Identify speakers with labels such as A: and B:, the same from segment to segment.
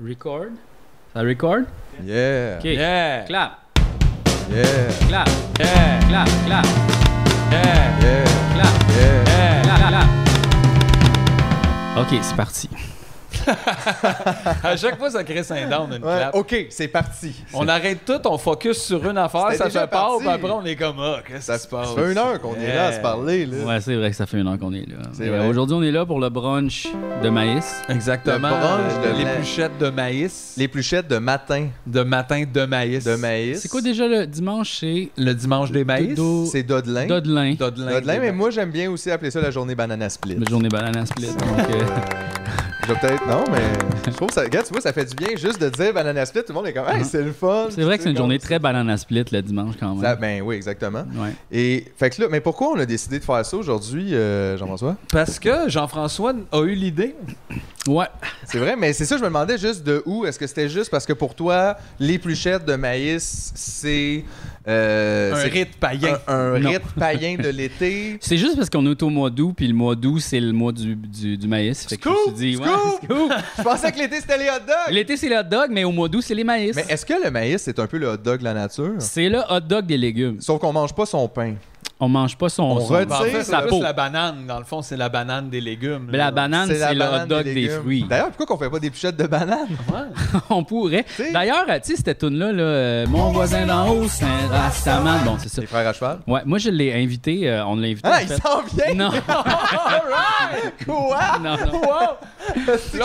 A: Record. Ça record?
B: Yeah.
A: Ok.
C: Yeah.
A: Clap,
B: Yeah.
A: clap,
C: Yeah.
A: clap, clap,
C: Yeah.
B: Yeah.
A: clap,
B: Yeah.
C: Yeah.
A: clap, clap. Ok, c'est parti.
C: À chaque fois, ça crée un down, une
B: Ouais, Oh.
C: clap.
B: OK, c'est parti.
C: On arrête tout, on focus sur une affaire,
B: C'était
C: ça
B: déjà
C: se part,
B: parti.
C: puis après, on est comme, ah, qu'est-ce
B: Ça,
C: qui se passe?
B: ça fait une heure qu'on est là à se
C: Yeah.
B: parler. Là.
A: Ouais, c'est vrai que ça fait une heure qu'on est là.
B: C'est
A: Et,
B: vrai.
A: euh, Aujourd'hui, on est là pour le brunch de maïs.
C: Exactement.
B: Le brunch de
C: euh,
B: la-
C: l'épluchette de maïs.
B: Les pluchettes de matin
C: De matin de maïs.
B: de maïs.
A: C'est quoi déjà le dimanche? C'est
C: Le dimanche des maïs.
A: Dodo.
B: C'est Dodelin.
A: Dodelin.
C: Dodelin.
B: Dodelin, mais moi j'aime bien aussi appeler ça la journée banana split.
A: La journée banane à split. donc, euh,
B: Je vais peut-être. Non, mais je trouve ça. Regarde, tu vois, ça fait du bien juste de dire banana split. Tout le monde est comme, hey, c'est le fun.
A: Ah. c'est vrai que c'est une
B: comme-
A: journée très banane à split le dimanche quand même.
B: Ça- ben oui, exactement.
A: Ouais.
B: Et fait que là, mais pourquoi on a décidé de faire ça aujourd'hui, euh, Jean-François
C: Parce que Jean-François a eu l'idée.
A: ouais.
B: C'est vrai, mais c'est ça, je me demandais juste de où. Est-ce que c'était juste parce que pour toi, les pluchettes de maïs, c'est. euh,
C: Un
B: c'est
C: rite païen.
B: Un, un
A: Non.
B: rite païen de l'été.
A: C'est juste parce qu'on est au mois d'août, puis le mois d'août, c'est le mois du, du, du maïs. Fait que je me
B: Scoop!
A: suis dit, ouais,
B: Scoop!
A: scoop!
B: Je pensais que l'été, c'était les hot dogs.
A: L'été, c'est le hot dog, mais au mois d'août, c'est les maïs.
B: Mais est-ce que le maïs, c'est un peu le hot dog de la nature
A: C'est le hot dog des légumes.
B: Sauf qu'on mange pas son pain.
A: On mange pas son.
B: On
A: son-
B: retire
C: Ben, en fait,
A: sa
C: c'est
A: peau.
C: juste la banane. Dans le fond, c'est la banane des légumes.
A: Mais la
C: là.
A: banane, c'est, le hot
B: banane
A: dog des,
B: légumes.
A: fruits.
B: D'ailleurs, pourquoi qu'on fait pas des pluchettes de banane
C: Ouais.
A: On pourrait.
B: sais-
A: D'ailleurs, euh, tu sais, cette tune là euh, mon voisin d'en haut, c'est un rastaman. Bon, c'est ça.
B: Les frères à cheval.
A: Ouais, moi, je l'ai invité. euh, on l'a invité. en
B: Ah, il
A: fait.
B: s'en vient
A: Non,
B: Quoi
A: non, non.
C: Wow! Là,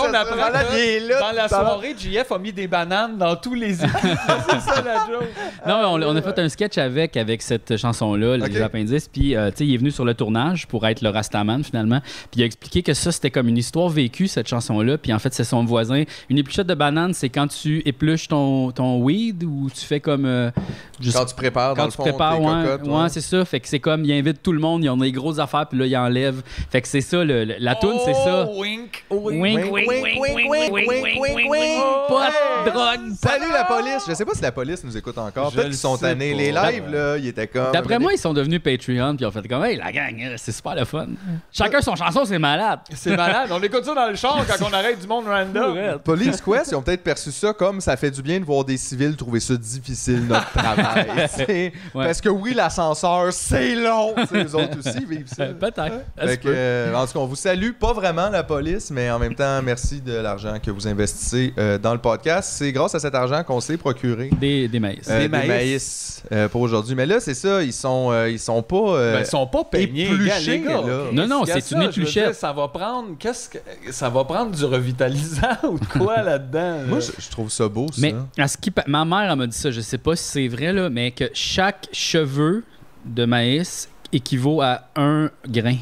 C: on apprend
B: Voilà,
C: que
B: il est là
C: dans la
B: tout à l'heure.
C: soirée, JF a mis des bananes dans tous les épisodes. c'est ça la joke.
A: Non, mais on, l'a- on a fait un sketch avec, avec cette chanson-là,
B: Ok.
A: Les Appendices. Puis, euh, tu sais, il est venu sur le tournage pour être le Rastaman, finalement. Puis, il a expliqué que ça, c'était comme une histoire vécue, cette chanson-là. Puis, en fait, c'est son voisin. Une épluchette de banane, c'est quand tu épluches ton, ton weed ou tu fais comme. euh, je sais
B: Quand tu prépares, Ah, dans
A: quand
B: le
A: tu
B: fond,
A: prépares,
B: tes
A: ouais,
B: cocottes,
A: ouais,
B: ouais.
A: c'est ça. Fait que c'est comme, il invite tout le monde, ils ont des grosses affaires, puis là, ils enlèvent. Fait que c'est ça, le- le- la toune, c'est ça.
C: Oh, Wink,
A: Wink, wink, wink, wink, wink, wink, wink, wink. Pas de drogue.
B: Salut la police! Je sais pas si la police nous écoute encore.
C: Je
B: Peut-être
C: le
B: qu'ils sont
C: sais
B: tannés.
C: pas.
B: Les lives, là, ils étaient comme.
A: D'après moi, ils sont devenus Patreon, puis ils ont fait comme, hey, la gang, euh, c'est super le fun. Chacun son chanson, c'est malade.
C: C'est malade. On écoute ça dans le char quand on arrête du monde
B: Ah.
C: random.
B: Police Quest, ils ont peut-être perçu ça comme ça fait du bien de voir des civils trouver ça difficile, notre travail. C'est- Parce que oui, l'ascenseur, c'est long. C'est Eux autres aussi vivent ça.
A: Euh, Peut-être. Ça se
B: Fait que,
A: peut.
B: euh, en tout cas, on vous salue, pas vraiment la police, mais en même temps, merci de l'argent que vous investissez euh, dans le podcast. C'est grâce à cet argent qu'on s'est procuré
A: Des, des maïs.
B: euh,
C: Des
B: des
C: maïs.
B: maïs, euh, pour aujourd'hui. Mais là, c'est ça, ils sont, euh, ils sont pas. euh,
C: Ben, ils sont pas peignés,
B: épluchés,
C: les gars.
B: là.
C: Ok,
A: Non, non,
C: regarde
A: c'est une
C: ça, je veux
A: épluchette.
C: dire, Ça va prendre, qu'est-ce que, ça va prendre du revitalisant ou de quoi là-dedans? là?
B: Moi, je, je trouve ça beau, ça.
A: Mais à ce qui pa- ma mère elle m'a dit ça, je sais pas si c'est vrai là, mais que chaque cheveu de maïs équivaut à un grain.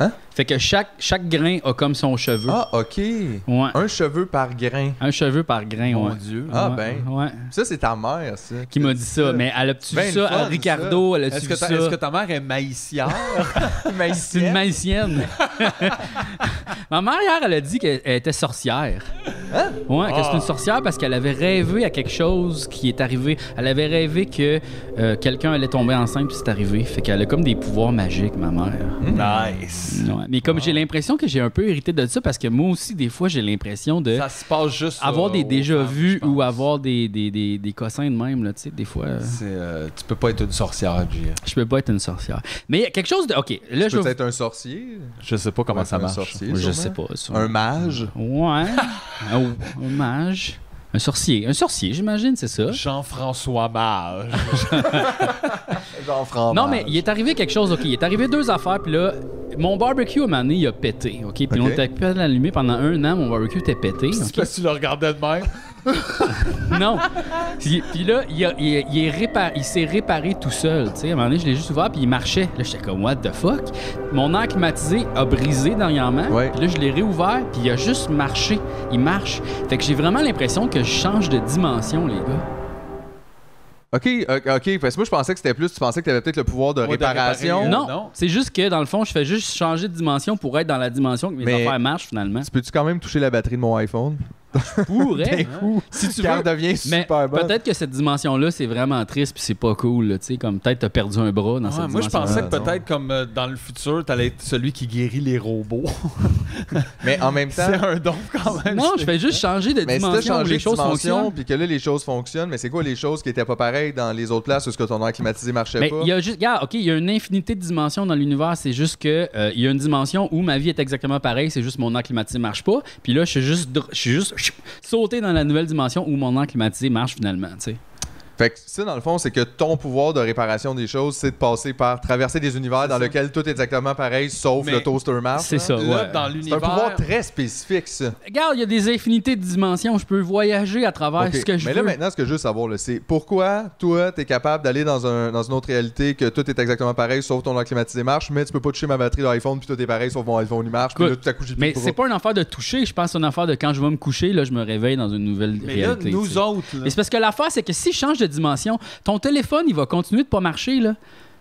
B: Hein?
A: Fait que chaque, chaque grain a comme son cheveu.
B: Ah, OK.
A: Ouais.
B: Un cheveu par grain.
A: Un cheveu par grain,
C: Mon
A: ouais.
C: Dieu.
B: Ah,
A: Ouais,
B: ben.
A: Ouais.
B: Ça, c'est ta mère, ça.
A: Qui m'a dit ça, mais elle a-tu
B: Ben,
A: vu
B: une
A: ça à
B: fun,
A: Ricardo? Elle a-tu
C: Est-ce que,
A: vu
C: ta,
A: ça?
C: est-ce que ta mère est maïssière?
A: C'est une maïsienne. Ma mère, hier, elle a dit qu'elle elle était sorcière.
C: Hein?
A: Ouais, que
C: Ah.
A: c'est une sorcière parce qu'elle avait rêvé à quelque chose qui est arrivé. Elle avait rêvé que euh, quelqu'un allait tomber enceinte puis c'est arrivé. Fait qu'elle a comme des pouvoirs magiques, ma mère.
C: nice.
A: Ouais, Mais comme j'ai
C: Ah.
A: l'impression que j'ai un peu hérité de ça parce que moi aussi, des fois, j'ai l'impression de.
C: Ça se passe juste.
A: Avoir
C: euh,
A: des
C: aux
A: déjà
C: femmes, je
A: vus
C: pense.
A: ou avoir des, des, des, des cossins de même, là, tu sais, des fois, euh,
C: C'est, euh, tu peux pas être une sorcière, JF.
A: je peux pas être une sorcière. Mais il y a quelque chose de. Ok, là, je.
B: Peut-être
A: vais-
B: un sorcier.
C: Je sais pas comment
B: Ouais,
C: ça
B: un
C: marche.
B: sorcier,
A: Je
B: sûrement.
A: sais pas. sûrement.
B: Un mage.
A: Ouais. un, un mage. Un sorcier. Un sorcier, j'imagine, c'est ça.
C: Jean-François Mage.
B: Jean-François.
A: Non, mais il est arrivé quelque chose, OK. Il est arrivé deux affaires, puis là, mon barbecue, à un moment donné, il a pété, OK? Puis on
B: OK.
A: était plus à l'allumer pendant un an, mon barbecue était pété,
C: C'est
A: OK?
C: parce que tu le regardais de même.
A: Non. Puis puis là, il, a- il a- il est répa- il s'est réparé tout seul, tu sais. À un moment donné, je l'ai juste ouvert, puis il marchait. Là, j'étais comme, what the fuck? Mon air climatisé a brisé dernièrement,
B: Ouais.
A: puis là, je l'ai réouvert, puis il a juste marché. Il marche. Fait que j'ai vraiment l'impression que je change de dimension, les gars.
B: OK, euh, OK. Parce que moi, je pensais que c'était plus. Tu pensais que tu avais peut-être le pouvoir de
C: Ouais, de
B: réparation.
C: réparer, euh,
A: Non,
C: non.
A: c'est juste que dans le fond, je fais juste changer de dimension pour être dans la dimension que mes
B: Mais-
A: affaires marchent finalement.
B: Tu peux-tu quand même toucher la batterie de mon iPhone?
A: Pourrait.
B: D'un coup,
A: Si tu
B: car
A: veux.
B: devient
A: Mais
B: super bonne.
A: peut-être que cette dimension-là, c'est vraiment triste puis c'est pas cool. là, Tu sais, comme peut-être t'as perdu un bras dans
C: Ouais,
A: cette
C: moi, je
A: dimension.
C: pensais que
B: Ah, non.
C: peut-être, comme euh, dans le futur, t'allais être celui qui guérit les robots.
B: Mais en même
C: C'est
B: temps,
C: un don quand même.
A: Non, je fais juste changer de
B: mais si t'as
A: dimension où
B: changé
A: les
B: de
A: choses
B: dimension,
A: fonctionnent.
B: puis que là, les choses fonctionnent, mais c'est quoi les choses qui étaient pas pareilles dans les autres places où ce que ton air climatisé marchait
A: Mais
B: pas?
A: il y a juste, regarde, ok, il y a une infinité de dimensions dans l'univers. C'est juste que euh, il y a une dimension où ma vie est exactement pareille. C'est juste mon an climatisé marche pas. Puis là, je suis juste, dr- je suis juste chup, sauté dans la nouvelle dimension où mon an climatisé marche finalement. Tu sais.
B: Fait que ça, dans le fond, c'est que ton pouvoir de réparation des choses, c'est de passer par traverser des univers dans lesquels tout est exactement pareil, sauf
C: Mais
B: le toaster marche.
A: C'est ça.
C: Là,
A: ouais.
C: dans
B: C'est un pouvoir
C: l'univers.
B: très spécifique, ça.
A: Regarde, il y a des infinités de dimensions. Je peux voyager à travers
B: Ok.
A: ce que je
B: Mais
A: veux.
B: là, maintenant, ce que je veux savoir, là, c'est pourquoi toi, t'es capable d'aller dans, un, dans une autre réalité que tout est exactement pareil, sauf ton air climatisé marche, mais tu peux pas toucher ma batterie d'iPhone, puis tout est pareil, sauf mon iPhone, il marche, puis là,
A: Écoute,
B: tout à coup, j'ai plus
A: Mais
B: de
A: c'est pas une affaire de toucher, je pense que c'est une affaire de quand je vais me coucher, là, je me réveille dans une nouvelle
C: Mais là,
A: réalité. tu
C: nous
A: sais.
C: autres, là,
A: Mais c'est parce que l'affaire, c'est que si je change de dimension, ton téléphone, il va continuer de pas marcher, là.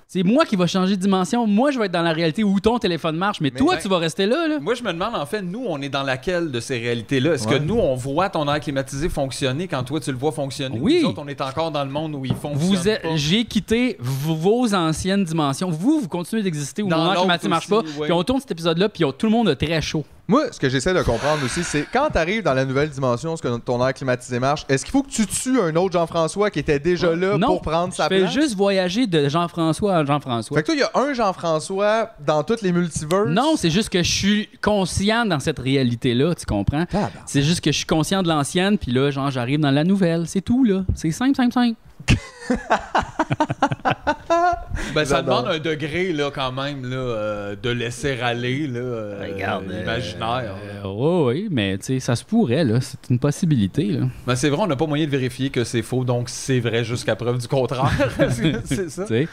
A: C'est moi qui va changer de dimension. Moi, je vais être dans la réalité où ton téléphone marche, mais,
B: Mais
A: toi,
C: ben-
A: tu vas rester là, là.
C: Moi, je me demande, en fait, nous, on est dans laquelle de ces réalités-là? Est-ce
B: Ouais.
C: que nous, on voit ton air climatisé fonctionner quand toi, tu le vois fonctionner?
A: Oui.
C: Nous autres, on est encore dans le monde où ils fonctionnent
A: Vous êtes-
C: pas.
A: j'ai quitté v- vos anciennes dimensions. Vous, vous continuez d'exister au
C: Dans
A: moment que
C: l'autre
A: Mathieu marche pas.
C: aussi, ouais.
A: Puis on tourne cet épisode-là, puis on- tout le monde a très chaud.
B: Moi, ce que j'essaie de comprendre aussi, c'est quand t'arrives dans la nouvelle dimension, ce que ton air climatisé marche, est-ce qu'il faut que tu tues un autre Jean-François qui était déjà là
A: non,
B: pour prendre sa
A: je fais
B: place?
A: juste voyager de Jean-François à Jean-François.
B: Fait que toi, il y a un Jean-François dans toutes les multivers.
A: Non, c'est juste que je suis conscient dans cette réalité-là, tu comprends?
B: Tabarnak.
A: C'est juste que je suis conscient de l'ancienne, puis là, genre, j'arrive dans la nouvelle. C'est tout, là. C'est simple, simple, simple.
C: Ben, ça
B: J'adore.
C: demande un degré, là, quand même, là, euh, de laisser aller, là, euh, l'imaginaire. là.
A: Euh, ouais, oui, mais tu sais, ça se pourrait, là. C'est une possibilité, là.
C: Ben, c'est vrai, on n'a pas moyen de vérifier que c'est faux, donc c'est vrai jusqu'à preuve du contraire. c'est ça.
A: Tu sais.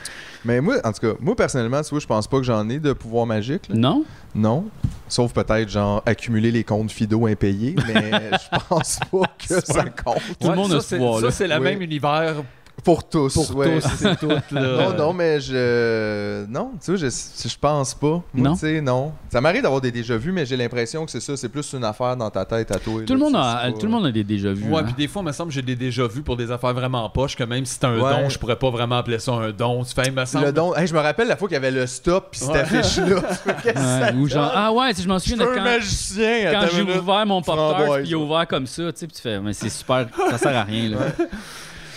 B: Mais moi, en tout cas, moi personnellement, tu vois, je pense pas que j'en ai de pouvoir magique. là.
A: Non?
B: Non. Sauf peut-être, genre, accumuler les comptes Fido impayés, mais je pense pas que ça compte.
A: Tout le
C: Ouais,
A: monde
C: ça,
A: a ce
C: c'est-
A: pouvoir, là.
C: Ça, c'est le
B: Oui.
C: même univers
B: Pour tous.
C: pour
B: ouais.
C: tous et toutes. là.
A: Euh,
B: Non, non, mais je. Non, tu vois, je, je pense pas. Moi,
A: Non.
B: tu sais, non. Ça m'arrive d'avoir des déjà-vus, mais j'ai l'impression que c'est ça. C'est plus une affaire dans ta tête à toi.
A: Tout
B: là,
A: le, monde
B: tu sais,
A: a,
B: c'est pas-
A: tout le monde a des déjà-vus.
C: Ouais,
A: hein.
C: puis des fois, il me semble que j'ai des déjà vus pour des affaires vraiment poches, que même si c'est un
B: Ouais.
C: don, je pourrais pas vraiment appeler ça un don. Tu fais, il me semble.
B: Le don. Hey, je me rappelle la fois qu'il y avait le stop, puis cette
C: Ouais.
B: affiche-là. Qu'est-ce que ça
A: Ouais, ou genre,
B: donne?
A: ah ouais, si je m'en
B: Je
A: souviens
B: suis
A: de
B: un
A: quand,
B: magicien.
A: quand
B: attends
A: j'ai
B: une minute.
A: ouvert mon porteur,
B: Framboise,
A: puis il est
B: ouais.
A: ouvert comme ça, tu sais, puis tu fais, mais c'est super, ça sert à rien, là.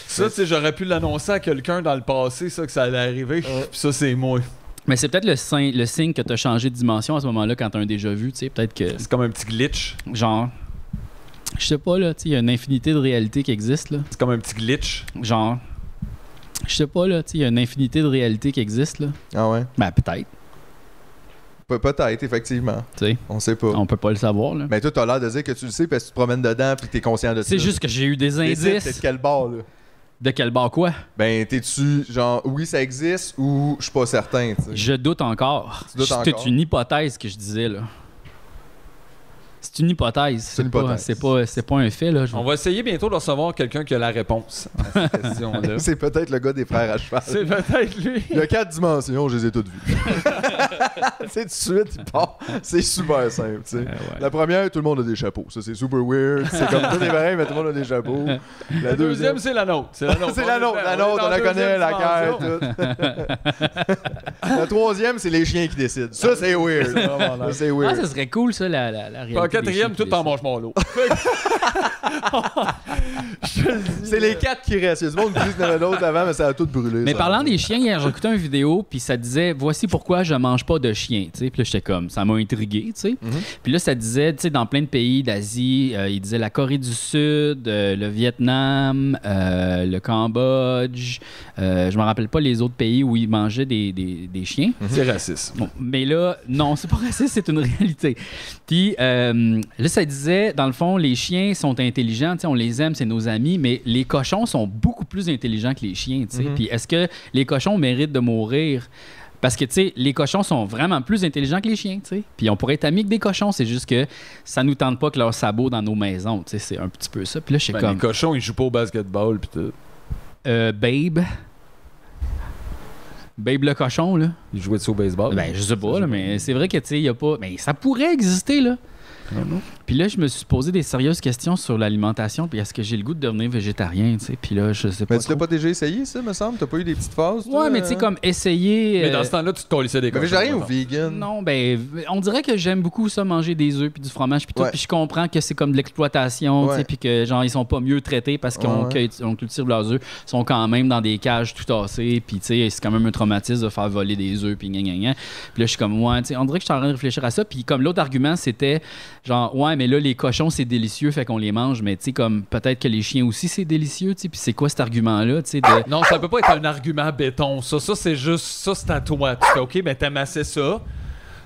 C: Ça, tu sais, j'aurais pu l'annoncer à quelqu'un dans le passé, ça, que ça allait arriver.
B: Ouais.
C: Puis ça, c'est moi.
A: Mais c'est peut-être le, signe- le signe que t'as changé de dimension à ce moment-là quand t'as un déjà-vu, tu sais, peut-être que.
C: C'est comme un petit glitch.
A: Genre. Je sais pas, là, tu sais, il y a une infinité de réalités qui existent, là.
C: C'est comme un petit glitch.
A: Genre. Je sais pas, là, tu sais, il y a une infinité de réalités qui existent, là.
B: Ah ouais.
A: Ben, peut-être,
B: Pe- Peut-être, effectivement.
A: tu sais.
B: On sait pas.
A: On peut pas le savoir, là.
B: Mais toi, t'as l'air de dire que tu le sais parce que tu te promènes dedans puis que t'es conscient de ça.
A: C'est juste que j'ai eu des
B: T'es sûr, T'es de
A: indices.
B: quel bord, là?
A: De quel bord quoi
B: Ben, t'es-tu genre, oui, ça existe ou je suis pas certain, tu sais.
A: Je doute encore.
B: Tu doutes
A: C'était
B: encore?
A: une hypothèse que je disais, là. C'est une hypothèse. C'est
B: une
A: pas,
B: hypothèse.
A: c'est pas, c'est pas un fait, là. je-
C: On va essayer bientôt de recevoir quelqu'un qui a la réponse à cette question-là.
B: C'est peut-être le gars des frères à cheval.
C: C'est peut-être lui.
B: Il y a quatre dimensions, je les ai toutes vues. tu sais, tout de suite, il part. C'est super simple, tu sais.
A: Euh, ouais.
B: La première, tout le monde a des chapeaux. Ça, c'est super weird. C'est comme tout est pareil, mais tout le monde a des chapeaux. La
C: La
B: deuxième,
C: deuxième, c'est la nôtre. C'est la nôtre.
B: c'est la nôtre. La nôtre, on la connaît, la guerre, tout. La troisième, c'est les chiens qui décident. Ça, c'est weird. Ça, c'est
A: Ah,
B: weird.
A: ça serait cool, ça, la, la, la réalité.
C: En
A: des
C: quatrième,
A: chiens qui
C: tout en
A: dessinent.
C: mange mon lot.
B: C'est euh, les quatre qui restent. Il y a du monde qui disent non, l'autre avant, mais ça a tout brûlé.
A: Mais
B: ça.
A: parlant des chiens, hier, j'ai écouté une vidéo, puis ça disait Voici pourquoi je mange pas de chien. Tu sais, Puis là, j'étais comme Ça m'a intrigué. tu
B: Mhm.
A: sais. Puis là, ça disait tu sais, Dans plein de pays d'Asie, euh, il disait la Corée du Sud, euh, le Vietnam, euh, le Cambodge. euh, je me rappelle pas les autres pays où ils mangeaient des, des- des chiens.
C: C'est raciste.
A: Bon, mais là, non, c'est pas raciste, c'est une réalité. Puis euh, là, ça disait, dans le fond, les chiens sont intelligents, tu sais, on les aime, c'est nos amis, mais les cochons sont beaucoup plus intelligents que les chiens. tu sais.
C: Mhm.
A: Puis est-ce que les cochons méritent de mourir? Parce que, tu sais, les cochons sont vraiment plus intelligents que les chiens, tu sais. Puis on pourrait être amis que des cochons, c'est juste que ça nous tente pas que leurs sabots dans nos maisons, tu sais. C'est un petit peu ça. Puis là, je suis
C: Ben,
A: comme,
C: Les cochons, ils jouent pas au basketball. Pis tout.
A: euh, babe. Babe le cochon, là.
C: Ils
B: Ah,
C: jouaient au baseball.
A: Ben, je sais pas, là, mais c'est vrai que, tu sais, il y a pas. Mais ça pourrait exister, là. Puis là, je me suis posé des sérieuses questions sur l'alimentation, puis est-ce que j'ai le goût de devenir végétarien, tu sais. Puis là, je sais pas.
B: Mais tu
A: trop.
B: t'as pas déjà essayé, ça, me semble? T'as pas eu des petites phases? toi,
A: Ouais, mais tu sais,
B: euh?
A: comme essayer.
C: Mais
A: euh,
C: dans ce temps-là, tu te colissais des
B: Mais
C: cochons,
B: végétarien ou
C: mettons.
B: vegan?
A: Non, ben, on dirait que j'aime beaucoup ça, manger des œufs puis du fromage puis tout.
B: Ouais.
A: Puis je comprends que c'est comme de l'exploitation, tu
B: Ouais.
A: sais, puis que genre ils sont pas mieux traités parce qu'on
B: Ouais, ouais.
A: cueille- on cultive leurs œufs, Ils sont quand même dans des cages tout tassées, puis tu sais c'est quand même un traumatisme de faire voler des œufs puis gna gna gna. Puis là je suis comme ouais, tu sais, on dirait que je suis en train de réfléchir à ça. Puis comme l'autre argument c'était genre ouais mais là les cochons c'est délicieux fait qu'on les mange, mais tu sais comme peut-être que les chiens aussi c'est délicieux, tu sais. Puis c'est quoi cet argument là, tu sais de
C: Non, ça peut pas être un argument béton. Ça, ça c'est juste, ça c'est à toi. Tu fais, ok, ben t'aimes assez ça.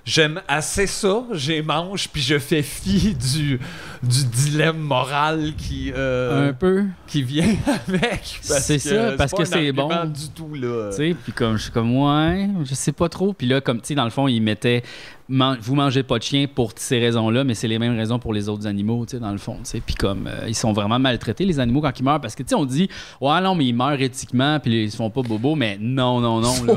C: J'aime assez ça, j'ai mange, puis je fais fi du, du dilemme moral qui, euh,
A: un peu
C: qui vient avec. parce
A: C'est
C: que
A: ça, parce
C: pas
A: que
C: un
A: c'est bon.
C: argument du tout, là.
A: Tu sais, puis comme je suis comme ouais, je sais pas trop. Puis là, comme tu sais, dans le fond, ils mettaient man- vous mangez pas de chien pour ces raisons-là, mais c'est les mêmes raisons pour les autres animaux, tu sais, dans le fond. Tu sais, puis comme euh, ils sont vraiment maltraités les animaux quand ils meurent, parce que tu sais, on dit ouais non mais ils meurent éthiquement, puis ils se font pas bobo, mais non non non là,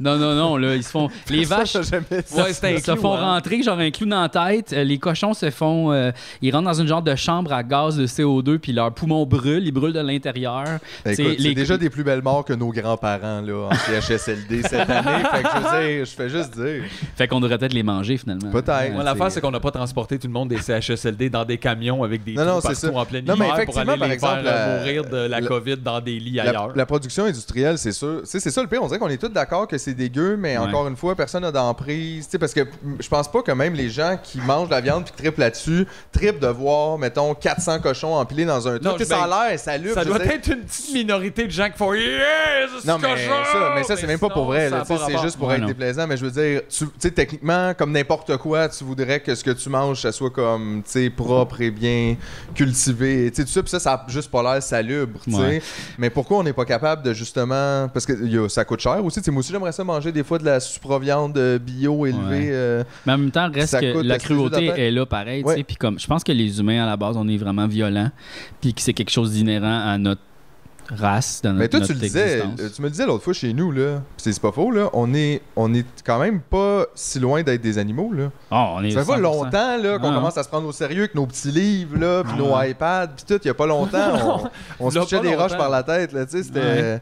A: non non non là, ils se font les
B: Ça,
A: vaches
B: t'as jamais fait.
C: Ouais,
A: se-
C: c'est un
A: se
C: clou,
A: font
C: hein.
A: rentrer genre un clou dans la tête. Euh, les cochons se font. euh, ils rentrent dans une genre de chambre à gaz de CO2, puis leurs poumons brûlent, ils brûlent de l'intérieur.
B: Ben,
A: Tu sais,
B: écoute,
A: les-
B: C'est déjà des plus belles morts que nos grands-parents là, en CHSLD cette année. Fait que je veux dire, je fais juste dire.
A: Fait qu'on devrait peut-être les manger finalement.
B: Peut-être.
C: Moi, l'affaire, c'est qu'on n'a pas transporté tout le monde des CHSLD dans des camions avec des
B: Non,
C: trous
B: non, c'est
C: partout
B: ça.
C: en pleine
B: Non, mais
C: hiver pour
B: effectivement,
C: aller
B: par
C: les
B: exemple,
C: faire euh,
B: la-
C: mourir de la
B: la-
C: COVID dans des lits
B: La,
C: ailleurs.
B: la production industrielle, c'est sûr. Tu sais, C'est ça le pire. On dirait qu'on est tous d'accord que c'est dégueu, mais
A: Ouais.
B: encore une fois, personne n'a d'emprise. Tu sais, Parce que mm, je pense pas que même les gens qui mangent de la viande puis qui trippent là-dessus, trippent de voir, mettons, 400 cochons empilés dans un
C: Non,
B: truc. Tu sais, Ça
C: ben,
B: a l'air, ça lutte.
C: Ça
B: je
C: doit
B: veux dire.
C: être une petite minorité de gens qui font Yes, ce
B: Non, mais
C: cochon!
B: ça, mais ça, c'est même pas
C: sinon,
B: pour vrai. là,
C: ça a
B: tu sais,
C: pas
B: C'est
C: rapport.
B: juste pour
A: Ouais,
B: être
A: non.
B: déplaisant. Mais je veux dire, tu tu sais, techniquement, comme n'importe quoi, tu voudrais que ce que tu manges, ça soit comme, tu sais, propre et bien cultivé. Tu sais, tout ça, puis ça, ça a juste pas l'air salubre, tu sais.
A: Ouais.
B: Mais pourquoi on n'est pas capable de justement. Parce que y a- ça coûte cher aussi. Tu sais, moi aussi, j'aimerais ça manger des fois de la supraviande euh, bio élevée.
A: Ouais.
B: euh,
A: Mais en même temps, reste
B: Ça
A: que
B: coûte
A: la
B: la crise
A: cruauté
B: d'affaires.
A: est là pareil. tu
B: Ouais.
A: sais, Puis comme, je pense que les humains, à la base, on est vraiment violents. Puis que c'est quelque chose d'inhérent à notre race, dans notre,
B: Mais toi, tu
A: notre
B: le disais,
A: existence.
B: euh, tu me le disais l'autre fois chez nous, là. Puis C'est c'est pas faux, là. On est, on est quand même pas si loin d'être des animaux, là.
A: Oh, on est
B: Ça fait pas
A: 100%.
B: longtemps là,
C: Ah.
B: qu'on
A: Non,
B: commence à se prendre au sérieux avec nos petits livres, là, puis nos iPads, puis tout. Il y a pas longtemps, on, on se
C: Là,
B: touchait
C: pas
B: des roches
C: longtemps.
B: par la tête. Là, tu sais, c'était...
A: Ouais.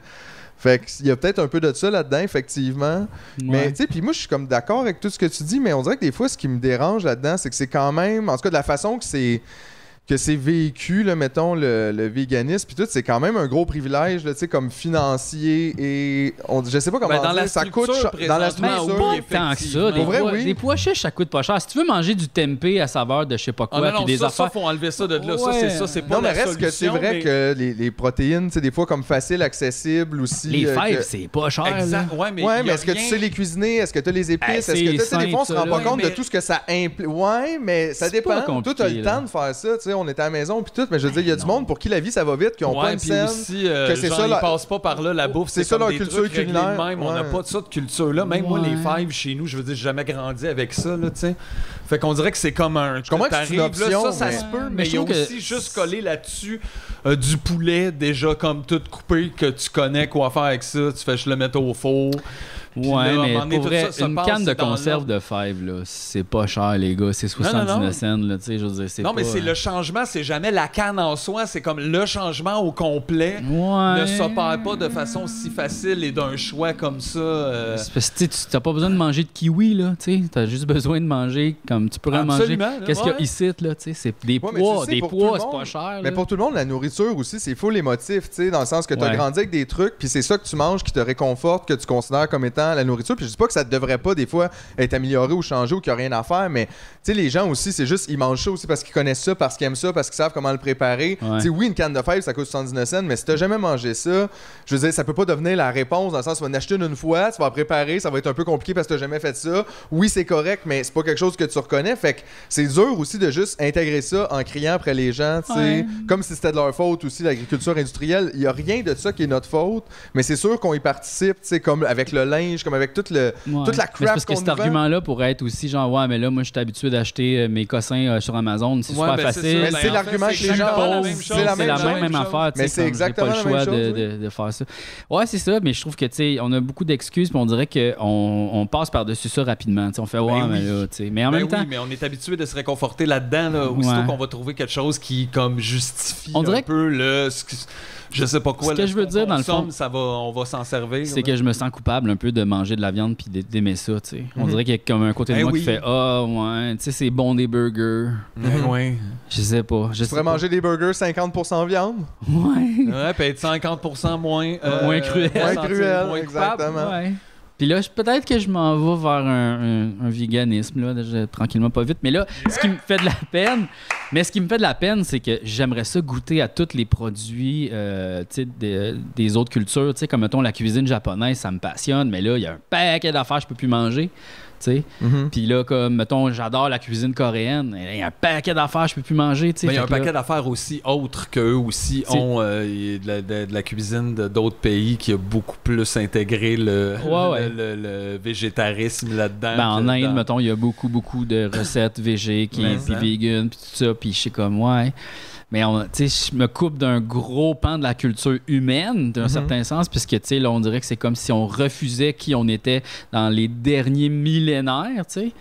B: Fait qu'il y a peut-être un peu de ça là-dedans, effectivement. Mais
A: Ouais.
B: tu sais, puis moi, je suis comme d'accord avec tout ce que tu dis, mais on dirait que des fois, ce qui me dérange là-dedans, c'est que c'est quand même, en tout cas, de la façon que c'est que c'est vécu, là, mettons, le, le véganisme, puis tout, c'est quand même un gros privilège, là, tu sais, comme financier et... On, je sais pas comment
C: Ben, dans
B: dire,
C: la
B: ça coûte...
C: structure,
B: cher- Dans la
A: Mais
C: présentement,
B: structure,
A: pas
C: oui,
A: tant que ça. Des,
B: Pour vrai,
A: pois,
B: oui.
A: des pois chiches, ça coûte pas cher. Si tu veux manger du tempeh à saveur de je sais pas
C: Ah
A: quoi,
C: non, non,
A: puis des
C: ça, ça,
A: affaires.
C: faut enlever ça de là. Ça,
A: Ouais.
C: c'est ça, c'est pas
B: Non, mais
C: la
B: reste que c'est
C: solution,
B: vrai
C: mais-
B: que les, les protéines, tu sais, des fois, comme facile, accessible aussi.
A: les
B: euh,
A: fèves,
B: que-
A: c'est pas cher. là.
C: Exact. Ouais, mais,
B: ouais,
C: y
B: mais
C: a
B: est-ce que tu
C: rien-
B: sais les cuisiner? Est-ce que tu as les
A: Ah,
B: épices?
A: c'est
B: Est-ce que tu sais, des
A: simple,
B: fois, on se
A: ça,
B: rend pas
A: là.
B: compte de
C: Mais-
B: tout ce que ça implique. Ouais, mais ça
A: C'est pas
B: dépend. Toi, t'as
A: compliqué,
B: le
A: là. Ben,
B: temps de faire ça, tu sais, on est à la maison, puis tout. Mais je veux dire, il y a du
A: non.
B: monde pour qui la vie, ça va vite, qui ont pas
C: Ouais,
B: une
C: puis
B: scène.
C: aussi, euh,
B: que c'est
C: genre,
B: ça,
C: ils
B: la-
C: passent pas par là, la bouffe,
B: c'est
C: c'est
B: ça,
C: comme
B: leur
C: des
B: culture
C: trucs réglés de
B: culinaire,
C: même, on n'a
B: ouais.
C: pas de ça de culture-là. Même moi,
A: Ouais.
C: les fèves chez nous, je veux dire, j'ai jamais grandi avec ça, là, tu sais. Fait qu'on dirait que c'est comme un... Je
B: comprends que c'est une option,
C: ça, ça
B: mais-
C: se peut,
A: Mais
C: mais
A: je
C: il y a
A: trouve que-
C: aussi juste collé là-dessus euh, du poulet déjà comme tout coupé, que tu connais quoi faire avec ça, tu fais je le mettre au four. Puis là, à un
A: Ouais, mais
C: moment donné,
A: pour
C: tout
A: vrai,
C: ça, ça
A: une
C: passe
A: canne de
C: dans
A: conserve de fèves, là, c'est pas cher, les gars. C'est
C: non, non.
A: 79 cents, là, tu sais, je veux dire, c'est
C: Non, mais
A: pas- euh,
C: c'est
B: hein.
C: le changement, c'est jamais la canne en soi, c'est comme le changement au complet.
A: Ouais.
C: ne s'opère pas de façon si facile et d'un choix comme ça. euh,
A: C'est parce que tu sais, tu- t'as pas besoin de manger de kiwi, là, tu as juste besoin de manger comme tu pourrais manger.
C: Absolument, là,
A: Qu'est-ce qu'il y a
C: ouais.
A: ici, là, tu sais, c'est des
B: Ouais, mais tu
A: pois,
B: sais,
A: des
B: pour tout
A: pois,
B: le
A: c'est pas
B: monde.
A: cher.
B: Mais
A: là.
B: pour tout le monde, la nourriture aussi, c'est full émotif, tu sais, dans le sens que tu as
A: Ouais.
B: grandi avec des trucs, puis c'est ça que tu manges qui te réconforte, que tu considères comme étant la nourriture. Puis je dis pas que ça devrait pas, des fois, être amélioré ou changé ou qu'il n'y a rien à faire, mais tu sais, les gens aussi, c'est juste, ils mangent ça aussi parce qu'ils connaissent ça, parce qu'ils aiment ça, parce qu'ils savent comment le préparer.
A: Ouais.
B: Tu sais, oui, une canne de fèves, ça coûte 79 cents, mais si t'as jamais mangé ça, je veux dire, ça peut pas devenir la réponse, dans le sens, tu vas en acheter une, une fois, tu vas la préparer, ça va être un peu compliqué parce que t'as jamais fait ça. Oui, c'est correct, mais c'est pas quelque chose que tu reconnais. Fait que c'est dur aussi de juste intégrer ça en criant après les gens, tu sais,
A: Ouais.
B: comme si c'était de leur faute aussi, l'agriculture industrielle. Il n'y a rien de ça qui est notre faute, mais c'est sûr qu'on y participe, tu sais, comme avec le linge, linge, comme avec toute, le,
A: Ouais.
B: toute la
A: Mais c'est
B: crap
A: parce que
B: qu'on
A: cet
B: nous vend.
A: argument-là pourrait être aussi genre, ouais, mais là, moi, je suis habitué d'acheter euh, mes cossins euh, sur Amazon, c'est
C: Ouais,
A: super
C: ben,
A: facile.
C: ça.
B: Mais
C: Ben,
B: c'est
C: en
B: l'argument
C: fait,
B: que
C: c'est
B: les gens
C: exactement
B: ont.
C: la même chose.
B: C'est la
A: c'est
B: même
A: la
B: chose.
A: même, même
C: chose.
A: affaire. tu sais,
B: Mais c'est
A: comme j'ai
B: exactement
A: pas
B: la
A: le
B: même
A: choix
B: chose,
A: de,
B: oui.
A: de- de faire ça. Ouais, c'est ça, mais je trouve que, tu sais, on a beaucoup d'excuses, puis on dirait qu'on on passe par-dessus ça rapidement. Tu sais, on fait, ouais,
C: Ben
A: mais
C: oui.
A: là, tu sais. Mais en
C: Ben
A: même
C: oui,
A: temps,
C: mais on est habitué de se réconforter là-dedans, là, aussitôt
A: Ouais.
C: qu'on va trouver quelque chose qui comme justifie
A: On dirait
C: un
A: que-
C: peu le ce que- je sais pas quoi.
A: Ce que
C: là,
A: je veux
C: qu'on
A: dire, dans le fond,
C: consomme, ça va, on va s'en servir.
A: c'est
C: là.
A: que je me sens coupable un peu de manger de la viande puis d- d'aimer ça, tu sais. On dirait qu'il y a comme un côté de
B: Ben
C: Eh
A: moi
C: oui.
A: qui fait, ah, ouais, tu sais, c'est bon des burgers.
C: Ben ouais.
A: Je sais pas. Je
B: Tu pourrais
A: sais pas.
B: manger des burgers 50% viande.
A: Ouais.
C: Ouais, puis être 50% moins euh,
A: Moins cruel.
B: Moins
A: sentir
B: cruel,
C: moins coupable,
B: exactement.
A: Ouais. Puis là, je- peut-être que je m'en vais vers un, un- un véganisme, là, je- tranquillement, pas vite. Mais là, ce qui me fait de la peine, mais ce qui me fait de la peine, c'est que j'aimerais ça goûter à tous les produits euh, tu sais, des, des autres cultures. Tu sais, comme, mettons, la cuisine japonaise, ça me passionne, mais là, il y a un paquet d'affaires que je peux plus manger. tu sais.
C: Mhm.
B: Mhm.
A: Puis là, comme, mettons, j'adore la cuisine coréenne, mais là, il y a un paquet d'affaires que je peux plus manger. tu sais.
C: Mais Ben, il y a
A: Fait
C: un
A: que là-
C: paquet d'affaires aussi autres qu'eux aussi
A: C'est-
C: ont euh, y- de, la, de- de la cuisine de d'autres pays qui a beaucoup plus intégré le,
A: Ouais, ouais.
C: le, le- le végétarisme là-dedans.
A: Ben, en
C: que
A: Inde,
C: dans-
A: mettons, il y a beaucoup, beaucoup de recettes végé, qui,
C: Mais
A: puis
C: ça.
A: vegan, puis tout ça, puis je sais comme, ouais. Mais on- tu sais, je me coupe d'un gros pan de la culture humaine,
C: Mhm.
A: d'un certain sens, puisque, tu sais, là, on dirait que c'est comme si on refusait qui on était dans les derniers millénaires, tu sais,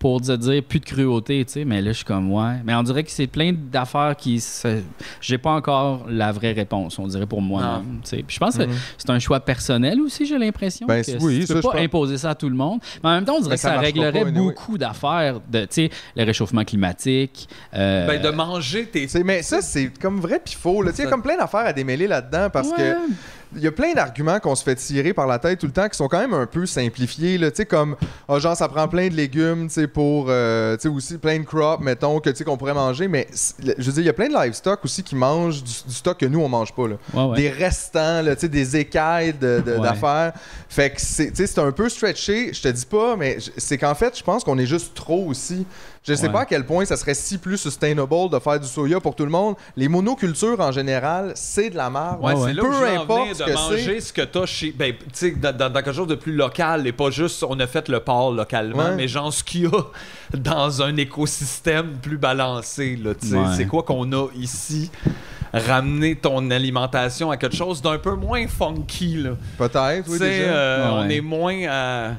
A: pour se dire plus de cruauté, tu sais. Mais là, je suis comme, ouais. Mais on dirait que c'est plein d'affaires qui. se- J'ai pas encore la vraie réponse, on dirait pour moi. tu sais. Puis je
C: Mhm.
A: pense que
B: Mhm.
A: c'est un choix personnel aussi, j'ai l'impression.
B: Ben,
A: que
B: oui,
A: tu
B: ça,
A: peux
B: je
A: pas
B: pense.
A: imposer ça à tout le monde. Mais en même temps, on dirait
B: Ben,
A: que
B: ça
A: ça,
B: marchera
A: réglerait
B: pas, anyway.
A: beaucoup d'affaires de, tu sais, le réchauffement climatique. euh,
C: Ben, de manger tes
B: C'est- Mais ça, c'est comme vrai pis faux. là. Tu sais, il y a comme plein d'affaires à démêler là-dedans parce que.
A: ouais.
B: Il y a plein d'arguments qu'on se fait tirer par la tête tout le temps qui sont quand même un peu simplifiés. Là. Tu sais, comme, ah, genre, ça prend plein de légumes tu sais, pour, euh, tu sais, aussi plein de crops, mettons, que, tu sais, qu'on pourrait manger. Mais c'est- le- je veux dire, il y a plein de livestock aussi qui mangent du, du stock que nous, on mange pas. Là.
A: Ouais, ouais.
B: Des restants, là, tu sais, des écailles de- de-
A: Ouais.
B: d'affaires. Fait que c'est tu sais, c'est un peu stretché, je te dis pas, mais j- c'est qu'en fait, je pense qu'on est juste trop aussi. Je sais
A: Ouais.
B: pas à quel point ça serait si plus sustainable de faire du soya pour tout le monde. Les monocultures, en général, c'est de la merde. hein?
C: Ouais,
A: Ouais, ouais.
C: c'est là
B: Peu
C: où je veux en
B: importe
C: venir
B: ce
C: de
B: que
C: manger ce que t'as chez. Ben, tu sais, dans, dans- dans quelque chose de plus local et pas juste on a fait le porc localement,
B: Ouais.
C: mais genre ce qu'il y a dans un écosystème plus balancé, là, tu sais.
A: Ouais.
C: C'est quoi qu'on a ici? Ramener ton alimentation à quelque chose d'un peu moins funky, là.
B: Peut-être, oui,
C: Tu sais,
B: déjà.
C: euh,
A: Ouais.
C: on est moins à-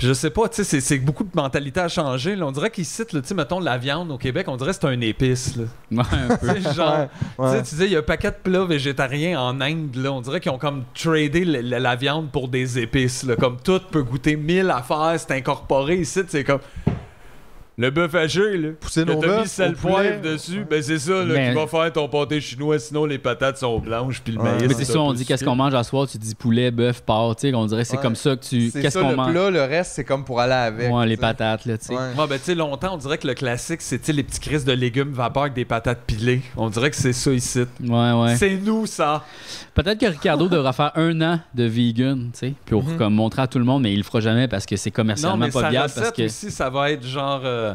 C: Je sais pas, tu sais, c'est- c'est beaucoup de mentalité à changer. là. On dirait qu'ici, là, tu sais, mettons, la viande au Québec, on dirait que c'est un épice, là.
A: Ouais, un peu.
C: Tu sais, genre,
B: Ouais,
C: tu
B: ouais.
C: sais, tu disais, il y a un paquet de plats végétariens en Inde, là. On dirait qu'ils ont comme tradé le- le- la viande pour des épices, là. Comme tout peut goûter mille affaires, c'est incorporé ici, c'est comme. Le bœuf haché, là.
B: Poutine
C: que
B: au
C: t'as
B: bœuf,
C: mis sel
B: au poulet.
C: poivre dessus, ben c'est ça, là,
A: Mais- euh,
C: qui va faire ton pâté chinois, sinon les patates sont blanches, puis le
B: Ouais.
C: maïs.
A: Mais c'est
C: un
A: ça, on
C: peu
A: dit qu'est-ce
C: sucré.
A: qu'on mange à soir, tu dis poulet, bœuf, porc, tu sais, on dirait que c'est
B: Ouais.
A: comme ça que tu.
B: C'est
A: Qu'est-ce
B: ça
A: qu'on
B: le
A: mange?
B: plat, le reste, c'est comme pour aller avec.
A: Ouais, les
B: tu sais.
A: patates, là, tu sais.
B: Ouais.
C: Ouais, ben tu sais, longtemps, on dirait que le classique, c'est tu sais, les petits crises de légumes vapeur avec des patates pilées. On dirait que c'est ça ici.
A: Ouais, ouais.
C: C'est nous, ça.
A: Peut-être que Ricardo devra faire un an de vegan, tu sais, pour
B: Mhm.
A: comme montrer à tout le monde, mais il le fera jamais parce que c'est
C: Non,
A: commercialement
C: mais
A: pas
C: sa
A: viable.
C: recette
A: Parce que...
C: aussi, ça va être genre euh,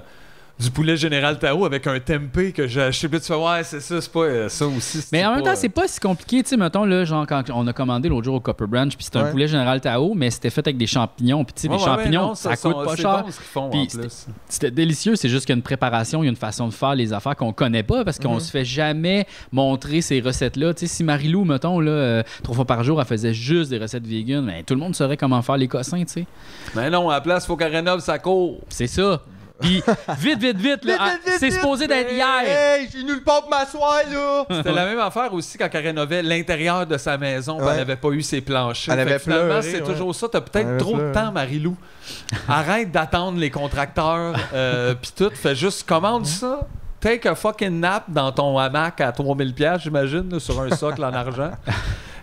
C: du poulet général Tao avec un tempeh que j'ai acheté. Puis tu fais, ouais, c'est ça, c'est pas euh, ça aussi. c'est
A: Mais en
C: pas,
A: même temps,
C: euh,
A: c'est pas si compliqué. Tu sais, mettons, là, genre, quand on a commandé l'autre jour au Copper Branch, puis c'était un
B: Ouais.
A: poulet général Tao, mais c'était fait avec des champignons. Puis, tu sais,
C: ouais,
A: des
C: ouais, ouais,
A: champignons,
C: non,
A: ça,
C: sont-
A: coûte pas
C: c'est
A: cher.
C: bon ce qu'ils font,
A: Puis
C: en
A: c'était-
C: plus.
A: C'était délicieux. C'est juste qu'il y a une préparation, il y a une façon de faire les affaires qu'on connaît pas parce
C: Mhm.
A: qu'on se fait jamais montrer ces recettes-là. Tu sais, si Marie-Lou, mettons, là, euh, trois fois par jour, elle faisait juste des recettes vegan, ben, tout le monde saurait comment faire les cossins, tu sais.
C: Mais non, à la place, faut qu'elle rénove sa cour.
A: C'est ça. Puis, vite, vite, vite, là,
B: Vite, vite,
A: ah,
B: vite,
A: c'est
B: vite.
A: supposé d'être hier.
B: Hey, j'ai nulle part pour m'asseoir, là!
C: C'était la même affaire aussi quand elle rénovait l'intérieur de sa maison, puis
B: Ouais.
C: elle n'avait pas eu ses planchers.
B: Elle
C: Fait que
B: avait
C: finalement,
B: pleuré,
C: c'est
B: ouais.
C: toujours ça. T'as
B: Elle
C: peut-être
B: avait
C: trop de
B: pleuré.
C: temps, Marie-Lou. Arrête d'attendre les contracteurs, euh, puis tout. Fais juste commande ça. Take a fucking nap dans ton hamac à 3000 pièces, j'imagine, là, sur un socle en argent.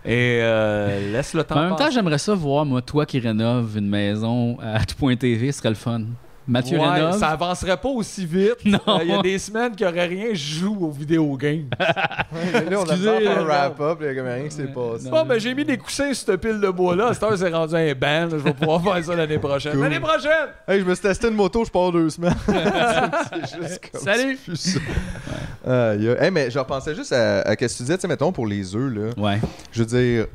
C: Et euh, laisse le temps
A: En même temps,
C: passer.
A: j'aimerais ça voir, moi, toi qui rénoves une maison à tout.tv, ce serait le fun. Mathieu
C: Ouais,
A: rénove.
C: ça avancerait pas aussi vite.
A: Non.
C: Euh, Il y a des semaines qu'il n'y aurait rien, je joue aux vidéogames.
B: là, on a
C: Excusez,
B: besoin de faire un
C: euh,
B: wrap-up, là, il y a comme rien qui s'est passé.
A: Non.
C: Bon, ben j'ai mis des coussins sur cette pile de bois-là. À cette heure, c'est rendu un ban. là. Je vais pouvoir faire ça l'année prochaine.
B: Cool.
C: L'année prochaine!
B: Hey, je me suis testé une moto, je pars deux semaines. c'est juste comme
A: Salut!
B: c'est plus ça. Aïe, aïe. Hey, mais je repensais juste à, à ce que tu disais, tu sais, mettons, pour les œufs, là.
A: Ouais.
B: Je veux dire,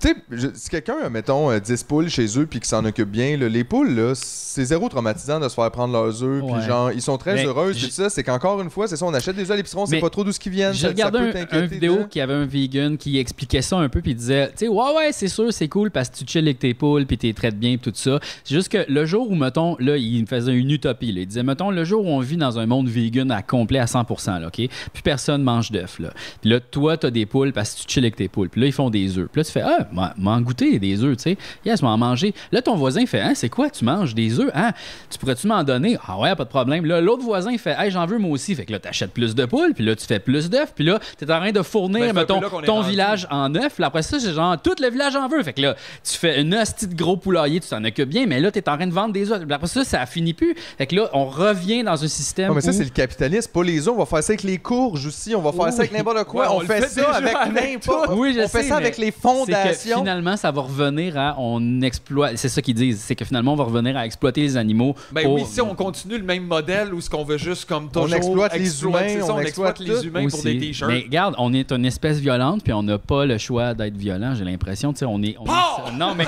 B: Tu sais, je- si quelqu'un a, mettons, euh, 10 poules chez eux puis qui s'en occupe bien, là, les poules, là, c'est zéro traumatisant de se faire prendre leurs œufs.
A: Ouais.
B: Puis, genre, ils sont très
A: Mais
B: heureuses.
A: j-
B: Puis, ça, c'est qu'encore une fois, c'est ça, on achète des œufs à l'épicerie, on sait
A: Mais
B: pas trop d'où ce qu'ils viennent.
A: J'ai
B: ça- ça
A: regardé
B: peut
A: un,
B: t'inquiéter,
A: un vidéo
B: là.
A: qui avait un vegan qui expliquait ça un peu puis il disait tu sais ouais ouais c'est sûr c'est cool parce que tu chill avec tes poules puis tu les traites bien pis tout ça c'est juste que le jour où mettons là il me faisait une utopie là. il disait mettons le jour où on vit dans un monde vegan à complet à 100% là, ok puis personne mange d'œufs là puis là toi t'as des poules parce que tu chill avec tes poules puis là ils font des œufs puis là tu fais ah m'en- m'en goûter des œufs tu sais yes m'en manger là ton voisin fait hein c'est quoi tu manges des œufs hein tu pourrais-tu m'en donner ah ouais pas de problème là l'autre voisin fait hey j'en veux moi aussi fait que là t'achètes plus de poules puis là tu fais plus d'œufs puis là t'es en train de fournir
C: Ben, c'est un
A: mettons,
C: peu là qu'on est
A: ton
C: rendu.
A: village en œuf. Là, après ça, c'est genre tout le village en veut. Fait que là, tu fais une hostie de gros poulailler, tu t'en occupes bien, mais là, t'es en train de vendre des œufs. Puis Après ça, ça finit plus. Fait que là, on revient dans un système.
B: Ouais, mais ça,
A: où-
B: c'est le capitalisme. Pas les œufs. On va faire ça avec les courges aussi. On va faire
A: Oui.
B: ça avec n'importe quoi.
C: Ouais,
B: on,
C: on le
B: fait,
C: fait
B: ça
C: déjà
B: avec
C: avec
B: n'importe
A: tout. Oui, je
B: On fait
A: sais,
B: ça
A: mais
B: avec les
A: C'est que
B: fondations.
A: finalement, ça va revenir à. On exploite. C'est ça qu'ils disent. C'est que finalement, on va revenir à exploiter les animaux.
C: Ben
A: pour-
C: oui, si on continue le même modèle ou ce qu'on veut juste comme toujours
B: exploite les
C: exploiter
B: humains,
C: ça,
B: on
C: on, exploite,
B: exploite
C: les humains pour
A: aussi.
C: des t-shirts.
A: Mais regarde, on est une espèce violente, puis on n'a pas le choix d'être violent, j'ai l'impression. Tu sais, on est. on est-
C: Porc!
A: non, mais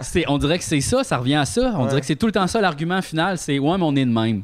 A: c'est, on dirait que c'est ça, ça revient à ça. On
B: Ouais.
A: dirait que c'est tout le temps ça l'argument final c'est ouais, mais on est de même.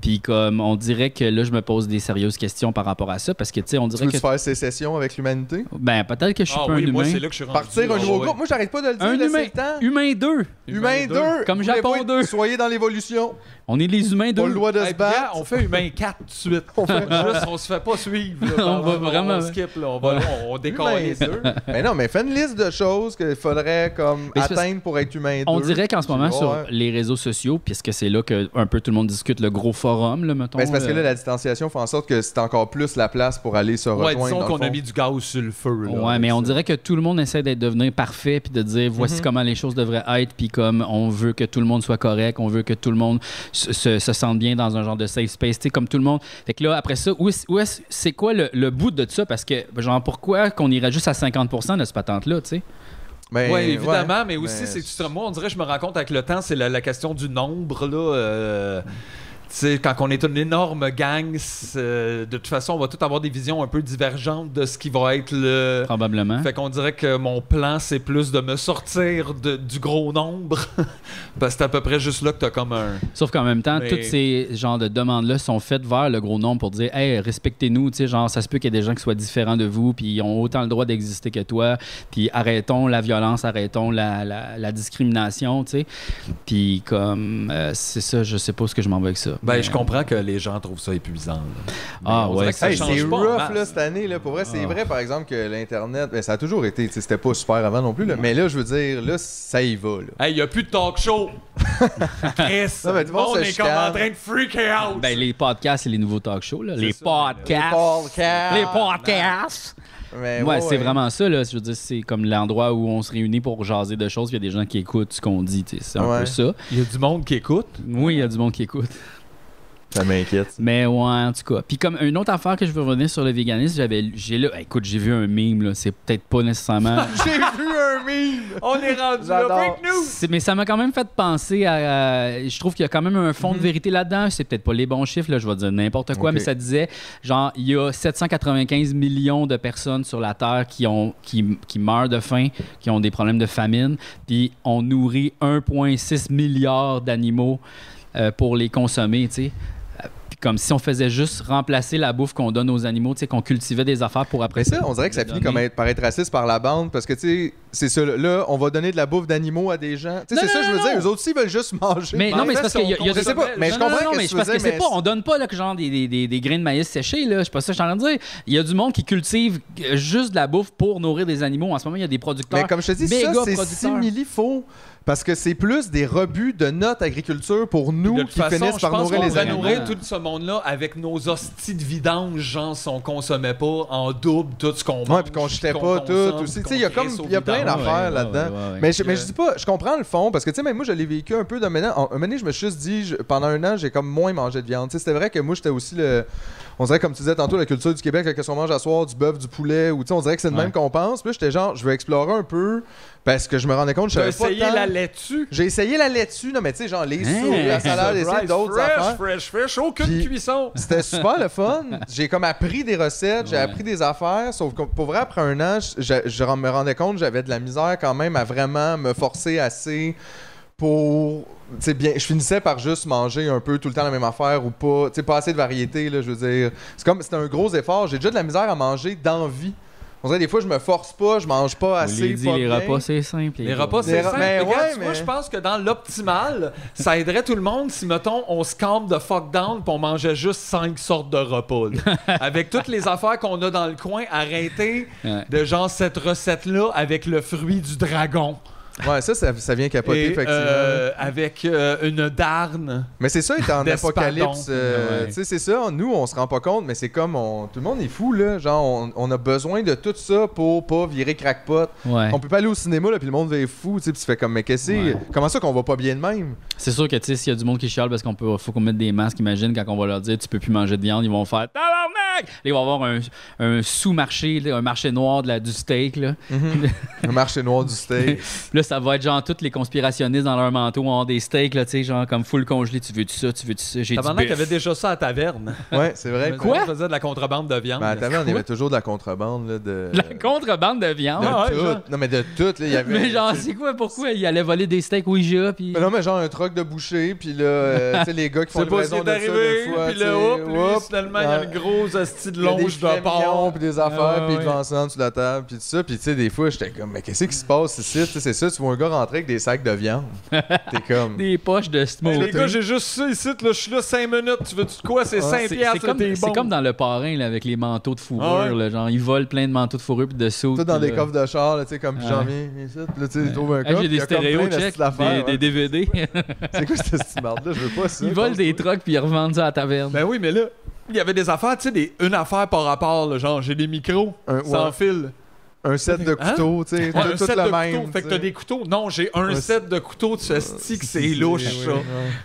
A: Puis comme on dirait que là, je me pose des sérieuses questions par rapport à ça, parce que tu sais, on
B: Tu
A: dirait
B: veux
A: que.
B: faire sécession avec l'humanité?
A: Ben, peut-être que je suis
C: Ah
A: pas
C: oui,
A: un
C: moi
A: humain.
C: c'est là que je suis rendu.
B: Partir un
C: Ah
B: nouveau
C: ouais.
B: groupe. Moi, j'arrête pas de le dire.
A: Un
B: là,
A: humain,
B: c'est le temps.
A: humain 2.
B: Humain 2.
A: Comme Japon deux.
B: Soyez dans l'évolution.
A: On est les humains 2.
B: Pas le droit de
C: Hey,
B: se
C: puis,
B: battre.
C: gars, Ah, on fait humain 4 tout de suite.
B: On fait-
C: Juste, on se fait pas suivre. là,
A: On va
C: on,
A: vraiment-
C: skip, là. On, va, on, on décolle les
B: Humain
C: deux.
B: deux. Mais non, mais fais une liste de choses qu'il faudrait comme
A: Mais c'est
B: atteindre pour être humain.
A: On
B: deux.
A: dirait qu'en ce moment,
B: Puis, ouais.
A: sur les réseaux sociaux, puisque c'est là que un peu tout le monde discute, le gros forum, là, mettons.
B: Ben, c'est parce que
A: euh,
B: là, la distanciation fait en sorte que c'est encore plus la place pour aller se
C: Ouais,
B: rejoindre.
C: disons
B: dans le
C: qu'on a
B: fond.
C: mis du gaz sur le feu. Là,
A: Ouais, mais
C: avec
A: on
C: ça.
A: dirait que tout le monde essaie d'être devenu parfait puis de dire
B: Mhm.
A: voici comment les choses devraient être puis comme on veut que tout le monde soit correct, on veut que tout le monde se, se- se sente bien dans un genre de safe space, tu sais comme tout le monde. Fait que là après ça, où est-ce- où est-ce- c'est quoi le, le bout de ça parce que genre pourquoi qu'on irait juste à 50% de ce patente là, tu sais
B: Ben,
C: Ouais, évidemment, mais aussi,
B: Mais-
C: c'est que tu te- moi, on dirait, je me rends compte avec le temps, c'est la, la question du nombre, là. euh, tu sais, quand on est une énorme gang, c'est, euh, de toute façon, on va tous avoir des visions un peu divergentes de ce qui va être le.
B: Hein?
A: probablement.
C: Fait qu'on dirait que mon plan, c'est plus de me sortir de- du gros nombre. Parce que c'est à peu près juste là que t'as comme un.
A: Sauf qu'en même temps,
C: Mais-
A: toutes ces genres de demandes-là sont faites vers le gros nombre pour dire Hey, respectez-nous, tu sais, genre, ça se peut qu'il y ait des gens qui soient différents de vous, puis ils ont autant le droit d'exister que toi, puis arrêtons la violence, arrêtons la, la- la discrimination, tu sais. Puis comme, euh, c'est ça, je sais pas ce que je m'en vais avec ça.
C: Ben,
A: Mais-
C: je comprends que les gens trouvent ça épuisant. là.
A: Ah,
C: Mais on
A: ouais,
C: dirait que ça
B: Hey,
C: change
B: c'est
C: pas en
B: rough
C: masse.
B: là, cette année. Là. Pour vrai,
A: Ah.
B: c'est vrai, par exemple, que l'Internet, ben, ça a toujours été. tu sais, C'était pas super avant non plus. Là. Mais là, je veux dire, là, ça y va. Là.
C: Hey, y a plus de talk show! Chris!
B: Non, mais tout le monde
C: on
B: se
C: est comme
B: chicane.
C: en train de freaker out!
A: Ben, les podcasts et les nouveaux talk shows, là. Les
C: ça,
A: podcasts.
B: podcasts.
A: Les podcasts.
B: Mais
A: Ah. Ouais, c'est vraiment ça, là. Je veux dire, c'est comme l'endroit où on se réunit pour jaser de choses, puis il y a des gens qui écoutent ce qu'on dit, tu sais. C'est un
B: Ouais.
A: peu ça.
C: Il y a du monde qui écoute.
A: Oui, il y a du monde qui écoute.
B: Ça m'inquiète.
A: Mais ouais, en tout cas. Puis comme une autre affaire que je veux revenir sur le véganisme, j'avais, j'ai là, écoute, j'ai vu un mime là. C'est peut-être pas nécessairement.
B: J'ai vu un meme.
C: On est rendu là,
B: J'adore.
C: break news!
A: C'est- mais ça m'a quand même fait penser à. à- je trouve qu'il y a quand même un fond de vérité là-dedans. C'est peut-être pas les bons chiffres, là, je vais dire n'importe quoi,
B: Ok.
A: mais ça disait genre, il y a 795 millions de personnes sur la Terre qui, ont, qui, qui meurent de faim, qui ont des problèmes de famine, puis on nourrit 1,6 milliard d'animaux euh, pour les consommer, tu sais. Euh, puis Comme si on faisait juste remplacer la bouffe qu'on donne aux animaux, tu sais, qu'on cultivait des affaires pour après
B: Mais ça, on dirait que ça finit comme être, par être raciste par la bande parce que, tu sais, c'est ça. Là, on va donner de la bouffe d'animaux à des gens. Tu sais,
A: Non,
B: c'est
A: non,
B: ça, que je veux
A: non,
B: dire.
A: non.
B: Eux autres aussi ils veulent juste manger.
A: Mais
C: Ben,
A: non,
C: en
A: mais c'est
C: fait,
A: parce qu'il y a,
C: on-
A: il y a
C: on
A: de-
B: je sais pas, mais je
A: Non, non,
B: comprends
A: non,
B: ce
A: mais
B: que
A: je
B: tu
A: pense
B: veux
A: que
B: dire,
A: c'est
B: mais
A: pas, on donne pas là, que genre des, des, des, des grains de maïs séchés, là. Je sais pas ça, que je suis en train de dire. Il y a du monde qui cultive euh, juste de la bouffe pour nourrir des animaux. En ce moment, il y a des producteurs.
B: Mais comme je te dis,
A: méga
B: ça, c'est
A: producteurs.
B: simili-faux. Parce que c'est plus des rebuts de notre agriculture pour
C: De
B: nous
C: toute
B: qui
C: façon,
B: finissent
C: je
B: par
C: pense
B: nourrir
C: qu'on
B: les
C: pourrait
B: animaux.
C: nourrir tout ce monde-là avec nos hosties de vidange, genre, si on consommait pas en double tout ce qu'on mange.
B: Ouais, puis qu'on jetait pas tout aussi. Tu sais, il y a comme il y a plein
A: vidange. Ouais,
B: d'affaires
A: ouais,
B: là-dedans.
A: ouais, ouais, ouais.
B: Mais je, mais
C: Euh,
B: je dis pas, je comprends le fond parce que tu sais même moi je l'ai vécu un peu d'un moment. Un moment donné, je me suis juste dit je- pendant un an, j'ai comme moins mangé de viande. Tu sais, c'était vrai que moi j'étais aussi le on dirait, comme tu disais tantôt, la culture du Québec, que ce qu'on mange à soir, du bœuf, du poulet, ou tu sais, on dirait que c'est le
A: Ouais.
B: même qu'on pense. Puis là, j'étais genre, je veux explorer un peu parce que je me rendais compte que je
C: T'as
B: savais pas.
C: essayé
B: tant.
C: la laitue.
B: J'ai essayé la laitue, non, mais tu sais, genre les
A: Hein?
B: sous, la salade, les
C: Surprise,
B: sous, d'autres
C: fresh,
B: affaires.
C: fresh, fresh, aucune
B: Puis-
C: cuisson.
B: C'était super le fun. J'ai comme appris des recettes, j'ai
A: Ouais.
B: appris des affaires. Sauf que pour vrai, après un an, je, je me rendais compte que j'avais de la misère quand même à vraiment me forcer assez pour. tu sais, bien, je finissais par juste manger un peu tout le temps la même affaire ou pas. Tu sais, pas assez de variété, là, je veux dire. C'est comme, c'était un gros effort. J'ai déjà de la misère à manger d'envie. On dirait des fois, je me force pas, je mange
A: On
B: pas assez.
A: les dit,
B: pas
A: les
B: bien.
A: repas, c'est simple.
C: Les
A: gars.
B: Mais-
C: repas, c'est simple.
B: mais
C: Mais regarde,
B: ben ouais,
C: tu vois,
B: mais-
C: je pense que dans l'optimal, ça aiderait tout le monde si, mettons, on se campe de fuck down puis on mangeait juste cinq sortes de repas. là. avec toutes les affaires qu'on a dans le coin, arrêter
A: Ouais.
C: de genre cette recette-là avec le fruit du dragon.
B: Ouais, ça, ça, ça vient capoter,
C: Et,
B: effectivement.
C: euh, avec euh, une darne.
B: Mais c'est ça, il est en
C: D'Espadon.
B: apocalypse. euh,
A: Ouais.
B: Tu sais, c'est ça. Nous, on se rend pas compte, mais c'est comme on- tout le monde est fou là. Genre, on, on a besoin de tout ça pour pas virer crackpot.
A: Ouais.
B: On peut pas aller au cinéma là, puis le monde va être fou. Tu sais, puis tu fais comme mais qu'est-ce que c'est?
A: Ouais.
B: Comment ça qu'on va pas bien de même
A: C'est sûr que tu sais, s'il y a du monde qui chiale parce qu'on peut, faut qu'on mette des masques, imagine quand on va leur dire tu peux plus manger de viande, ils vont faire tabarnak. Là, ils vont avoir un, un sous-marché, là, un marché noir de la, du steak. Là.
C: Mm-hmm.
B: Le marché noir du
A: Puis
B: steak.
A: là, ça va être genre tous les conspirationnistes dans leur manteau ont des steaks, là, tu sais, genre comme full congelé, tu veux-tu ça, tu veux-tu ça, j'ai du
C: T'as qu'il y avait
A: beef.
C: déjà ça à la taverne.
B: Ouais, c'est vrai.
A: Quoi?
C: On faisait de la contrebande de viande.
B: Ben, à taverne, il y avait toujours de la contrebande là, de.
A: De La contrebande de viande.
B: de
C: Ah ouais,
B: tout.
C: genre.
B: Euh, Non mais de tout. Là, il y avait.
A: Mais genre, c'est quoi, pourquoi il allait voler des steaks au IGA, puis...
B: Mais non, mais genre un truc de boucher, puis là, euh, tu sais, les gars qui font
C: C'est
B: le
C: pas ce
B: raison
C: qui est
B: de ça des
C: arrivé,
B: fois,
C: puis
B: tu sais,
C: là, hop, lui,
B: oups,
C: finalement, il y a
B: ouais.
C: le gros hostie de
B: Il y a des
C: longe de
B: flamillons,
C: porc.
B: puis des affaires,
C: Ah ouais,
B: puis
C: ouais.
B: devant ça, tu la table, puis tout ça. Puis tu sais, des fois, j'étais comme, mais qu'est-ce qui se passe ici? Tu sais, c'est ça, tu vois un gars rentrer avec des sacs de viande. T'es comme.
A: Des poches de
C: Hey,
A: smoke.
C: les gars, j'ai juste ça ici, là, je suis là 5 minutes, tu veux-tu de quoi? C'est
B: Ah,
C: 5
A: C'est-
C: piastres,
A: C'est comme,
C: t'es
A: c'est
C: bon.
A: comme dans le parrain là, avec les manteaux de fourrure.
C: Ah ouais.
A: là, genre, ils volent plein de manteaux de fourrure puis de sauts.
B: Tout dans
A: puis
B: des
A: là-
B: coffres de char, là, tu sais, comme, puis
A: Ouais.
B: j'en viens, ici, puis là, tu sais, tu trouves un
A: Hey,
B: coffre.
A: j'ai
B: il y
A: des
B: a comme plein
A: stéréos
B: de
A: check,
B: petites affaires, hein.
A: des, des
B: ouais.
A: DVD.
B: C'est quoi cette petite merde-là? Je veux pas ça.
A: Ils volent des trucks puis ils revendent ça à la taverne.
C: Ben oui, mais là, il y avait des affaires, tu sais, des- une affaire par rapport, là, genre j'ai des micros
B: Un-
C: sans
B: Euh, ouais.
C: fil.
B: Un set de
C: Hein?
B: couteaux, tu sais,
C: Ouais,
B: tout
C: un
B: tout
C: set de
B: le
C: couteaux.
B: même.
C: Fait que t'as
B: tu sais.
C: des couteaux. Non, j'ai un
B: Ouais,
C: set de couteaux de ce stick, c'est louche,
B: Oui,
C: ça.
B: oui,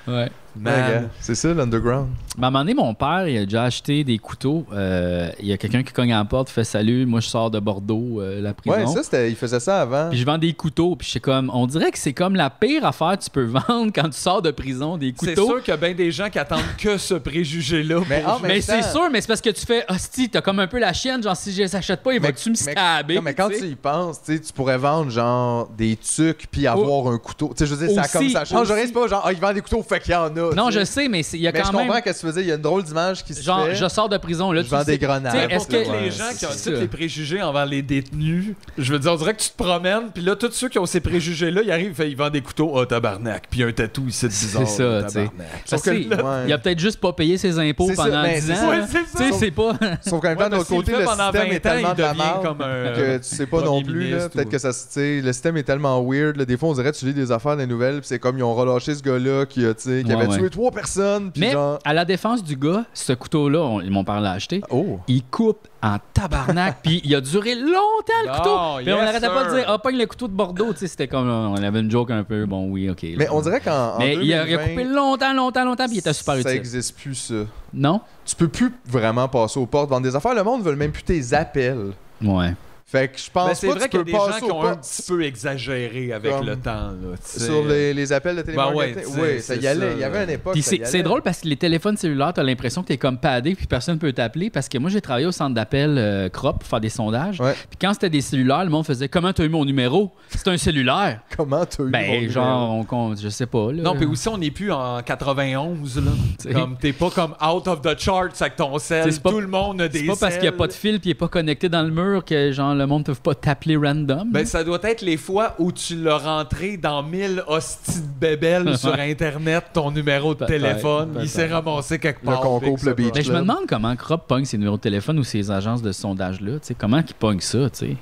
B: oui.
A: Ouais.
B: Ouais,
C: Man.
B: gars, C'est ça, l'underground.
A: Mais à un moment donné, mon père, il a déjà acheté des couteaux. Euh, il y a quelqu'un qui cogne à la porte, fait salut, moi je sors de Bordeaux, euh, la prison.
B: Ouais, ça, c'était. Il faisait ça avant.
A: puis je vends des couteaux, puis je sais comme, on dirait que c'est comme la pire affaire que tu peux vendre quand tu sors de prison, des
C: C'est
A: couteaux.
C: sûr qu'il y a bien des gens qui attendent que ce préjugé-là.
B: Mais
C: pour-
B: en même
A: Mais
B: temps-
A: c'est sûr, mais c'est parce que tu fais, hostie, t'as comme un peu la chienne, genre si je les achète pas, il
B: Mais-
A: va-tu me
B: mais-
A: stabber?
B: Non, mais quand
A: tu sais?
B: tu y penses, tu sais, tu pourrais vendre genre des tucs puis avoir un couteau. Tu sais, je veux dire, ça,
A: Oh. Aussi,
B: comme ça change. Je
A: aussi.
B: reste pas genre, ah, il vend des couteaux, fait qu'il y en a.
A: Non,
B: tu sais.
A: je sais, mais c'est- il y a
B: Mais je
A: quand même.
B: comprends qu'est-ce que tu veux dire. Il y a une drôle d'image qui se
A: Genre,
B: fait.
A: je sors de prison, là,
B: Je
A: tu
B: vends
A: sais-
B: des grenades.
A: tu sais,
C: Mais
A: Est-ce
C: pour
A: que
C: tous les gens qui ont
A: c'est
C: tous
A: ça.
C: les préjugés envers les détenus, je veux dire, on dirait que tu te promènes, puis là, tous ceux qui ont ces préjugés-là, ils arrivent, ils vendent des couteaux, oh tabarnak, puis un tatou ici de bizarre.
A: ça,
C: oh,
A: tu sais.
C: tabarnak.
A: Parce
B: Sauf que-
A: que,
B: ouais.
A: Il a peut-être juste pas payé ses impôts
B: C'est ça,
A: pendant
B: ben,
A: 10
B: c'est
A: ans.
B: ça.
A: là.
C: Ouais,
A: Tu
C: c'est ça.
A: sais, c'est pas.
B: Sauf qu'en même temps,
C: Ouais,
B: de l'autre
C: mais s'il
B: côté,
C: le
B: le
C: fait pendant
B: système
C: 20
B: est
C: ans,
B: tellement
C: il
B: de la
C: devient
B: merde
C: comme un,
B: que
C: euh,
B: tu sais pas
C: premier
B: non plus. là.
C: ministre
B: Peut-être
C: ou-
B: que ça se. tu sais, Le système est tellement weird. là. Des fois, on dirait que tu lis des affaires, des nouvelles, puis c'est comme ils ont relâché ce gars-là qui, a, tu sais, qui
A: Ouais,
B: avait
A: ouais.
B: tué trois personnes. Puis
A: Mais
B: genre.
A: à la défense du gars, ce couteau-là, on- mon père l'a acheté.
B: Oh!
A: Il coupe en tabarnak, puis il a duré longtemps le
C: Non,
A: couteau. Puis on
C: yes,
A: n'arrêtait pas de
C: sir.
A: dire, ah, pogne le couteau de Bordeaux. Tu sais, c'était comme, on avait une joke un peu, bon, oui, ok. là.
B: Mais on dirait qu'en. en
A: Mais il a, il a
B: 2020,
A: coupé longtemps, longtemps, longtemps, puis il était super
B: Ça
A: utile.
B: existe plus, ça.
A: Non?
B: Tu peux plus vraiment passer aux portes, vendre des affaires. Le monde veut même plus tes appels.
A: Ouais.
B: Fait que je
C: Ben,
B: pense
C: c'est
B: pas
C: vrai
B: que
C: qu'il y
B: tu
C: a
B: peux
C: des
B: passer
C: gens qui
B: aux
C: ont un
B: portes
C: petit peu exagéré avec
B: Comme
C: le temps. Là, tu sais.
B: sur les, les appels de télémarketing.
C: Ben ouais, tu sais,
B: oui, ça y
C: c'est
B: allait.
C: ça,
B: Il y avait
C: là.
B: une époque.
A: Puis
B: ça y
A: c'est c'est
B: allait.
A: drôle parce que les téléphones cellulaires, t'as l'impression que t'es comme padé puis personne peut t'appeler parce que moi j'ai travaillé au centre d'appel euh, crop pour faire des sondages.
B: Ouais.
A: Puis quand c'était des cellulaires, le monde faisait comment t'as eu mon numéro C'est un cellulaire.
B: Comment t'as eu mon
A: ben
B: numéro?
A: genre on compte, je sais pas là.
C: Non, puis aussi, on n'est plus en 91,
A: T'sais.
C: là. comme, t'es pas comme out of the charts avec ton
A: T'sais,
C: sel.
A: c'est pas-
C: Tout le monde a des
A: c'est pas parce qu'il y a
C: selles.
A: pas de fil puis il est pas connecté dans le mur que genre le monde peut pas t'appeler random.
C: Ben, ça doit être les fois où tu l'as rentré dans 1000 hosties de bébelles sur Internet, ton numéro de
A: Peut-être,
C: téléphone. Il
A: peut-être.
C: s'est ramassé quelque
B: Le
C: part.
B: concours
C: Fait que
B: pour le
C: ça va.
B: beach.
A: Ben, je me
B: Club.
A: demande comment Crop pogne ses numéros de téléphone ou ces agences de sondage là, tu sais comment ils pognent ça, tu sais.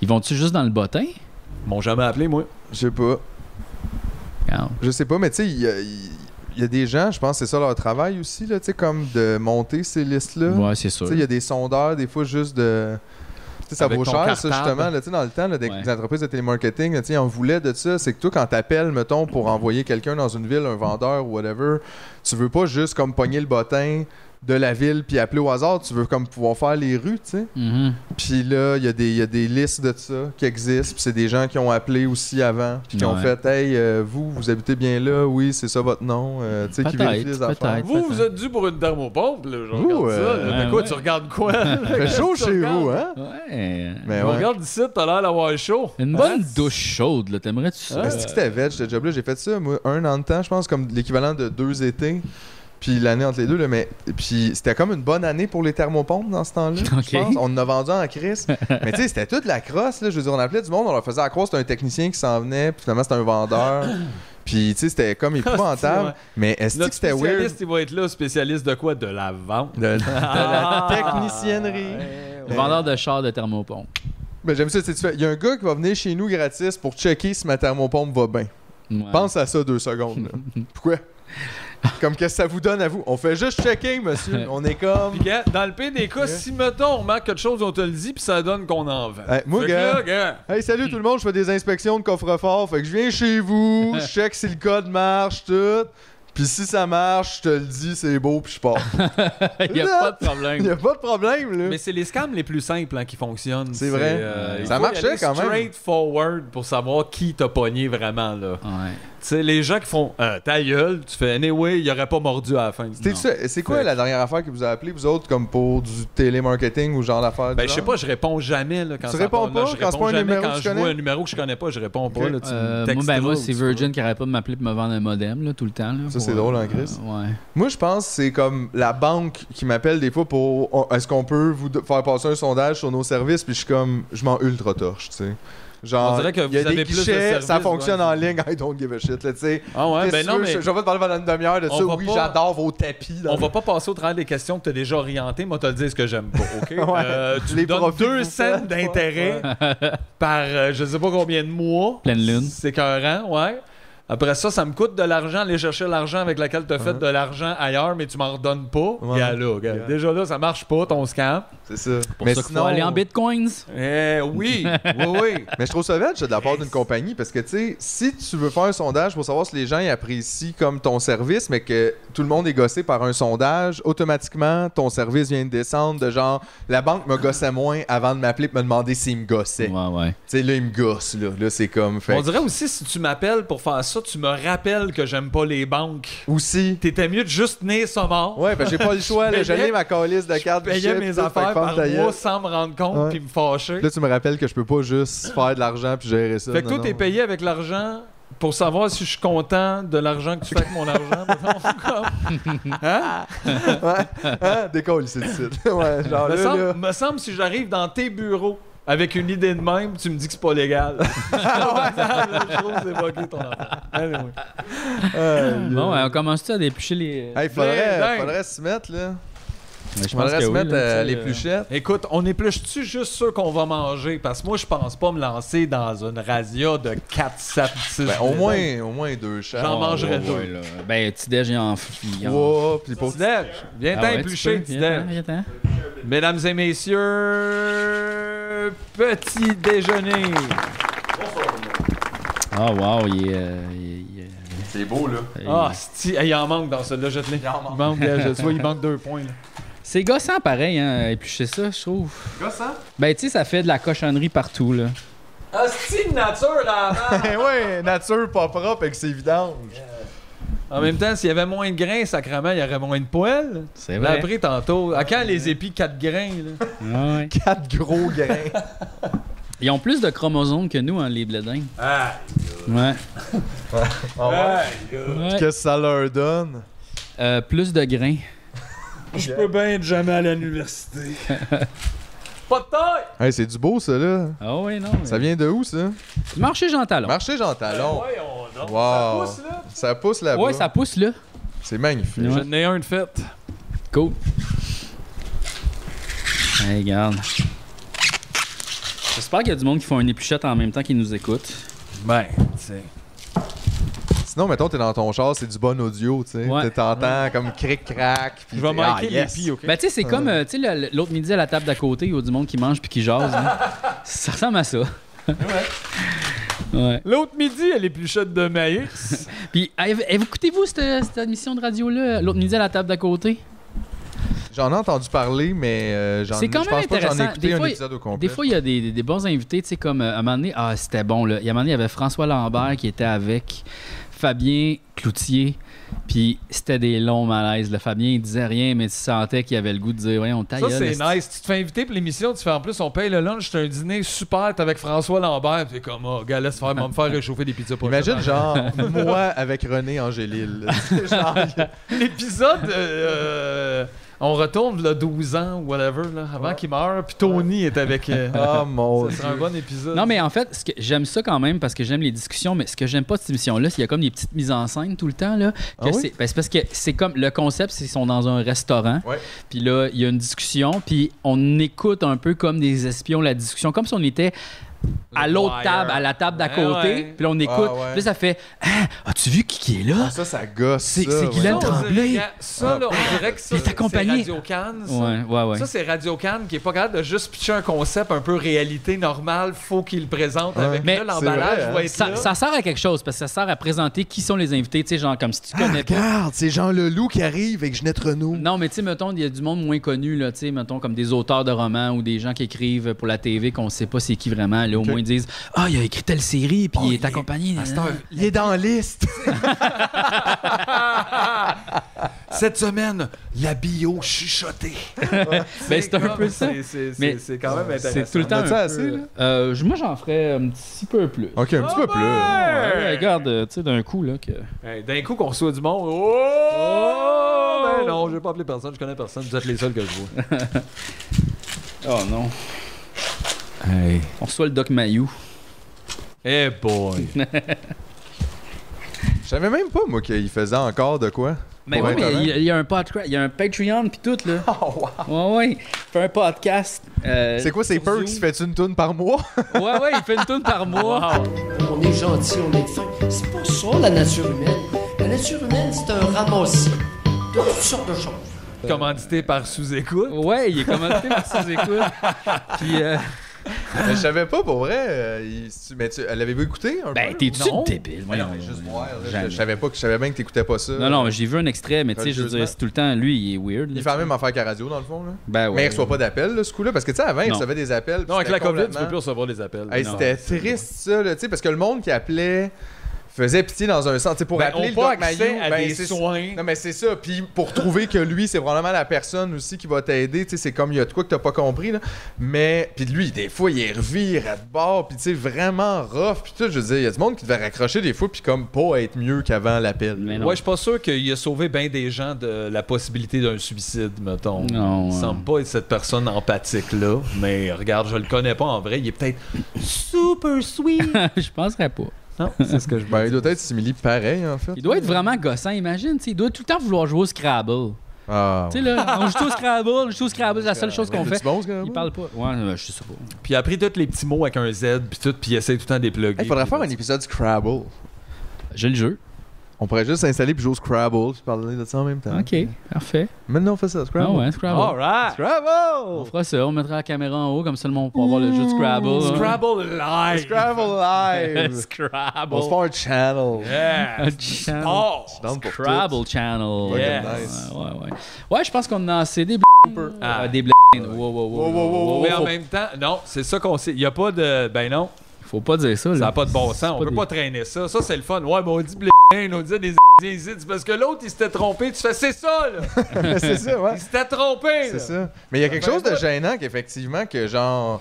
A: Ils vont-tu juste dans le bottin
C: Ils m'ont jamais appelé, moi.
B: Je sais pas.
A: Regarde.
B: Je sais pas, mais tu sais, il y a- il il y, a des gens, je pense que c'est ça leur travail aussi, là, tu sais, comme de monter ces listes-là.
A: Ouais, c'est sûr.
B: Tu sais, il y a des sondeurs, des fois, juste de. Tu sais, ça
C: Avec
B: vaut
C: ton
B: cher,
C: cartable.
B: ça, justement. Là, tu sais, dans le temps, là, des,
A: Ouais.
B: des entreprises de télémarketing, là, tu sais, on voulait de ça. C'est que toi, quand t'appelles, mettons, pour envoyer quelqu'un dans une ville, un vendeur ou whatever, tu veux pas juste comme pogner le bottin, de la ville puis appeler au hasard. Tu veux comme pouvoir faire les rues, tu sais.
A: Mhm.
B: Puis là, il y, a des- il y a des listes de ça qui existent. Puis c'est des gens qui ont appelé aussi avant. Puis qui ont
A: Ouais.
B: fait Hey, euh, vous, vous habitez bien là. Oui, c'est ça votre nom. euh, tu sais, qui
A: Peut-être,
B: vérifie les affaires.
A: peut-être.
C: Vous, vous êtes dû pour une thermopompe, là. Je
B: hein. Vous,
C: regarde ça.
B: euh,
C: là. de
A: ouais,
C: quoi,
A: ouais.
C: tu regardes quoi?
B: Fait chaud
C: Tu
B: chez
C: regardes?
B: vous, hein?
A: Ouais.
B: Mais
C: Je
B: Ben ouais. Ah,
C: regarde ici, t'as l'air d'avoir chaud.
A: Une bonne douche chaude, là. T'aimerais-tu ça?
C: Ouais.
B: Est-ce que c'était veg, ce job-là? J'ai fait ça, moi, un an de temps, je pense, comme l'équivalent de deux étés. Puis l'année entre les deux, là, mais puis c'était comme une bonne année pour les thermopompes dans ce temps-là. je
A: Ok.
B: pense. On en a vendu en crise. mais tu sais, c'était toute la crosse. Là. Je veux dire, on appelait du monde, on leur faisait à croire que c'était un technicien qui s'en venait, puis finalement c'était un vendeur. puis tu sais, c'était comme épouvantable.
C: ouais.
B: Mais est-ce que
C: Ah, Notre
B: c'était weird?
C: spécialiste, il va être là. Spécialiste de quoi? De la vente.
B: De, de la
C: Ah.
B: techniciennerie. ben-
A: Le vendeur de char de thermopompe.
B: Mais j'aime ça, tu sais, tu fais- il y a un gars qui va venir chez nous gratis pour checker si ma thermopompe va bien.
A: Ouais.
B: Pense à ça deux secondes. là. Pourquoi? Comme qu'est-ce que ça vous donne à vous? On fait juste checker, monsieur. On est comme.
C: Puis, gars, dans le pire des cas,
B: Ouais.
C: si mettons on manque quelque chose, on te le dit, puis ça donne qu'on en vend.
B: Hey, moi,
C: Fait que
B: gars- euh,
C: là, gars,
B: Hey, salut tout le monde, je fais des inspections de coffre-fort. Fait que je viens chez vous, je check si le code marche, tout. Puis si ça marche, je te le dis, c'est beau, puis je pars.
A: Il n'y a
B: Là,
A: pas de
B: Il n'y
A: problème.
B: a pas de problème, là.
C: Mais c'est les scams les plus simples hein, qui fonctionnent. euh,
B: C'est vrai.
C: il
B: Ça
C: faut
B: marchait
C: y aller
B: quand même.
C: Straightforward pour savoir qui t'a pogné vraiment là.
A: Ouais.
C: Tu sais, les gens qui font euh, ta gueule, tu fais anyway, il aurait pas mordu à la fin.
B: T'es sûr- C'est quoi
C: Fait-
B: la dernière affaire qui vous a appelé, vous autres, comme pour du télémarketing ou genre d'affaires? du
C: Ben, je sais
B: genre?
C: pas, je réponds jamais là, quand
B: Tu
C: ça
B: réponds
C: parle, là.
B: pas
C: Je
B: quand c'est
C: réponds
B: pas un
C: jamais
B: numéro
C: quand
B: que tu
C: je vois
B: connais?
C: un numéro que je connais pas, je réponds pas.
B: Ok.
C: Là, tu me
A: Euh, moi,
C: textes
A: ben, moi
C: là,
A: c'est
C: ou tu vois.
A: Virgin qui arrête pas de m'appeler pour me vendre un modem là, tout le temps. Là,
B: Ça,
A: pour,
B: c'est drôle hein, en
A: euh,
B: crise.
A: ouais.
B: Moi, je pense que c'est comme la banque qui m'appelle des fois pour on- est-ce qu'on peut vous do- faire passer un sondage sur nos services, puis je suis comme, je m'en ultra torche, tu sais. Genre,
C: On dirait
B: il
C: que
B: y a
C: vous
B: des
C: avez plus de
B: guichets, ça
C: services,
B: fonctionne
C: ouais.
B: en ligne, I don't give a shit, là, tu sais.
C: Ah ouais,
B: Qu'est-ce
C: ben
B: que
C: non,
B: tu veux?
C: mais
B: Je, je vais te parler pendant une demi-heure de
C: On
B: ça.
C: va
B: Oui,
C: pas-
B: j'adore vos tapis. dans
C: On
B: le-
C: va pas passer au travers des questions que tu as déjà orientées, moi, te le dire ce que j'aime pas, OK? Euh, tu
B: Les
C: me donnes
B: profits que
C: deux
B: vous
C: cents
B: faites,
C: d'intérêt par euh, je sais pas combien de mois.
A: Pleine lune.
C: C'est écœurant, ouais. Après ça, ça me coûte de l'argent aller chercher l'argent avec lequel tu as fait de l'argent ailleurs, mais tu m'en redonnes pas.
B: Ouais.
C: Gars, là, gars.
B: Gars.
C: Déjà là, ça marche pas, ton scam.
B: C'est ça.
A: Pour ça qu'il faut aller en bitcoins.
C: Eh oui, oui, oui.
B: Mais je trouve ça bête, de la part d'une compagnie, parce que, tu sais, si tu veux faire un sondage pour savoir si les gens y apprécient comme ton service, mais que tout le monde est gossé par un sondage, automatiquement, ton service vient de descendre de genre, la banque me gossait moins avant de m'appeler et me demander s'il me gossait.
A: Ouais, ouais.
B: Tu sais, là, il me gosse, là. Là, c'est comme. Fait...
C: On dirait aussi, si tu m'appelles pour faire ça, tu me rappelles que j'aime pas les banques.
B: Aussi.
C: T'étais mieux de juste tenir ça mort.
B: Ouais, ben j'ai pas le choix, là.
C: Je payais-
B: J'allais ma calice de cartes
C: Payer
B: guichet,
C: mes
B: tout, fait que
C: affaires
B: ferme
C: par
B: ta gueule.
C: mois sans me rendre
B: Ouais.
C: compte puis me fâcher.
B: Là, tu me rappelles que je peux pas juste faire de l'argent puis gérer ça.
C: Fait que
B: Non,
C: toi, t'es
B: non.
C: payé avec l'argent pour savoir si je suis content de l'argent que tu fais avec mon argent. mettons, comme.
B: Ouais. Hein? Décolle, c'est le site. Ouais, genre Ah,
C: me,
B: là,
C: semble,
B: là.
C: me semble si j'arrive dans tes bureaux avec une idée de même, tu me dis que c'est pas légal. je trouve que c'est bugué ton affaire. Anyway.
B: Euh,
A: Bon, ouais, on commence-tu à déplucher les.
B: Hey, faudrait,
C: Blindin.
B: faudrait se mettre, là.
A: Ben, je
B: Faudrait
A: que
B: se
A: oui,
B: mettre
A: là,
B: euh,
A: tu
B: les
A: sais,
B: pluchettes.
C: Écoute, on épluche-tu juste ceux qu'on va manger? Parce que moi, je pense pas me lancer dans une razzia de 4, 7, 6.
B: Ben, au moins, au moins deux chats.
C: J'en
A: euh,
C: mangerais
A: ouais,
C: deux.
A: ouais, là. Ben, petit déj en Ah fille.
B: Wow, puis pour...
C: Tidej, viens
A: Ah
C: t'en éplucher, Tidej. Mesdames et messieurs, petit déjeuner.
A: Ah, wow, il est. euh, il est-
B: C'est beau, là.
A: il est-
C: Ah, sti- hey, il en manque dans celui-là, jette-le. Il en manque. gars, je- tu vois, il manque deux points. là.
A: C'est gossant pareil, hein, éplucher ça, je trouve.
B: Gossant?
A: Ben, tu sais, ça fait de la cochonnerie partout, là.
C: Hostie de nature là
B: Eh ouais, nature pas propre avec ses vidanges.
C: En même temps, s'il y avait moins de grains, sacrément, il y aurait moins de poêles.
A: C'est
C: On l'a
A: vrai.
C: appris tantôt. À quand les épis 4 grains là?
A: Ah, ouais.
B: Quatre gros grains.
A: Ils ont plus de chromosomes que nous, hein, les bledins.
C: Ah,
A: Ouais.
B: On va voir
A: Ouais.
B: ce que ça leur donne.
A: Euh, plus de grains.
C: Je peux bien être jamais à l'université. Pas de taille!
B: Hey, c'est du beau, ça, là.
A: Ah, ouais, non.
B: Ça vient de où, ça?
A: Du marché Jean Talon.
B: Marché Jean Talon.
C: Ben, Voyons donc.
B: Ah Wow.
C: Ça pousse, là.
B: Ça pousse là-bas.
A: Ouais, ça pousse, là.
B: C'est magnifique.
A: Ouais.
C: J'en ai un de fait.
A: Cool. Hey, regarde. J'espère qu'il y a du monde qui font une épluchette en même temps qu'ils nous écoutent.
C: Ben, c'est.
B: Sinon, mettons, t'es dans ton char, c'est du bon audio, tu sais.
A: Ouais.
B: T'es- T'entends comme cric-crac.
C: Je vais
B: Ah,
C: manquer l'épi, ok?
A: Ben, tu sais, c'est comme euh, tu sais, le- le- l'autre midi à la table d'à côté, il y a du monde qui mange puis qui jase. là. Ça ressemble à ça. ouais.
C: L'autre midi, elle est pluchette de maïs.
A: Puis, avez- avez- écoutez-vous cette, cette émission de radio-là, l'autre midi à la table d'à côté?
B: J'en ai entendu parler, mais euh, j'en
A: C'est quand
B: je
A: même
B: pense pas que j'en ai
A: intéressant.
B: écouté
A: Des
B: un
A: fois,
B: épisode au complet.
A: Des fois, il y a des, des- des bons invités, tu sais, comme euh, à un moment donné, ah, c'était bon, là. Il y a un moment donné, il y avait François Lambert qui était avec Fabien Cloutier, puis c'était des longs malaises. Le Fabien, il disait rien, mais tu sentais qu'il avait le goût de dire, ouais, on taille.
C: Ça, c'est nice. Tu te fais inviter pour l'émission, tu fais en plus, on paye le lunch, t'as un dîner super, t'es avec François Lambert, t'es comme, oh, gars, laisse faire, va me faire réchauffer des pizzas pour
B: Imagine, genre, moi avec René Angélil. genre,
C: L'épisode, euh, euh, on retourne, le 12 ans, whatever, là, avant qu'il meure, puis Tony est avec. euh,
B: oh mon
C: ça
B: dieu.
C: serait un bon épisode.
A: Non, mais en fait, ce que- j'aime ça quand même parce que j'aime les discussions, mais ce que j'aime pas de cette émission-là, c'est qu'il y a comme des petites mises en scène tout le temps. Là, que
B: Ah oui?
A: c'est, ben, c'est parce que c'est comme le concept, c'est qu'ils sont dans un restaurant,
B: Ouais.
A: puis là, il y a une discussion, puis on écoute un peu comme des espions la discussion, comme si on était à
C: Le
A: l'autre
C: wire.
A: table, à la table d'à
C: Ouais,
A: côté,
C: ouais.
A: puis là, on écoute.
B: ouais.
A: Puis là, ça fait Ah, As-tu vu qui, qui est là
B: Ah, Ça, ça gosse.
A: C'est-
B: ça,
A: c'est
B: ouais.
A: Guylaine
C: Ça, on
A: Tremblay.
C: dirait- Ça, là, on dirait que
A: Ah.
C: ça,
A: Il est accompagné.
C: c'est Radio Cannes. ça.
A: Ouais, ouais, ouais.
C: Ça, c'est Radio Cannes qui est pas capable de juste pitcher un concept un peu réalité normale. Faut qu'il le présente
B: Ouais.
C: avec
A: Mais
C: là,
B: c'est
C: l'emballage.
B: vrai,
C: va
B: hein.
C: être
A: ça,
C: là.
A: ça sert à quelque chose parce que ça sert à présenter qui sont les invités, tu sais, genre comme si tu connais pas.
B: Ah, Regarde, c'est Jean Leloup qui arrive avec Ginette Renault.
A: Non, mais tu sais, mettons, il y a du monde moins connu, là, tu sais, mettons, comme des auteurs de romans ou des gens qui écrivent pour la TV qu'on sait pas c'est qui vraiment. Là, au moins, ils disent Ah, il a écrit telle série, puis
B: Oh,
A: il
B: il
A: est
B: est-
A: accompagné.
B: À cette
A: nanana.
B: heure, il est dans la liste.
C: Cette semaine, la bio chuchotée.
A: Ben, c'est un
C: comme-
A: peu ça.
C: c'est- c'est-
A: Mais
C: C'est c'est quand même intéressant.
A: C'est tout le temps.
B: On a-tu
A: un peu-
B: assez, là?
A: Euh, je- moi, j'en ferais un petit peu plus.
B: Ok, un petit peu plus.
A: Ouais, regarde, euh, tu sais, d'un coup, là, que.
C: Hey, D'un coup, qu'on soit du monde. Oh! Ben non, je vais pas appeler personne, je connais personne, vous êtes les seuls que je vois.
A: Oh non.
C: Hey.
A: On reçoit le Doc Mayou.
C: Hey Eh boy.
B: Je savais même pas, moi, qu'il faisait encore de quoi.
A: Mais
B: Pour
A: Ben oui,
B: être
A: mais
B: honnête.
A: il, il y a un podcast, il y a un Patreon, puis tout, là.
C: Oh,
A: Ouais,
C: wow.
A: ouais. Il fait un podcast. euh,
B: C'est quoi ces
A: sur
B: perks?
A: Zoom.
B: Fais-tu une toune par mois?
A: Ouais, ouais, il fait une tourne par mois.
D: On est gentil, on est fin. C'est pas ça la nature humaine. La nature humaine, c'est un ramassis de toutes sortes de choses.
C: Commandité par sous-écoute.
A: Ouais, il est commenté par ses écoutes. Puis. euh,
B: Mais je savais pas, pour vrai. euh, il- tu- Mais tu l'avez-vous écouté un
A: Ben,
B: peu?
A: t'es-tu
C: Non.
A: débile?
B: Mais
A: voyons.
B: non, mais juste voir. là,
A: Jamais.
B: je, je savais pas que je savais bien que t'écoutais pas ça.
A: Non, non, mais j'ai vu un extrait, mais tu sais, je veux dire,
B: Religieusement.
A: c'est tout le temps, lui, il est weird. là,
B: Il fait la
A: tu sais.
B: même affaire qu'à radio, dans le fond. Là.
A: Ben ouais.
B: Mais il reçoit pas d'appel, là, ce coup-là. Parce que, tu sais, avant, il
A: Non.
B: recevait des appels. puis
C: Non, avec
B: c'était
C: la COVID, tu
B: complètement-
C: peux plus recevoir les appels.
B: Hey,
A: Non.
B: c'était triste, ça, là, tu sais, parce que le monde qui appelait faisait pitié dans un sens. Tu sais, pour
C: Ben,
B: appeler
C: on
B: le
C: pas
B: Doc
C: accès
B: Mayou,
C: à
B: ben,
C: des
B: c'est-
C: soins.
B: Non, mais c'est ça. Puis pour trouver que lui, c'est probablement la personne aussi qui va t'aider. Tu sais, c'est comme il y a de quoi que t'as pas compris, là. Mais, puis lui, des fois, il est revire à de bord, puis tu sais, vraiment rough. Puis tout, je veux dire, il y a du monde qui devait raccrocher des fois, puis comme pas être mieux qu'avant l'appel.
A: Mais non.
C: Ouais, je suis pas sûr qu'il a sauvé bien des gens de la possibilité d'un suicide, mettons.
A: Non,
C: Il
A: ouais.
C: semble pas être cette personne empathique-là, mais regarde, je le connais pas en vrai, il est peut-être super sweet.
A: je penserais pas.
C: non, c'est ce que je
B: Ben, il doit être simili pareil, en fait.
A: Il doit être vraiment gossant, imagine, tu sais. Il doit tout le temps vouloir jouer au Scrabble.
B: Ah.
A: Tu sais, là, on joue au Scrabble, on joue au Scrabble, c'est la seule chose qu'on fait.
B: C'est bon, ce gars-là?
A: Il parle pas. Ouais, euh, je sais pas.
C: Puis il a appris tous les petits mots avec un Z, puis tout, puis il essaie tout le temps de les plugger.
B: Hey, faudrait
C: puis-
B: faire un épisode Scrabble.
A: J'ai le jeu.
B: On pourrait juste s'installer puis jouer au Scrabble puis parler de ça en même temps.
A: Ok, parfait.
B: Maintenant, on fait ça, Scrabble.
A: Ah ouais, Hein? Scrabble.
C: All right.
A: On
B: Scrabble!
A: fera ça, on mettra la caméra en haut, comme ça le monde pourra voir le jeu de Scrabble. hein.
C: Scrabble live.
B: Scrabble live!
A: Scrabble.
B: On se fait un channel.
C: Yeah.
A: Un channel.
C: Oh.
B: Down Ah, pour
A: Scrabble Channel.
C: Yes.
A: Ouais,
B: Nice.
A: ouais, ouais. Ouais, je pense qu'on a assez des bl-
C: Ah.
A: euh, des bl- Wow, wow, wow,
B: Wow, wow, wow, wow.
C: Mais en
A: Faut-
C: même temps, non, c'est ça qu'on sait. Il n'y a pas de. Ben non,
A: Faut pas dire ça.
C: ça
A: là.
C: n'a pas de bon
A: C'est
C: sens. On peut
A: des-
C: pas traîner ça. Ça, c'est le fun. Ouais, mais on dit blé, on dit des des c'est parce que l'autre, il s'était trompé. Tu fais, c'est ça, là.
B: c'est ça, ouais.
C: Il s'était trompé.
B: C'est
C: là. Ben,
B: ça. Mais il y a quelque
C: fait
B: chose de
C: pas-
B: gênant qu'effectivement, que genre.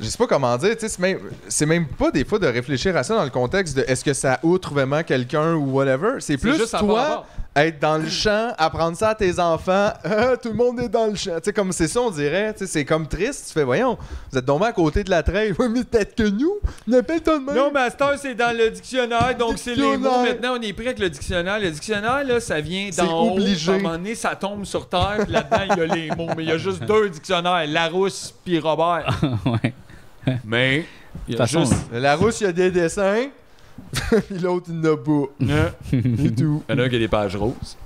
B: Je sais pas comment dire, tu sais, c'est même, c'est même pas des fois de réfléchir à ça dans le contexte de est-ce que ça outre vraiment quelqu'un ou whatever. C'est plus
C: juste à part
B: toi
C: rapport.
B: être dans le champ, apprendre ça à tes enfants. Ah, tout le monde est dans le champ. Tu sais, comme c'est ça, on dirait. Tu sais, c'est comme triste. Tu fais, voyons, vous êtes tombé à côté de la traîne. Oui, mais peut-être que nous, on appelle tout le monde.
C: Non, Master, c'est dans le dictionnaire, donc c'est les mots.
B: Dictionnaire.
C: Maintenant, on est prêt avec le dictionnaire. Le dictionnaire, là, ça vient
B: C'est
C: d'en haut.
B: obligé.
C: À un moment donné, ça tombe sur terre, puis là-dedans, il y a les mots. Mais il y a juste deux dictionnaires, Larousse puis Robert.
A: ouais.
C: Mais, il y
A: De
C: a
A: toute façon,
C: juste.
B: La rousse, il y a des dessins. Puis l'autre, il n'a pas.
C: Il
B: Et tout.
C: y en a un qui a des pages roses.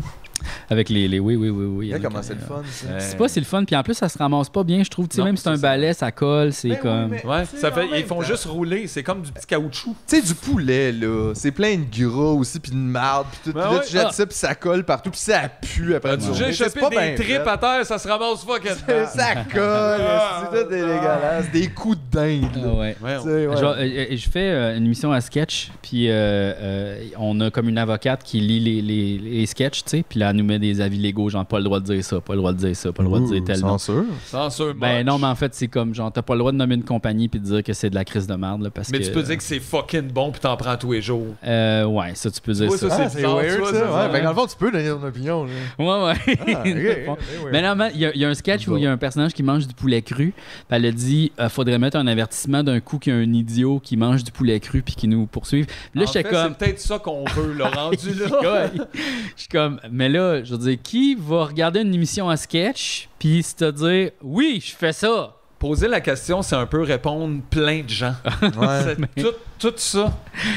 A: Avec les, les oui, oui, oui, oui.
B: Regarde
A: avec,
B: comment c'est le
A: euh,
B: fun. ça.
C: Ouais.
A: C'est pas si le fun, puis en plus, ça se ramasse pas bien, je trouve. Tu sais,
C: Non,
A: même si c'est un
C: c'est ça.
A: balai, ça colle, c'est
B: Ben oui,
A: comme.
B: mais
C: Ouais,
B: tu sais,
C: ça fait,
B: en même
C: ils font
B: temps-
C: juste rouler, c'est comme du petit caoutchouc.
B: Tu sais, du poulet, là, c'est plein de gras aussi, puis de marde, puis tout.
C: Ben
B: Puis là,
C: ouais.
B: tu jettes
A: Ah.
B: ça, puis ça colle partout, puis ça pue après
C: J'ai
B: du
C: déjà échappé des tripes à terre, ça se ramasse fucking.
B: Ça colle,
C: Ah.
B: c'est tout dégueulasse. Des coups de dingue, là.
A: Ah ouais.
C: Ouais, on-
B: Tu sais, ouais.
A: Genre, euh, euh, je fais euh, une émission à sketch, puis euh, euh, on a comme une avocate qui lit les, les, les sketchs, tu sais, puis là, elle nous met des avis légaux, genre, pas le droit de dire ça, pas le droit de dire ça, pas le droit de dire tel nom.
B: Censure.
C: Censure,
A: Ben
C: much.
A: non, mais en fait, c'est comme, genre, t'as pas le droit de nommer une compagnie puis de dire que c'est de la crise de merde, là, parce
C: Mais
A: que.
C: tu peux dire que c'est fucking bon pis t'en prends tous les jours.
A: Euh, ouais, ça, tu peux dire
C: Ouais,
A: ça.
C: ça,
B: Ah,
C: C'est
B: c'est
C: bizarre,
B: weird,
C: ça,
B: ça.
C: ça,
B: ouais.
C: ouais.
B: Fait que dans le fond, tu peux donner ton opinion, là.
A: Ouais, ouais.
B: Ah, ok,
A: Dans le fond.
B: ok, ouais.
A: Mais normalement, il y, a- il y a un sketch où il y a un personnage qui mange du poulet cru. puis elle a dit euh, faudrait mettre un avertissement d'un coup qu'il y a un idiot qui mange du poulet cru puis qui nous poursuive. Puis Là,
C: En
A: j'étais
C: fait,
A: comme.
C: C'est peut-être ça qu'on veut, le rendu là.
A: Ouais. Je suis comme, mais là, je veux dire, qui va regarder une émission à sketch puis se te dire oui, je fais ça?
C: Poser la question, c'est un peu répondre plein de gens.
B: Ouais.
A: Ah,
C: C'est tout, tout ça,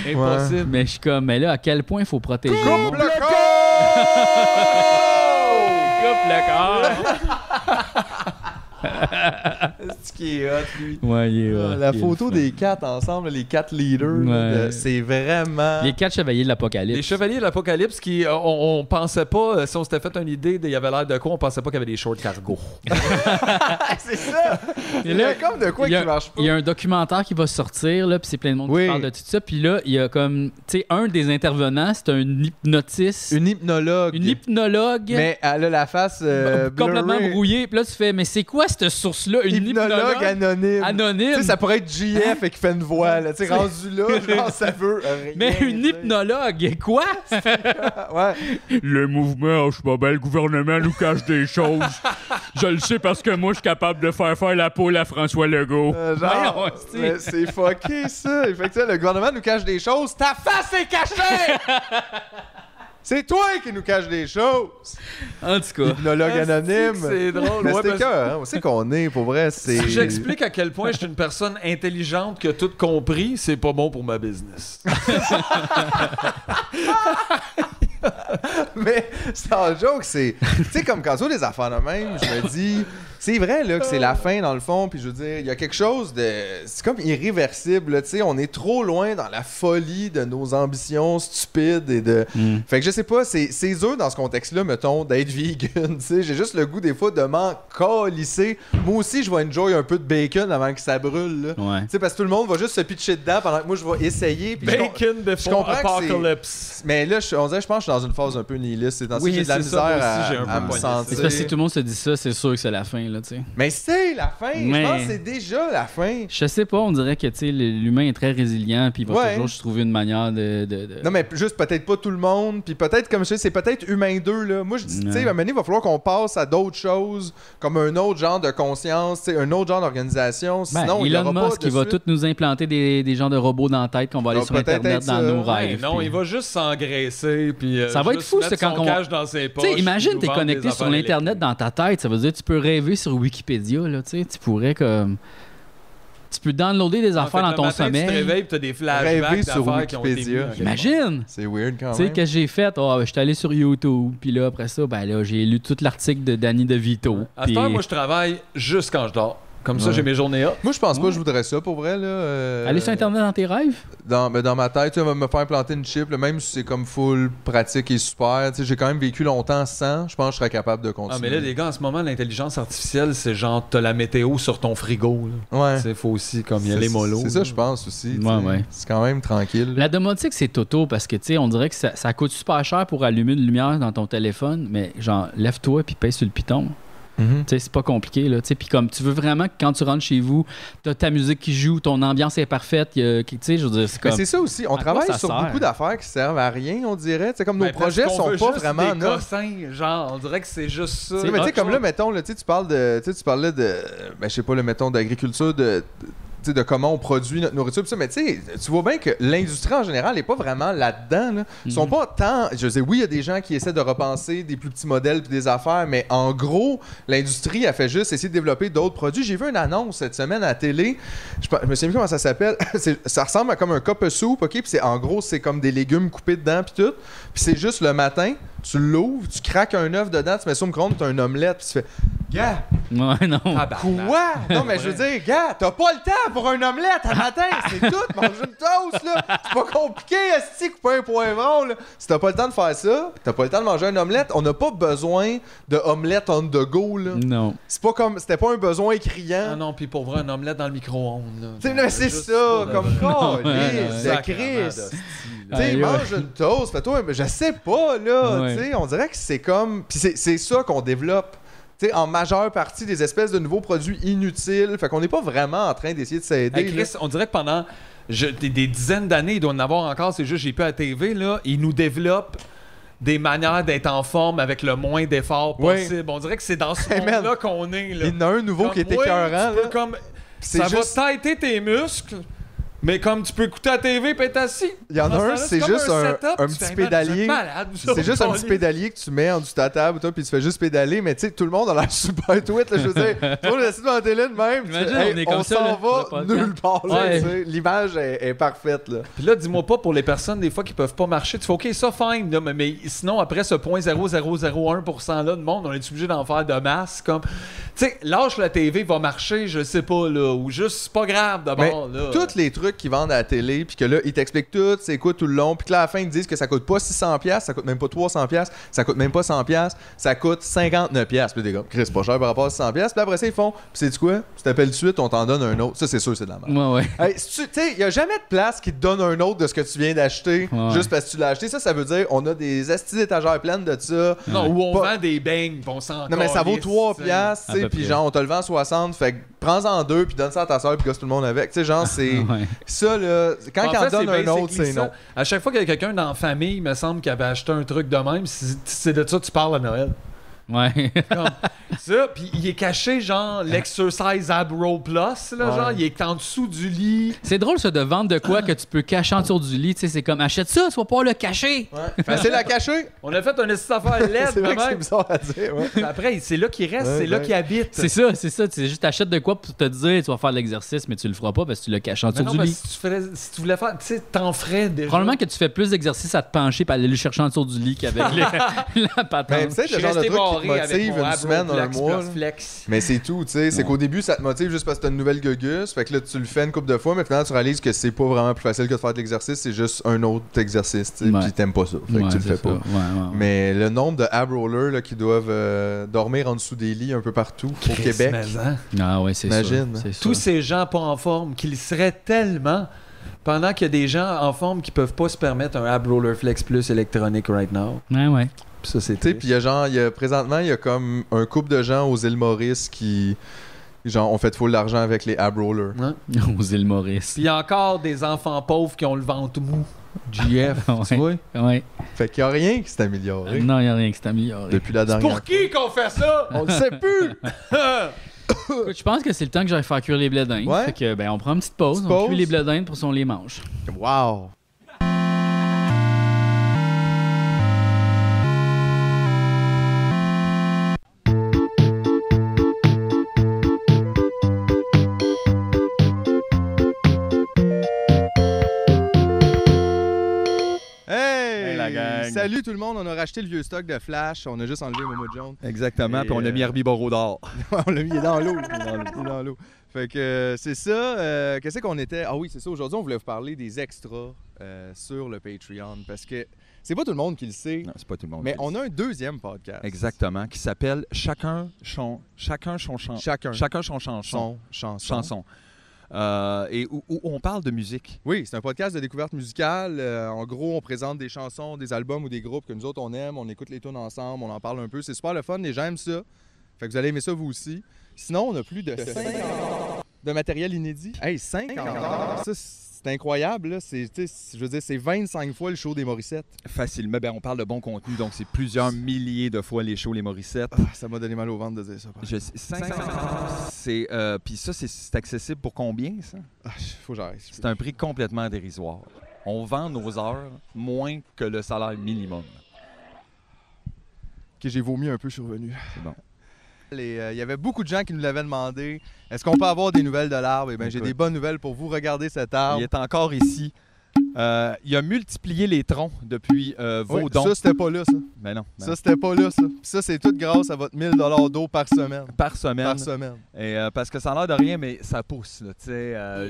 C: impossible.
A: Mais je suis comme, mais là, à quel point il faut protéger? le monde?
B: Coupe le corps!
A: Coupe le corps!
B: C'est qui est hot, lui.
A: Ouais, il est hot,
B: Ah, La
A: il est
B: photo
A: fun.
B: des quatre ensemble, les quatre leaders, là,
A: Ouais.
B: de- c'est vraiment.
A: Les quatre chevaliers de
C: Les
A: l'apocalypse.
C: Chevaliers de l'Apocalypse qui, euh, on, on pensait pas, euh, si on s'était fait une idée, il y avait l'air de quoi, on pensait pas qu'il y avait des shorts cargo.
B: Ah, C'est ça!
A: Et
B: Il y
A: là,
B: a comme de quoi
A: il y a-
B: qui marche pas.
A: Il y a un documentaire qui va sortir, là, puis c'est plein de monde
B: Oui.
A: qui parle de tout ça. Puis là, il y a comme, tu sais, un des intervenants, c'est un hypnotiste, une,
B: Une hypnologue.
A: hypnologue,
B: Mais elle a la face euh,
A: b- complètement
B: blurrée.
A: brouillée. Puis là, tu fais, mais c'est quoi cette source-là? Une hypnologue,
B: Hypnologue anonyme. Tu
A: anonyme.
B: sais, ça pourrait être JF et qui fait une voix, là. Tu sais, rendu là, genre, ça veut rien.
A: Mais une
B: tu sais. Ah,
A: hypnologue, quoi?
B: Ouais.
E: Le mouvement, je pas le gouvernement nous cache des choses. Je le sais parce que moi, je suis capable de faire faire la poule à François Legault.
B: Euh,
A: Voyons,
B: genre,
A: c'est-
B: mais c'est fucké ça. Effectivement, le gouvernement nous cache des choses. Ta face est cachée. c'est toi qui nous cache des choses.
A: En tout cas.
B: Hypnologue anonyme.
C: Ah, C'est drôle.
B: Mais
C: ouais,
B: c'était
C: parce-
B: cœur, hein. On sait qu'on est, pour vrai, c'est.
C: Si j'explique à quel point je suis une personne intelligente qui a tout compris, c'est pas bon pour ma business.
B: Mais sans joke, c'est. Tu sais, comme quand tu vois des affaires de même, je me dis. C'est vrai, là, que c'est la fin, dans le fond. Puis je veux dire, il y a quelque chose de. C'est comme irréversible, là, tu sais. On est trop loin dans la folie de nos ambitions stupides et de.
A: Mm.
B: Fait que je sais pas, c'est c'est eux dans ce contexte-là, mettons, d'être vegan, tu sais. J'ai juste le goût, des fois, de m'en calisser. Moi aussi, je vais enjoy un peu de bacon avant que ça brûle, là.
A: Ouais.
B: Tu sais, parce que tout le monde va juste se pitcher dedans pendant que moi, je vais essayer. Puis je com-
C: Bacon before
B: comprends que c'est-
C: apocalypse.
B: mais là, je, on dirait, je pense que je suis dans une phase un peu nihiliste. C'est dans
C: Oui,
B: j'ai de la
C: c'est ça, moi
B: misère
C: aussi, j'ai un peu
B: à, à me
A: C'est
C: poigné ça.
B: sentir.
A: parce que si tout le monde se dit ça, c'est sûr que c'est la fin, là, tu sais.
B: Mais c'est la fin.
A: Mais-
B: Je pense que c'est déjà la fin.
A: Je sais pas, on dirait que, tu sais, l'humain est très résilient, puis il va
B: Ouais.
A: toujours se trouver une manière de. de- de-
B: Non, mais juste peut-être pas tout le monde. Puis peut-être, comme je sais, c'est peut-être humain 2. Là. Moi, je dis, tu sais, à un moment donné, il va falloir qu'on passe à d'autres choses, comme un autre genre de conscience, tu sais, un autre genre d'organisation.
A: Ben,
B: Sinon, il y
A: Elon
B: aura
A: Musk,
B: pas de
A: il va
B: suite.
A: tout nous implanter des, des genres de robots dans la tête qu'on va aller
B: Ça
A: sur
B: va peut-être
A: Internet
B: être
A: dans
B: ça.
A: nos
B: Ouais,
A: rêves.
C: non,
A: puis-
C: il va juste s'engraisser puis euh,
A: Ça va être
C: juste
A: fou,
C: mettre
A: c'est quand
C: son
A: on-
C: cash dans ses
A: Tu
C: poches.
A: sais, imagine, t'es
C: puis nous vendre des
A: connecté sur
C: affaires
A: l'Internet dans ta tête. Ça veut dire que tu peux rêver sur Wikipédia, là, tu sais. Tu pourrais, comme... Tu peux downloader des
C: En
A: affaires
C: fait,
A: dans
C: le
A: ton
C: matin, Tu te
A: sommeil.
C: réveilles et t'as des flashbacks
B: Rêver sur
C: d'affaires qui ont été
B: Wikipédia.
C: mis à-
A: Imagine!
B: C'est weird quand
A: Tu sais,
B: même.
A: qu'est-ce que j'ai fait? Oh, je suis allé sur YouTube, puis là, après ça, ben là, j'ai lu tout l'article de Danny DeVito.
C: À cette
A: puis-
C: heure, moi, je travaille juste quand je dors. Comme ça,
A: Ouais.
C: j'ai mes journées up.
B: Moi, je pense pas que je voudrais ça pour vrai. Là, euh,
A: Aller sur Internet dans tes rêves?
B: dans, ben, dans ma tête, tu vas me faire planter une chip, là, même si c'est comme full pratique et super. tu sais, J'ai quand même vécu longtemps sans. Je pense que je serais capable de continuer.
C: Ah, mais là, les gars, en ce moment, l'intelligence artificielle, c'est genre, t'as la météo sur ton frigo. Là.
B: Ouais.
C: Tu sais, faut aussi, comme il y a
B: C'est-
C: les mollos.
B: C'est ça, je pense aussi. tu
A: Ouais,
B: sais.
A: ouais.
B: C'est quand même tranquille.
A: La domotique, c'est toto parce que, tu sais, on dirait que ça, ça coûte super cher pour allumer une lumière dans ton téléphone, mais genre, lève-toi puis pèse sur le piton.
B: Mhm.
A: Tu sais, c'est pas compliqué, là. Tu sais, puis comme tu veux vraiment que quand tu rentres chez vous, t'as ta musique qui joue, ton ambiance est parfaite, y a- qui- tu sais, je veux dire, c'est
B: Mais
A: comme.
B: c'est ça aussi, on
A: À quoi
B: travaille
A: ça
B: sur
A: sert?
B: beaucoup d'affaires qui servent à rien, on dirait. C'est comme nos
C: Ben, parce
B: projets
C: qu'on
B: sont
C: veut
B: pas
C: juste
B: vraiment
C: des
B: là.
C: cossins, genre, on dirait que c'est juste ça. Ah,
B: Tu sais, mais tu sais,
A: autre
B: comme
A: chose.
B: là, mettons, là, tu sais, tu parles de. Tu sais, tu parlais de. Ben, je sais pas, là, mettons, d'agriculture, de. tu sais, de comment on produit notre nourriture. pis ça, mais tu sais, tu vois bien que l'industrie en général n'est pas vraiment là-dedans. là. Ils sont pas tant. Je sais, oui, il y a des gens qui essaient de repenser des plus petits modèles puis des affaires, mais en gros, l'industrie a fait juste essayer de développer d'autres produits. J'ai vu une annonce cette semaine à la télé. Je, pe- je me souviens plus comment ça s'appelle. C'est- ça ressemble à comme un cup soup, ok? Puis c'est en gros, c'est comme des légumes coupés dedans puis tout. Puis c'est juste le matin, tu l'ouvres, tu craques un œuf dedans, tu mets ça au micro-ondes, t'as une omelette, puis tu fais. Gars,
A: Ouais, non.
B: Ah, bah, Quoi? Non, mais je veux dire, gars, t'as pas le temps pour un omelette à matin, c'est tout, mange une toast, là. C'est pas compliqué, esti, couper un poivron, là. Si t'as pas le temps de faire ça, t'as pas le temps de manger une omelette, on n'a pas besoin de omelette on the go, là.
A: Non.
B: C'est pas comme, c'était pas un besoin
C: Ah
B: criant.
C: non, puis pour vrai, un omelette dans le micro-ondes. là.
B: Tu sais,
C: Non,
B: mais bah. c'est
C: juste
B: ça,
C: pour de
B: comme
C: vrai.
B: quoi,
A: ouais, ouais.
B: c'est Christ.
C: Sacrement d'hostie, là.
B: Tu sais,
A: Aïe,
B: mange une toast, fais-toi, un- je sais pas, là,
A: Ouais.
B: tu sais, on dirait que c'est comme, puis c'est- c'est ça qu'on développe, tu sais, en majeure partie des espèces de nouveaux produits inutiles, fait qu'on n'est pas vraiment en train d'essayer de s'aider.
C: Hey, Chris, on dirait que pendant je- des, des dizaines d'années, il doit en avoir encore, c'est juste j'ai plus à la TV, là, il nous développe des manières d'être en forme avec le moins d'efforts
B: Ouais.
C: possible. On dirait que c'est dans ce
B: Hey, man.
C: monde-là qu'on est. Là.
B: Il y en a un nouveau
C: Comme,
B: qui est
C: ouais,
B: écœurant, là.
C: tu peux comme-
B: C'est
C: ça
B: juste-
C: va têter tes muscles, mais comme tu peux écouter à TV et être assis.
B: Il y en a
C: Dans
B: un,
C: ce temps-là,
B: c'est
C: Ah, comme
B: juste un-
C: setup,
B: un
C: tu
B: petit
C: fais, Man,
B: pédalier.
C: vous êtes malade, vous
B: C'est
C: autres,
B: juste un
C: on
B: petit
C: est-
B: pédalier que tu mets en dessous de ta table, toi, puis tu fais juste pédaler, mais tu sais, tout le monde a l'air super tweet, là, je veux dire. Tout le monde est assis devant la télé de même. tu
A: Imagine,
B: fais,
A: on
B: hey,
A: est
B: on
A: comme ça, là,
B: s'en
A: pour le
B: va
A: podcast.
B: nulle part, là,
A: Ouais.
B: tu sais. L'image est, est parfaite, là.
C: Puis là, dis-moi pas pour les personnes des fois qui peuvent pas marcher. Tu fais OK, ça fine, là, mais, mais sinon après ce 0.0001% là de monde, on est obligé d'en faire de masse comme tu sais, lâche la TV va marcher, je sais pas là ou juste c'est pas grave
B: Mais
C: d'abord là.
B: tous les trucs qu'ils vendent à la télé, puis que là, ils t'expliquent tout, c'est quoi tout le long, puis que là, à la fin, ils disent que ça coûte pas 600$, piastres, ça coûte même pas 300$, piastres, ça coûte même pas 100$, piastres, ça coûte 59$. piastres. Puis des gars, Chris, pas cher par rapport à 100$. piastres. Puis après ça, ils font, puis c'est quoi? Tu t'appelles tout de suite, on t'en donne un autre. Ça, c'est sûr, c'est de la merde.
A: Ouais, ouais.
B: Hey, si tu sais, il n'y a jamais de place qui te donne un autre de ce que tu viens d'acheter
A: Ouais.
B: juste parce que tu l'as acheté. Ça, ça veut dire on a des astis d'étagères pleines de ça.
C: non, où on
B: Pas-
C: vend des bangs, puis on s'en
B: Non, mais ça vaut
C: calisse, hein.
B: 3
C: tu sais.
B: piastres, tu
A: À
B: sais,
A: peu
B: puis
A: près.
B: genre, on te le vend 60, fait que prends-en deux, puis donne ça à ta soeur, puis gosse tout le monde avec. Tu sais, genre, c'est.
A: Ouais.
B: Ça, là, quand
C: En
B: il en
C: fait,
B: donne
C: c'est
B: un autre,
C: basically
B: c'est
C: ça.
B: non.
C: À chaque fois qu'il y a quelqu'un dans la famille, il me semble qu'il avait acheté un truc de même, c'est- c'est de ça que tu parles à Noël.
A: Ouais.
C: Comme ça, puis il est caché
B: Hein?
C: genre l'exercise ab row plus là, genre il est en dessous du lit.
A: C'est drôle, ça, de vendre de quoi que tu peux cacher en dessous du lit. Tu sais, c'est comme achète ça, tu vas pouvoir le cacher.
B: Ouais. Facile à cacher.
C: On a fait un essai d'affaires laide
B: c'est
C: de
B: vrai que c'est
C: même.
B: bizarre à dire, ouais.
C: Puis Après, c'est là qu'il reste,
B: Ouais,
C: c'est là
B: ouais.
C: qu'il habite.
A: C'est ça, c'est ça. Tu sais, juste achète de quoi pour te dire, tu vas faire de l'exercice, mais tu le feras pas parce que tu le
B: Ben
A: caches en
C: Mais
A: dessous
C: non,
A: du
C: parce
A: lit.
C: que Si tu, ferais- si tu voulais faire, tu sais, t'en ferais déjà.
A: Probablement que tu fais plus d'exercice à te pencher et aller le chercher en dessous du lit qu'avec les- la
B: Mais
A: patente.
B: tu sais,
C: Je
B: le
C: suis
B: genre de
C: resté
B: truc qui te
C: barré avec
B: motive
C: mon
B: une
C: ab row
B: semaine, un
C: flex
B: mois.
C: plus
B: là.
C: flex.
B: Mais c'est tout, tu sais.
A: Mm.
B: C'est qu'au début, ça te motive juste parce que t'as une nouvelle gugus. Fait que là, tu le fais une couple de fois, mais finalement, tu réalises que c'est pas vraiment plus facile que de faire de l'exercice. C'est juste un autre exercice, tu sais.
A: Ouais.
B: Puis t'aimes pas ça. Fait que
A: Ouais,
B: tu le
A: c'est
B: fais
A: ça.
B: pas.
A: Ouais, ouais, ouais.
B: Mais le nombre de ab rollers là, qui doivent euh, dormir en dessous des lits un peu partout au
C: Chris,
B: Québec.
C: mais, hein,
A: Ah ouais, c'est
B: Imagine. hein.
A: ça. c'est
C: Tous
A: ça.
C: ces gens pas en forme, qu'ils seraient tellement. Pendant qu'il y a des gens en forme qui peuvent pas se permettre un ab roller flex plus électronique right now.
A: Ouais, ouais.
C: Puis ça, c'est
B: Tu sais,
C: triste.
B: puis il y a genre, il y a- présentement, il y a comme un couple de gens aux îles Maurice qui, genre, ont fait full l'argent avec les ab rollers.
C: Hein?
A: Aux îles Maurice.
C: Puis il y a encore des enfants pauvres qui ont le ventre mou. GF, tu
A: Ouais.
C: vois.
A: Ouais.
B: Fait qu'il y a rien qui s'est
C: Ah,
B: amélioré
A: Non, il a rien qui s'est amélioré.
B: depuis la dernière.
C: Pour qui qu'on fait ça?
B: On le sait plus!
A: Écoute, je pense que c'est le temps que j'aille faire cuire les blés d'Inde.
B: Ouais.
A: Fait que, ben, on prend une petite pause,
B: Petite
A: on
B: pause.
A: cuit les blés d'Inde pour qu'on les mange.
B: Wow! Hey!
F: Hey, la gang.
B: Salut tout le monde, on a racheté le vieux stock de Flash, on a juste enlevé Momo Jones.
F: Exactement,
B: Et,
F: puis on
B: euh,
F: a mis Herbie Borodor.
B: on l'a mis, il est dans l'eau. Il est dans l'eau, il est dans l'eau. Fait que euh, c'est ça. euh, Qu'est-ce qu'on était. Ah oui, c'est ça. Aujourd'hui, on voulait vous parler des extras euh, sur le Patreon parce que c'est pas tout le monde qui le sait,
F: Non, c'est pas tout le monde.
B: mais
F: qui le
B: on a un deuxième podcast.
F: sait. Exactement, qui s'appelle Chacun son chacun son chan-
B: Chacun.
F: chacun son chanson,
B: Son, chanson.
F: chanson. Euh, et où, où on parle de musique.
B: Oui, c'est un podcast de découverte musicale. Euh, en gros, on présente des chansons, des albums ou des groupes que nous autres on aime. On écoute les tunes ensemble, on en parle un peu. C'est super le fun. Les gens aiment ça. Fait que vous allez aimer ça vous aussi. Sinon, on a plus de 50. de matériel inédit. Hey, 50 heures! Ça, c'est incroyable, là. C'est, tu sais, je veux dire, c'est 25 fois le show des Morissettes.
F: Facilement. Ben, on parle de bon contenu, donc c'est plusieurs milliers de fois les shows, les Morissettes.
B: Ah, ça m'a donné mal au ventre de dire ça. par
F: Je sais- 500. C'est, euh, puis ça, c'est- c'est accessible pour combien, ça?
B: Ah, faut que j'arrête.
F: C'est un prix complètement dérisoire. On vend nos heures moins que le salaire minimum.
B: que j'ai vomi un peu survenu.
F: C'est bon.
B: euh, Il y avait beaucoup de gens qui nous l'avaient demandé. Est-ce qu'on peut avoir des nouvelles de l'arbre? Eh bien, j'ai
F: Écoute.
B: des bonnes nouvelles pour vous. Regardez cet arbre.
F: Il est encore ici. Euh, il a multiplié les troncs depuis euh, vos
B: Oui,
F: dons.
B: Ça, c'était pas là, ça.
F: Mais non, mais
B: Ça,
F: non.
B: c'était pas là, ça. Puis Ça, c'est tout grâce à votre 1000 d'eau par semaine.
F: par semaine.
B: Par semaine.
F: Et, euh, parce que ça a l'air de rien, mais ça pousse. Là, tu sais, euh,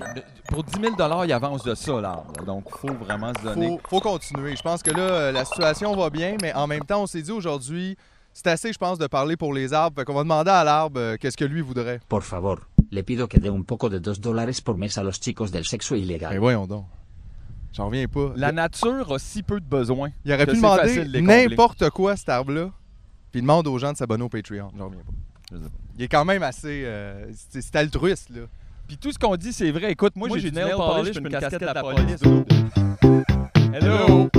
F: pour 10 000 il avance de ça, l'arbre. là. Donc, faut vraiment se donner.
B: Faut, faut continuer. Je pense que là, euh, la situation va bien, mais en même temps, on s'est dit aujourd'hui, c'est assez, je pense, de parler pour les arbres. Fait qu'on va demander à l'arbre euh, qu'est-ce que lui voudrait.
G: Por favor, le pido que dé un poco de 2 dólares por mes a los chicos del sexo
B: Ben
G: ilegal.
B: voyons donc. J'en reviens pas.
F: La nature a si peu de besoins.
B: Il aurait
F: que
B: pu
F: c'est
B: demander
F: facile de les combler.
B: n'importe quoi, cet arbre-là, puis il demande aux gens de s'abonner au Patreon. J'en reviens pas.
F: Je sais pas.
B: Il est quand même assez. euh, c'est c'est altruiste, là.
F: Puis tout ce qu'on dit, c'est vrai. Écoute, moi, j'ai du nail polish, puis une casquette de la police. Hello!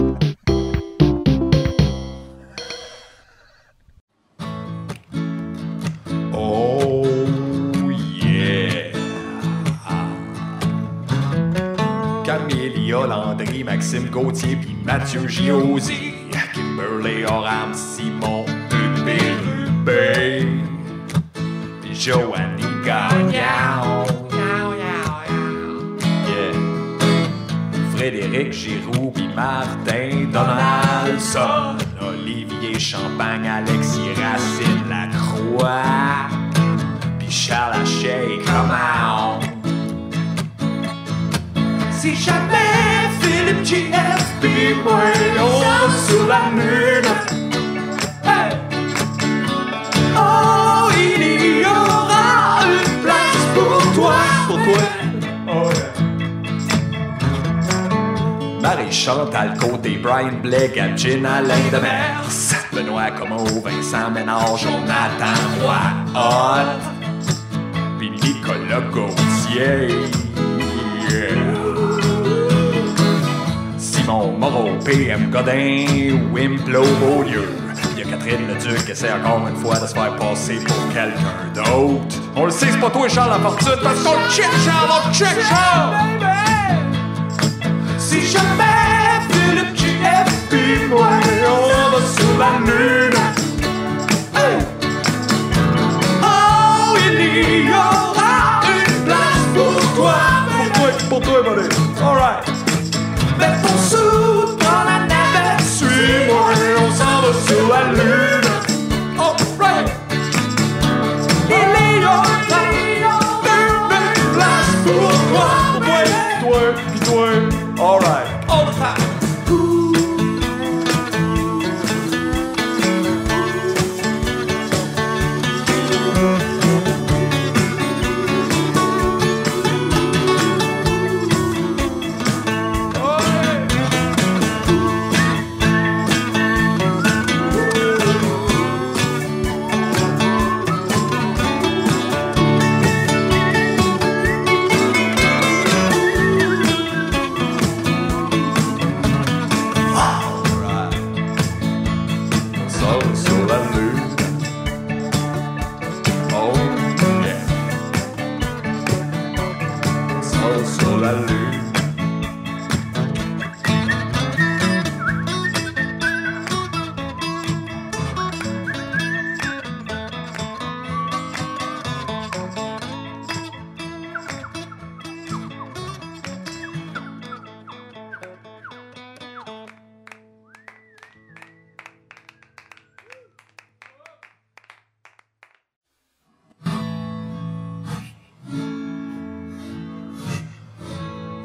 H: Oh yeah! Camélia Landry, Maxime Gauthier, puis Mathieu Giosi, Kimberly Oram, Simon Hubé Rubé, puis Joanny Gagnon. Yeah. Frédéric Giroux, puis Martin Donaldson, Olivier Champagne, Alexis Racine Lacroix, puis Charles Haché, comment on si jamais Philippe JF pis moi on va sur la lune Hey! Oh il y aura une place pour toi Pour toi Oh, Marie-Chantal Côté, Brian Blake, Abjin Alain Demers Benoît Como, Vincent Ménard, Jonathan Roy Hot puis Nicolas Gauthier. Yeah. Simon Moreau, PM Godin, Wimplo Beaulieu. Il y a Catherine Leduc qui essaie encore une fois de se faire passer pour quelqu'un d'autre. On le sait, c'est pas toi Charles la fortune parce qu'on te check Charles, on te check Charles! Si jamais Philippe JF puis moi, on va sur la lune. Hey! Oh, il y aura une place pour toi. Pour toi, pour toi, buddy. All right. Mais pour sous dans la navette, suis-moi et on s'en va sous la lune. All right. Il y aura une place pour toi. Pour toi, pis toi, pis toi. All right. All the time. sort sur la lune. Oh, yeah. On sort sur la lune.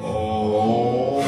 H: Oh,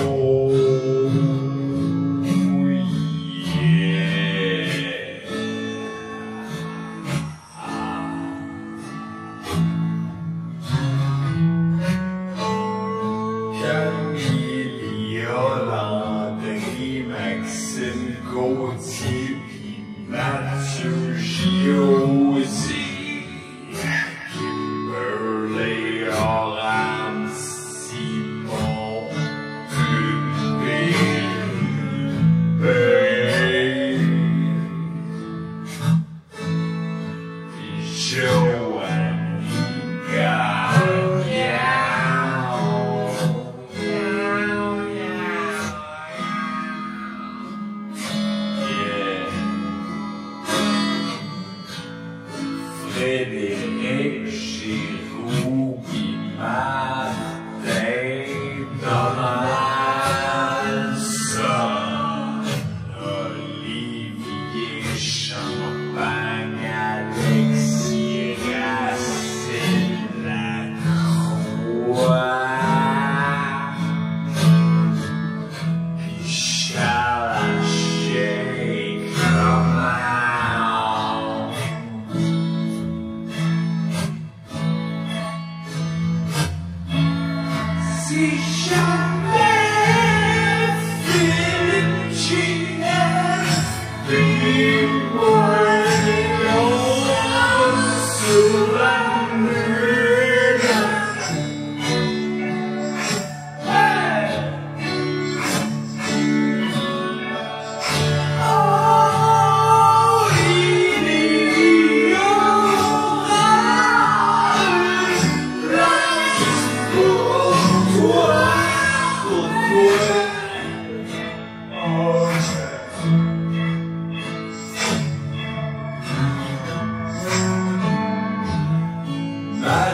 H: suis jamais Philippe Chiner, dis-moi l'ombre sous la mule. Hey! Oh, il y aura une place pour toi, pour toi. Oh,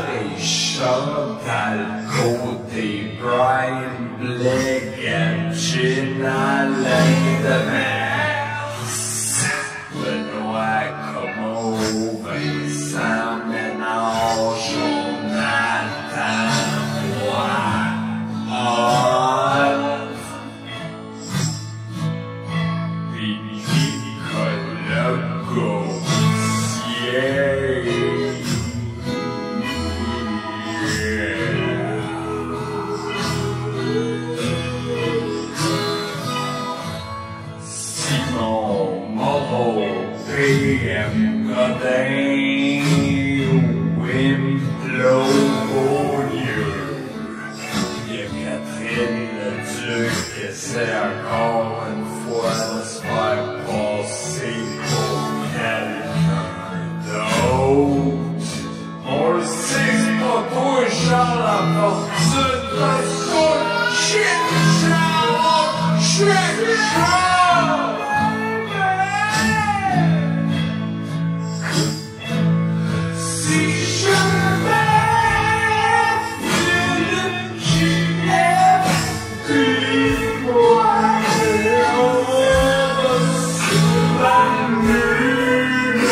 H: Maréchal Talco des Brian Blake, Gin Alain de Mers, Benoît Como, Vincent Ménard, Jonathan Roy, Hobbes, puis Nicolas Gauthier. Simon Moreau, PM Godin, Wimplo Beaulieu. Il y a Catherine Leduc qui essaie encore une fois de se faire passer pour quelqu'un d'autre. On le sait, c'est pas toi, Charles, la fortune, parce qu'on cherche Charles, cherche Charles. Si je m'aime, Philippe Gilbert, dis-moi l'ombre sous la lune.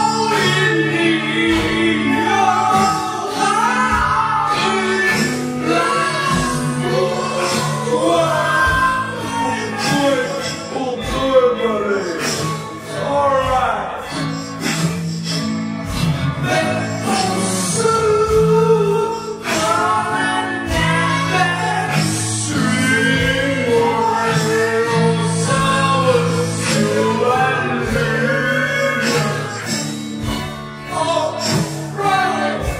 H: Oh, il y aura une place pour toi, pour toi, pour toi, buddy. All right. Mais on s'ouvre dans la navette. Suis-moi et on s'en va sur la lune. Oh, right.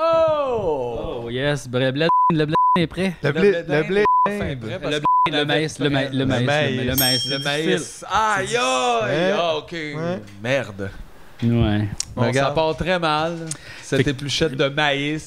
A: Oh!
C: Oh,
A: reste. Bre- bled- Le bled est prêt.
B: Le blé. Le blé.
C: Fin prêt, parce
A: Le blé,
C: que-
A: le maïs, le maïs, le maïs, le maïs.
C: Le
A: c'est difficile.
C: maïs. Aïe, aïe,
B: Ouais.
C: ah, ok. Merde.
A: Ouais.
C: Bon, ça
B: Regarde.
C: part très mal, cette
A: Fait-
C: épluchette de maïs.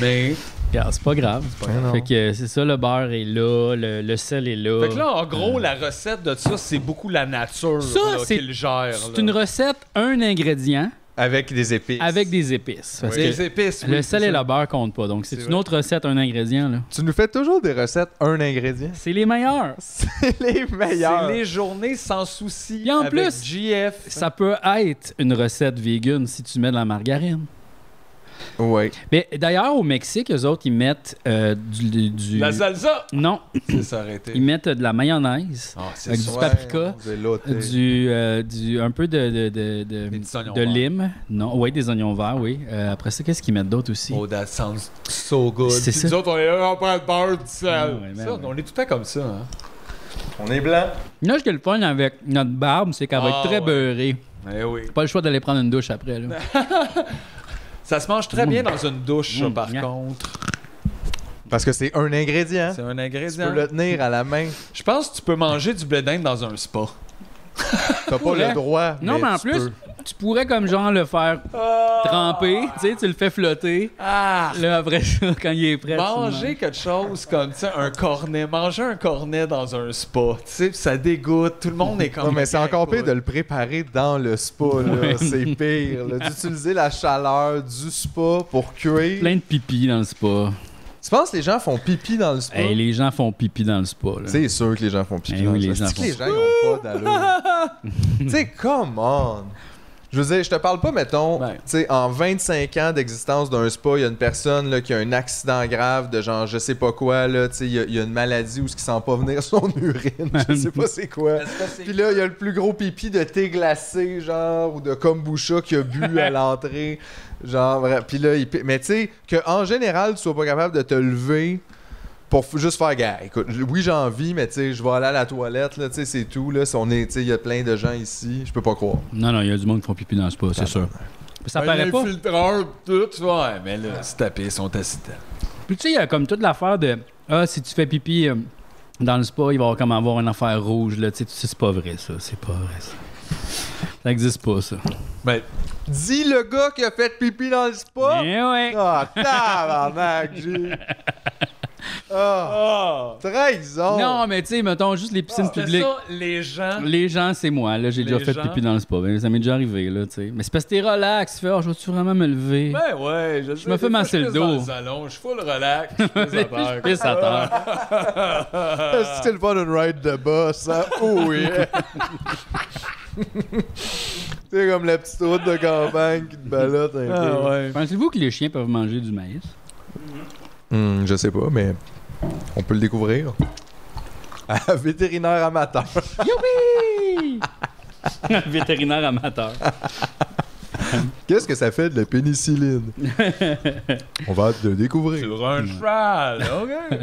C: Mais.
A: Regarde, c'est pas grave. c'est pas
B: Ben
A: grave.
B: non.
A: Fait que c'est ça, le beurre est là, le, le sel est là.
C: Fait que là, en gros, la recette de ça, c'est beaucoup la nature
A: Ça,
C: là,
A: c'est-
C: qui le gère.
A: c'est
C: là.
A: une recette, un ingrédient
B: Avec des épices.
A: avec des épices. Parce que
C: Des épices.
A: le
C: oui,
A: sel
C: c'est
A: et
C: ça.
A: le beurre comptent pas. Donc, c'est
C: C'est
A: une
C: vrai.
A: autre recette, un ingrédient. là.
B: Tu nous fais toujours des recettes, un ingrédient.
A: C'est les meilleurs.
B: C'est les meilleurs.
C: C'est les journées sans souci.
A: Et en
C: avec
A: plus-
C: GF.
A: Ça peut être une recette vegan si tu mets de la margarine.
B: Ouais.
A: Mais d'ailleurs, au Mexique, eux autres, ils mettent euh, du, du- du-
C: La salsa.
A: Non,
C: C'est s'arrêter.
A: ils mettent de la mayonnaise,
C: Ah, c'est
A: avec
C: ça.
A: du paprika,
B: C'est l'autre.
A: du, euh, du- un peu de, de, de, de-
C: Des petits oignons
A: de
C: verts.
A: lime. Non, oui, des oignons verts, oui. Euh, après ça, qu'est-ce qu'ils mettent d'autre aussi?
C: Oh, that sounds so good.
A: C'est
C: Puis
A: ça.
C: Nous autres, on est là, on prend le beurre, du sel.
A: Ah, ouais, ben
C: Ça,
A: ouais.
C: On est tout le temps comme ça. Hein.
B: On est blanc.
A: Là, ce que le fun avec notre barbe, c'est qu'elle va
C: Ah,
A: être très
C: ouais.
A: beurrée.
C: Eh oui.
A: Pas le choix d'aller prendre une douche après. Là.
C: Ça se mange très bien dans une douche, ça,
A: Mm.
C: par
A: Yeah.
C: contre.
B: Parce que c'est un ingrédient.
C: C'est un
B: Tu peux
C: ingrédient.
B: le tenir à la main.
C: Je pense que tu peux manger du blé d'Inde dans un spa.
B: T'as pas
A: Ouais.
B: le droit.
A: Non, mais en
B: tu
A: plus,
B: peux.
A: tu pourrais comme genre le faire tremper, tu sais, tu le fais flotter.
C: Ah!
A: Là, après ça, quand il est prêt, tu le
C: Manger quelque chose comme tu sais, un cornet. Manger un cornet dans un spa. Tu sais, ça dégoûte. Tout le monde est comme.
B: Non, mais c'est encore pire de le préparer dans le spa, là. C'est pire, là. D'utiliser la chaleur du spa pour cuire.
A: plein de pipi dans le spa.
B: Tu penses que les gens font pipi dans le spa?
C: Ah.
A: Hey, les gens font pipi dans le spa. Là.
B: C'est sûr que les gens font pipi
A: Eh
B: dans
A: oui,
B: le
A: les
B: spa.
A: gens
B: C'est-tu que
A: font
B: les gens ils ont pas d'allure. tu sais, come on! Je veux dire, je te parle pas, mettons,
A: Ben.
C: Ouais.
B: tu sais, en 25 ans d'existence d'un spa, il y a une personne là, qui a un accident grave de genre je sais pas quoi, là, tu sais, il y a- il y, a une maladie où ce qui sent pas venir son urine, je sais pas c'est quoi. Puis là, il y a le plus gros pipi de thé glacé, genre, ou de kombucha qu'il a bu à l'entrée. Genre, vra- puis là, il... pi- mais tu sais, qu'en général, tu sois pas capable de te lever pour f- juste faire, gars, écoute, j- oui, j'ai envie, mais tu sais, je vais aller à la toilette, là, tu sais, c'est tout, là. Si on est, tu sais, il y a plein de gens ici, je peux pas croire.
A: Non, non, il y a du monde qui font pipi dans le spa, c'est sûr. Ça
C: Ah, Il y a
A: paraît
C: le
A: pas.
C: filtreur, tout, tu vois. Ouais, Mais là, c'est tapé, ils sont assistants.
A: Puis tu sais, il y a comme toute l'affaire de Ah, si tu fais pipi euh, dans le spa, il va y avoir comme avoir une affaire rouge. Là. Tu sais, tu sais, c'est pas vrai, ça. C'est pas vrai, ça. Ça n'existe pas, ça.
C: Mais
B: Dis le gars qui a fait pipi dans le
C: Oh!
B: spa!
A: Eh ouais.
B: Ah, tabarnak, G! Ah, trahison!
A: Non, mais tu sais, mettons juste les piscines
C: c'est
A: publiques.
C: Oh! ça, les gens.
A: Les gens, c'est moi. Là, j'ai
C: Les
A: déjà fait
C: gens.
A: pipi dans le spa. Ben, ça m'est déjà arrivé, là, tu sais. Mais c'est parce que t'es relax. Tu fais, oh, je vais-tu vraiment me lever?
C: Ben ouais, je, sais,
A: me
C: des
A: fais
C: fois,
A: masser le
C: pisse dans
A: dos.
C: le salon, je suis full relax, je pisse à terre.
A: Je pisse à terre.
B: Est-ce que Euh, c'est le fun d'une ride de boss, hein? Oh oui! c'est comme la petite route de campagne qui te balotte un peu.
C: Ah ouais.
A: Pensez-vous que les chiens peuvent manger du maïs?
B: Hmm, je sais pas, mais on peut le découvrir. À vétérinaire amateur.
A: Youpi! Vétérinaire amateur.
B: Qu'est-ce que ça fait de la pénicilline? on va te le découvrir.
C: Sur un cheval, ok.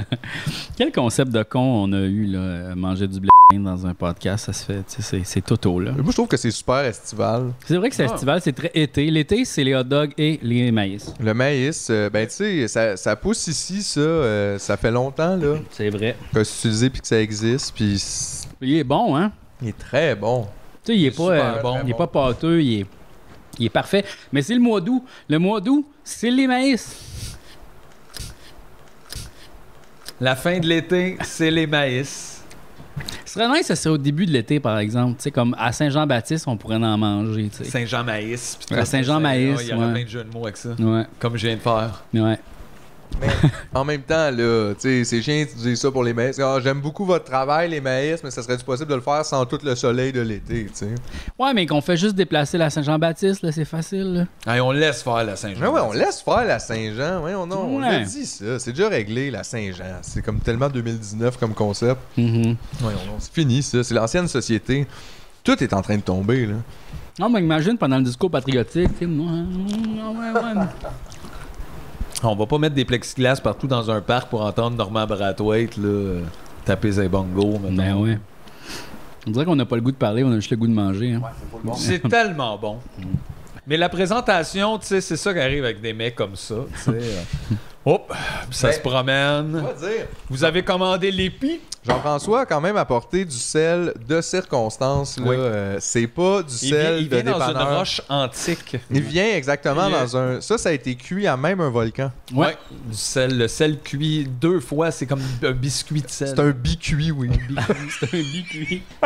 A: Quel concept de con on a eu, là, à manger du blé dans un podcast, ça se fait, tu sais, c'est- c'est toto, là.
B: Moi, je trouve que c'est super estival.
A: C'est vrai que c'est
C: Ah.
A: estival, c'est très été. L'été, c'est les hot dogs et les maïs.
B: Le maïs, euh, ben tu sais, ça, ça pousse ici, ça, euh, ça fait longtemps, là,
A: C'est vrai.
B: que c'est utilisé puis que ça existe, puis c'est-
A: Il est bon, hein?
B: il est très bon.
A: Tu sais, il est pas,
C: super
A: euh,
C: bon.
A: il est pas pâteux, il est, il est parfait. Mais c'est le mois d'août. Le mois d'août, c'est les maïs.
C: La fin de l'été, c'est les maïs.
A: Ce serait nice, ça serait au début de l'été, par exemple. Tu sais, comme à Saint-Jean-Baptiste, on pourrait en manger, tu sais.
C: Saint-Jean maïs.
A: Ouais, Saint-Jean maïs,
C: Il y aurait
A: ouais.
C: plein de jeux de mots avec ça.
A: Ouais,
C: Comme je viens de faire.
A: ouais.
B: En même temps, là, tu sais, c'est chiant d'utiliser ça pour les maïs. Ah, J'aime beaucoup votre travail, les maïs, mais ça serait-tu possible de le faire sans tout le soleil de l'été, tu sais?
A: Ouais, mais qu'on fait juste déplacer la Saint-Jean-Baptiste, là, c'est facile, là.
C: Hey, on laisse faire la
B: Mais
C: Saint-Jean.
B: Ah ouais, on laisse faire la Saint-Jean. Ouais, on, a- on
A: Ouais.
B: a dit ça. C'est déjà réglé, la Saint-Jean. C'est comme tellement 2019 comme concept.
A: Mhm.
B: Ouais, on- c'est fini, ça. C'est l'ancienne société. Tout est en train de tomber, là.
A: Non, mais imagine pendant le discours patriotique, tu sais, moi, ouais, ouais, ouais.
C: On va pas mettre des plexiglas partout dans un parc pour entendre Norman Brathwaite là, euh, taper ses bongos. mettons.
A: Ben ouais. On dirait qu'on n'a pas le goût de parler, on a juste le goût de manger. hein.
C: C'est tellement bon. Mais la présentation, tu sais, c'est ça qui arrive avec des mecs comme ça. tu sais, euh. Hop, ça
B: Ben,
C: se promène.
B: Quoi dire?
C: Vous avez commandé l'épi?
B: Jean-François a quand même apporté du sel de circonstance. là.
C: Oui.
B: Euh, c'est pas du
C: Il, vient-
B: sel
C: il vient
B: de
C: dans une
B: dépanneur.
C: roche antique.
B: Il vient exactement
C: Il- Euh,
B: dans un. Ça, ça a été cuit à même un volcan.
A: Ouais.
C: Du sel, le sel cuit deux fois, c'est comme un biscuit de sel.
B: C'est un bicuit, oui.
A: C'est un bicuit.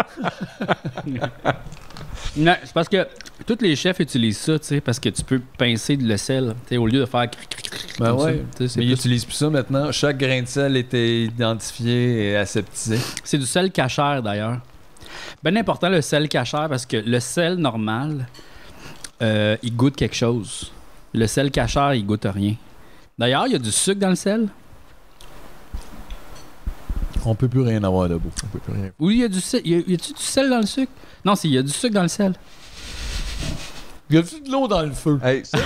A: non, c'est parce que tous les chefs utilisent ça, tu sais, parce que tu peux pincer de le sel, tu sais, au lieu de faire cric, cric, cric,
C: Ben
A: comme ça, tu
C: ouais.
A: sais, c'est
C: Mais ils
A: plus-
C: utilisent plus ça maintenant. Chaque grain de sel était identifié et aseptisé.
A: C'est du sel cachère d'ailleurs. Ben important le sel cachère parce que le sel normal, euh, il goûte quelque chose. Le sel cachère, il goûte rien. D'ailleurs, il y a du sucre dans le sel.
C: On peut plus rien avoir debout.
A: Ou il y a du sel. Y a- y a-tu du sel dans le sucre? Non, c'est il y a du sucre dans le sel.
C: Y a-tu de l'eau dans le feu?
B: Hey, ça, là.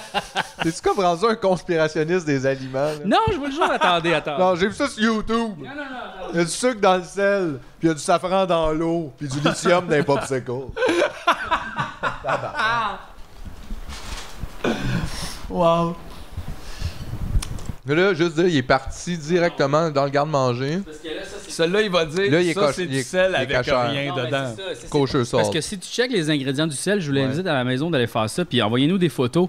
B: T'es-tu comme rendu un conspirationniste des aliments? là?
A: Non, je vous le jure, attendez, attendez.
B: Ah. Non, j'ai vu ça sur YouTube.
A: Non, non, non,
B: Il y a du sucre dans le sel, puis il y a du safran dans l'eau, puis du lithium dans les popsicles.
C: Wow.
B: Mais là, juste dire, il est parti directement dans le garde-manger.
A: Parce que là, ça, c'est
C: Celui-là, il va dire
B: Là, il est
C: ça,
B: coche-
C: c'est
B: il
C: du
B: est-
C: sel
B: il est
C: avec
B: cachère.
C: rien dedans.
B: Cocheux sort.
A: Parce que si tu checkes les ingrédients du sel, je vous
B: Ouais.
A: l'invite à la maison d'aller faire ça, puis envoyez-nous des photos.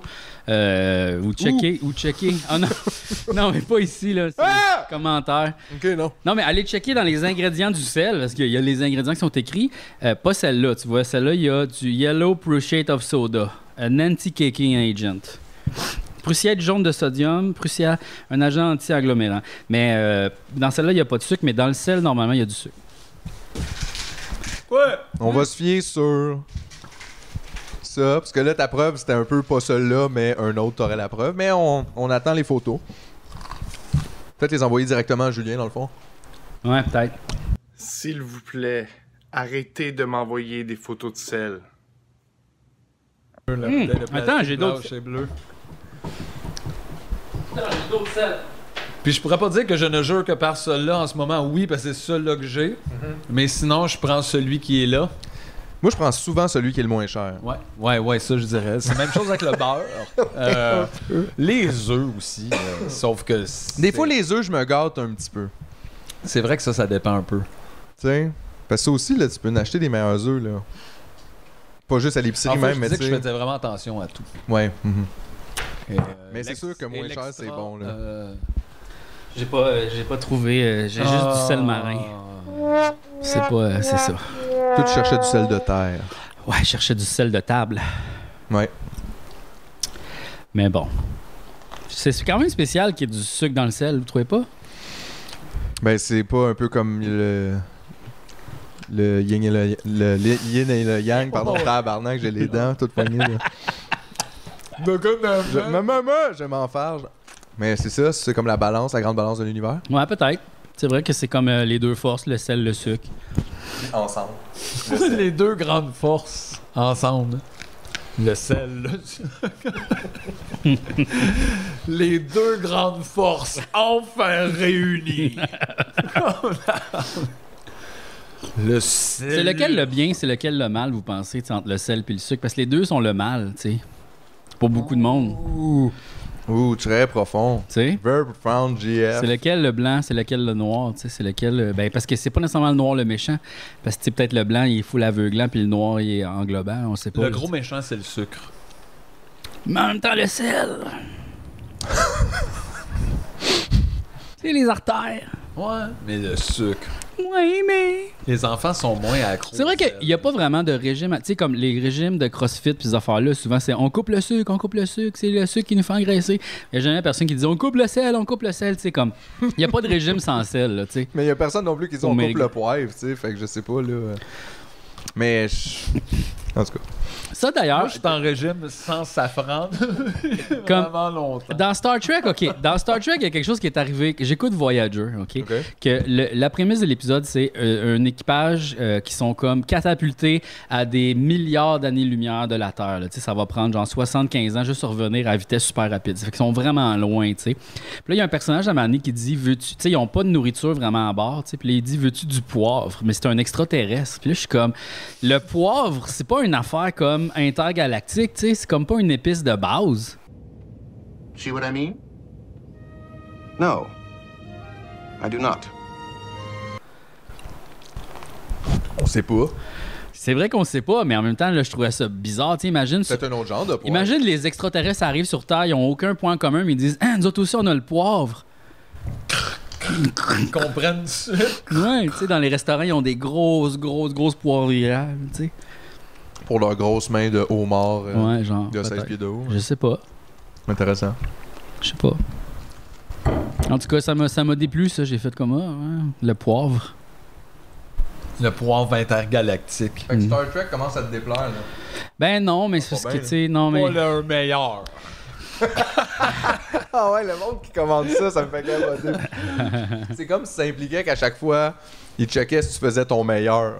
A: Euh, vous checkez, vous checkez. Ah non, non, mais pas ici, là. C'est
B: Ah!
A: commentaire.
B: Ok, non.
A: Non, mais allez checker dans les ingrédients du sel, parce qu'il y a les ingrédients qui sont écrits. Euh, pas celle-là, tu vois. Celle-là, il y a du Yellow Prussiate of Soda, un anti-caking agent. Prussiate jaune de sodium, prussiate, un agent anti-agglomérant. Mais euh, dans celle-là, il n'y a pas de sucre, mais dans le sel, normalement, il y a du sucre.
C: Ouais.
B: On va se fier sur ça, parce que là, ta preuve, c'était un peu pas celle-là, mais un autre, t'aurais la preuve. Mais on, on attend les photos. Peut-être les envoyer directement à Julien, dans le fond.
A: Ouais, peut-être.
I: S'il vous plaît, arrêtez de m'envoyer des photos de sel.
A: Hmm, Attends, j'ai d'autres.
C: C'est bleu.
A: j'ai d'autres sels.
C: Puis je pourrais pas dire que je ne jure que par celui-là en ce moment, oui, parce que c'est celui-là que j'ai. Mais sinon, je prends celui qui est là.
B: Moi, je prends souvent celui qui est le moins cher.
C: Ouais, ouais, ouais, ça je dirais. C'est la même chose avec le beurre. Euh, les œufs aussi, euh, sauf que. c'est-
B: Des fois, les œufs, je me gâte un petit peu.
C: C'est vrai que ça, ça dépend un peu.
B: Tu sais? Parce que ça aussi, là, tu peux en acheter des meilleurs œufs, là. Pas juste à l'épicerie
C: En fait,
B: même,
C: je
B: mais
C: disais
B: tu
C: que je
B: sais.
C: faisais vraiment attention à tout.
B: Ouais. mhm.
C: Et, euh,
B: Mais c'est
C: l'ex-
B: sûr que moins
C: et
B: cher,
C: l'extra,
B: c'est bon, là.
C: euh,
A: J'ai pas, euh, j'ai pas trouvé. euh, j'ai juste du sel
C: Ah. Oh.
A: marin. C'est pas, euh, c'est ça.
B: Toi, tu cherchais du sel de terre.
A: Ouais, je cherchais du sel de table.
B: Ouais.
A: Mais bon. C'est quand même spécial qu'il y ait du sucre dans le sel, vous trouvez pas?
B: Ben, c'est pas un peu comme le. Le yin et le, le- le yin et le yang,
C: Oh.
B: pardon, tabarnak, j'ai les dents toutes poignées. là. Je- ma- Maman, je m'en fâche. Mais c'est ça, c'est comme la balance, la grande balance de l'univers.
A: Ouais, peut-être. C'est vrai que c'est comme euh, les deux forces, le sel, le sucre.
B: Ensemble.
C: les deux grandes forces ensemble. Le sel, le sucre. Les deux grandes forces enfin réunies. le sel.
A: C'est lequel le bien, c'est lequel le mal, vous pensez, tu sais, entre le sel et le sucre? Parce que les deux sont le mal, tu sais. Pour beaucoup de monde,
B: Ouh. Ouh, très profond.
A: tu sais.
B: Very profound GF.
A: C'est lequel le blanc, c'est lequel le noir, tu sais, c'est lequel... euh, ben, parce que c'est pas nécessairement le noir le méchant, parce que tu sais, peut-être le blanc, il est full aveuglant, puis le noir, il est englobant, on sait pas.
C: Le
A: là,
C: gros méchant, c'est le sucre.
A: Mais en même temps, le sel. c'est les artères.
C: Ouais. Mais le sucre.
A: Oui, mais.
C: Les enfants sont moins accros.
A: C'est vrai
C: au sel.
A: qu'il n'y a pas vraiment de régime. à- Tu sais, comme les régimes de CrossFit puis ces affaires-là, souvent c'est on coupe le sucre, on coupe le sucre, c'est le sucre qui nous fait engraisser. Il n'y a jamais personne qui dit on coupe le sel, on coupe le sel. Tu sais, comme. Il n'y a pas de régime sans sel, là, tu sais.
B: Mais il y a personne non plus qui dit
A: Oh,
B: on
A: mais
B: coupe
A: les
B: le poivre, tu sais, fait que je sais pas, là. Mais. je- En tout cas.
A: Ça
C: Moi,
A: d'ailleurs,
C: Ah, je suis en régime sans safran.
A: Comme-
C: Vraiment longtemps.
A: dans Star Trek, OK. Dans Star Trek, il y a quelque chose qui est arrivé. que J'écoute Voyager, OK?
B: Ok.
A: que le- la prémisse de l'épisode, c'est euh, un équipage euh, qui sont comme catapultés à des milliards d'années-lumière de la Terre. là. Tu sais, Ça va prendre genre 75 ans juste pour revenir à vitesse super rapide. Ça fait qu'ils sont vraiment loin. tu sais. Puis là, il y a un personnage à un moment donné qui dit Veux-tu. Tu sais, ils n'ont pas de nourriture vraiment à bord. tu sais. Puis là, il dit Veux-tu du poivre Mais c'est un extraterrestre. Puis là, je suis comme Le poivre, c'est pas une affaire comme comme intergalactique, tu sais, c'est comme pas une épice de base.
J: See what I mean? No. I do not.
B: On sait pas.
A: C'est vrai qu'on sait pas, mais en même temps, là, je trouvais ça bizarre. Tu sais, imagine,
B: C'est un autre genre de poivre.
A: imagine les extraterrestres arrivent sur Terre, ils ont aucun point en commun, mais ils disent Ah, nous autres aussi, on a le poivre.
C: Ils comprennent ça.
A: Ouais, tu sais, dans les restaurants, ils ont des grosses, grosses, grosses poivrières, tu sais.
B: Pour leurs grosses mains de homard euh,
A: Ouais, genre.
B: de 16
A: peut-être.
B: pieds de haut.
A: Je sais pas.
B: Intéressant.
A: Je sais pas. En tout cas, ça m'a, ça m'a déplu, ça. J'ai fait comme ah, ouais, le poivre.
C: Le poivre intergalactique.
A: Ah, Mhm.
B: Fait que Star Trek commence à te déplaire. Là.
A: Ben non, mais c'est
B: pas
A: ce que
B: bien,
A: tu sais. Non, mais.
C: Pas leur meilleur.
B: Ah ouais, le monde qui commande ça, ça me fait capoter. c'est comme si ça impliquait qu'à chaque fois, il checkait si tu faisais ton meilleur.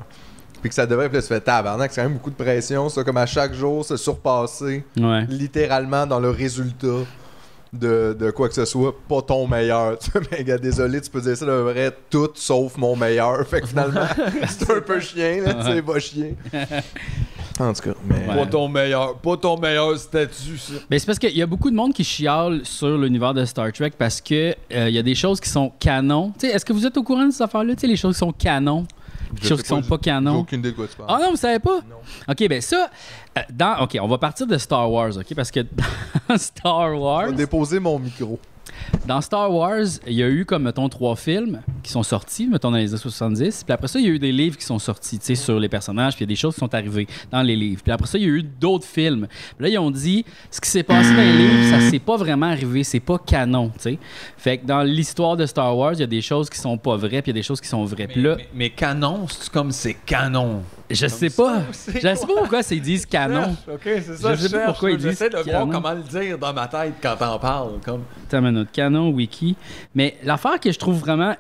B: Puis que ça devait, puis là, tu fais tabarnak, c'est quand même beaucoup de pression, ça, comme à chaque jour, se surpasser
A: Ouais.
B: littéralement dans le résultat de, de quoi que ce soit, pas ton meilleur. Tu fais, mais gars, désolé, tu peux dire ça de vrai, tout sauf mon meilleur. Fait que finalement, c'est un peu chien, là, tu sais, va chier. En tout cas, mais.
A: Ouais.
C: Pas ton meilleur. Pas ton meilleur statut, ça.
A: Mais Ben, c'est parce qu'il y a beaucoup de monde qui chiale sur l'univers de Star Trek parce que euh, il y a des choses qui sont canon. Tu sais, est-ce que vous êtes au courant de ces affaires-là? Tu sais, les choses qui sont canon, les
B: Je
A: choses
B: sais
A: qui sont
B: pas,
A: pas
B: J'ai
A: canon.
B: aucune idée de quoi tu parles.
A: Ah non, vous savez pas? Ok, ben ça, euh, dans, ok, on va partir de Star Wars, ok, parce que dans Star
B: Je
A: Wars,
B: vais déposer mon micro.
A: dans Star Wars, il y a eu comme mettons trois films qui sont sortis, mettons dans les années 70, puis après ça il y a eu des livres qui sont sortis, tu sais, sur les personnages, puis il y a des choses qui sont arrivées dans les livres, puis après ça il y a eu d'autres films. Puis là ils ont dit ce qui s'est passé dans les livres, ça s'est pas vraiment arrivé, c'est pas canon, tu sais. Fait que dans l'histoire de Star Wars, il y a des choses qui sont pas vraies, puis il y a des choses qui sont vraies. Puis là,
C: Mais, mais canon, c'est comme c'est canon.
A: je sais pas, je
C: c'est
A: sais pas pourquoi ils disent canon.
C: Ok, c'est ça.
A: Je sais pas
C: cherche,
A: pourquoi ils disent
C: J'essaie de voir
A: canon.
C: comment le dire dans ma tête quand t'en parles. Comme...
A: Attends, notre canon, wiki. Mais l'affaire que je trouve vraiment.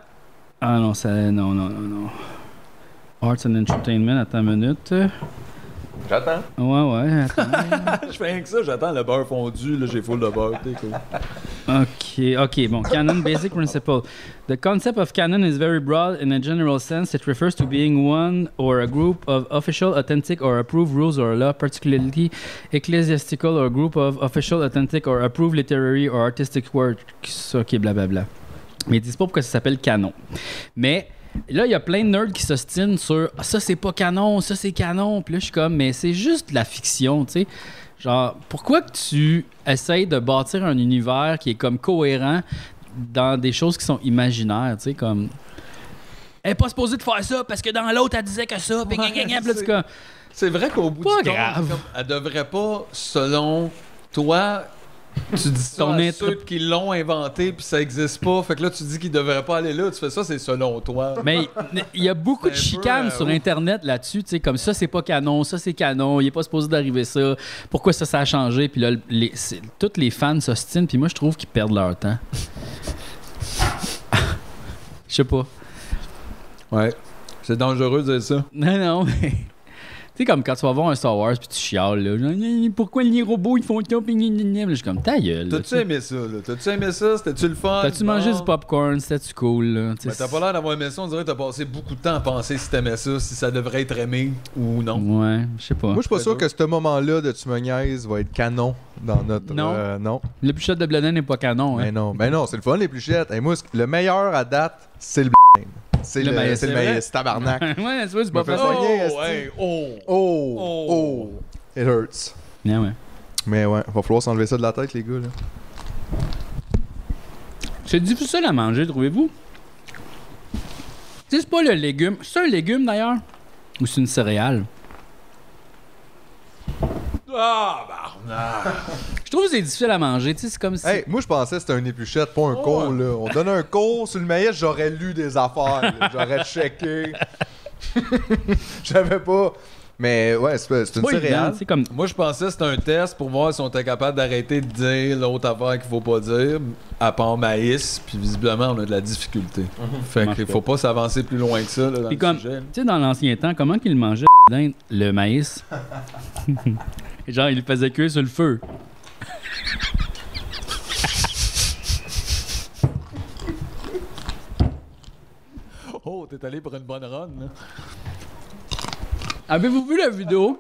A: Ah non, ça. Non, non, non, non. Arts and Entertainment, attends une minute. Ouais,
B: J'attends.
A: ouais, attends.
C: je fais rien que ça, j'attends le beurre fondu, là, j'ai full de beurre. t'es cool.
A: ok, ok, bon. Canon Basic Principle. The concept of canon is very broad in a general sense. It refers to being one or a group of official, authentic, or approved rules or law, particularly ecclesiastical or group of official, authentic, or approved literary or artistic works. Ok, blablabla. Mais ils disent pas pourquoi ça s'appelle canon. Mais là, il y a plein de nerds qui s'ostinent sur Ah, ça, c'est pas canon, ça, c'est canon. Puis là, je suis comme, mais c'est juste de la fiction, tu sais. Genre, pourquoi que tu essayes de bâtir un univers qui est comme cohérent dans des choses qui sont imaginaires, tu sais, comme. Elle est pas supposée de faire ça parce que dans l'autre, elle disait que ça. Puis
C: Ouais,
A: gna, gna, gna. Puis là, tu
C: c'est-
A: comme,
C: C'est vrai qu'au bout
A: Pas
C: du compte,
A: grave.
C: comme, elle devrait pas, selon toi, tu dis ça
A: Ton
C: à
A: intré-
C: ceux qui l'ont inventé puis ça existe pas. Fait que là, tu dis qu'ils devraient pas aller là. Tu fais ça, c'est selon toi.
A: Mais il y a beaucoup de
C: C'est un peu,
A: chicanes
C: euh,
A: sur
C: ouf.
A: Internet là-dessus, tu sais, comme ça, c'est pas canon, ça, c'est canon, il est pas supposé d'arriver ça, pourquoi ça, ça a changé, puis là, les, c'est- tous les fans s'ostinent, puis moi, je trouve qu'ils perdent leur temps. Je sais pas.
C: Ouais. C'est dangereux de dire ça.
A: Non, non, mais... Tu sais, comme quand tu vas voir un Star Wars, puis tu chiales, là, genre, Gna, gna, pourquoi les robots, ils font le top, gna, gna, gna. Là, je suis comme, ta gueule, là,
C: T'as-tu
A: tu sais.
C: aimé ça, là? T'as-tu aimé ça? C'était-tu le fun?
A: T'as-tu
C: Bon.
A: mangé du popcorn, c'était-tu cool, là? Tu sais,
C: Mais Ben, t'as pas l'air d'avoir aimé ça, on dirait que t'as passé beaucoup de temps à penser si t'aimais ça, si ça devrait être aimé ou non.
A: Ouais, je sais pas.
B: Moi, je suis pas
C: Très
B: sûr
C: dur.
B: que ce moment-là de Tu me niaises va être canon dans notre.
A: Non.
B: euh, non.
A: Le puchette de Bledin n'est pas canon, hein?
B: Mais non. Mais non, c'est le fun, les pluchettes. Et moi, c- le meilleur à date, c'est le C'est
A: Le
B: le,
A: maïs,
B: c'est le
A: c'est vrai?
B: maïs, tabarnak.
A: ouais, tu vois, c'est
B: Je me
A: pas
B: fais
A: facile.
B: ça. Soigner, esti.
C: hey, oh!
B: Oh,
C: Oh.
B: oh, it hurts.
A: Ouais, ouais.
B: Mais ouais, va falloir s'enlever ça de la tête, les gars. Là.
A: C'est difficile à manger, trouvez-vous? Tu sais, C'est pas le légume. C'est un légume d'ailleurs? Ou c'est une céréale?
C: Ah, barnard!
A: Je trouve que c'est difficile à manger. Tu sais, c'est Oh. comme si.
B: Hey, moi, je pensais que c'était un épluchette, pas un cours. Là. On donne un cours sur le maïs, j'aurais lu des affaires. là. J'aurais checké. J'avais pas. Mais ouais, c'est c'est
A: c'est
B: une
A: pas évident,
B: céréale.
A: tu sais, comme.
C: Moi, je pensais que c'était un test pour voir si on était capable d'arrêter de dire l'autre affaire qu'il faut pas dire, à part maïs, puis visiblement, on a de la difficulté. Fait
A: Mhm. Marche
C: qu'il
A: pas.
C: faut pas s'avancer plus loin que ça, là, dans
A: Puis
C: le
A: comme-
C: sujet.
A: Tu sais, dans l'ancien temps, comment qu'ils mangeaient d'Inde, le maïs? Genre, ils le faisaient cuire sur le feu.
C: Oh, t'es allé pour une bonne run, là.
A: Avez-vous vu la vidéo?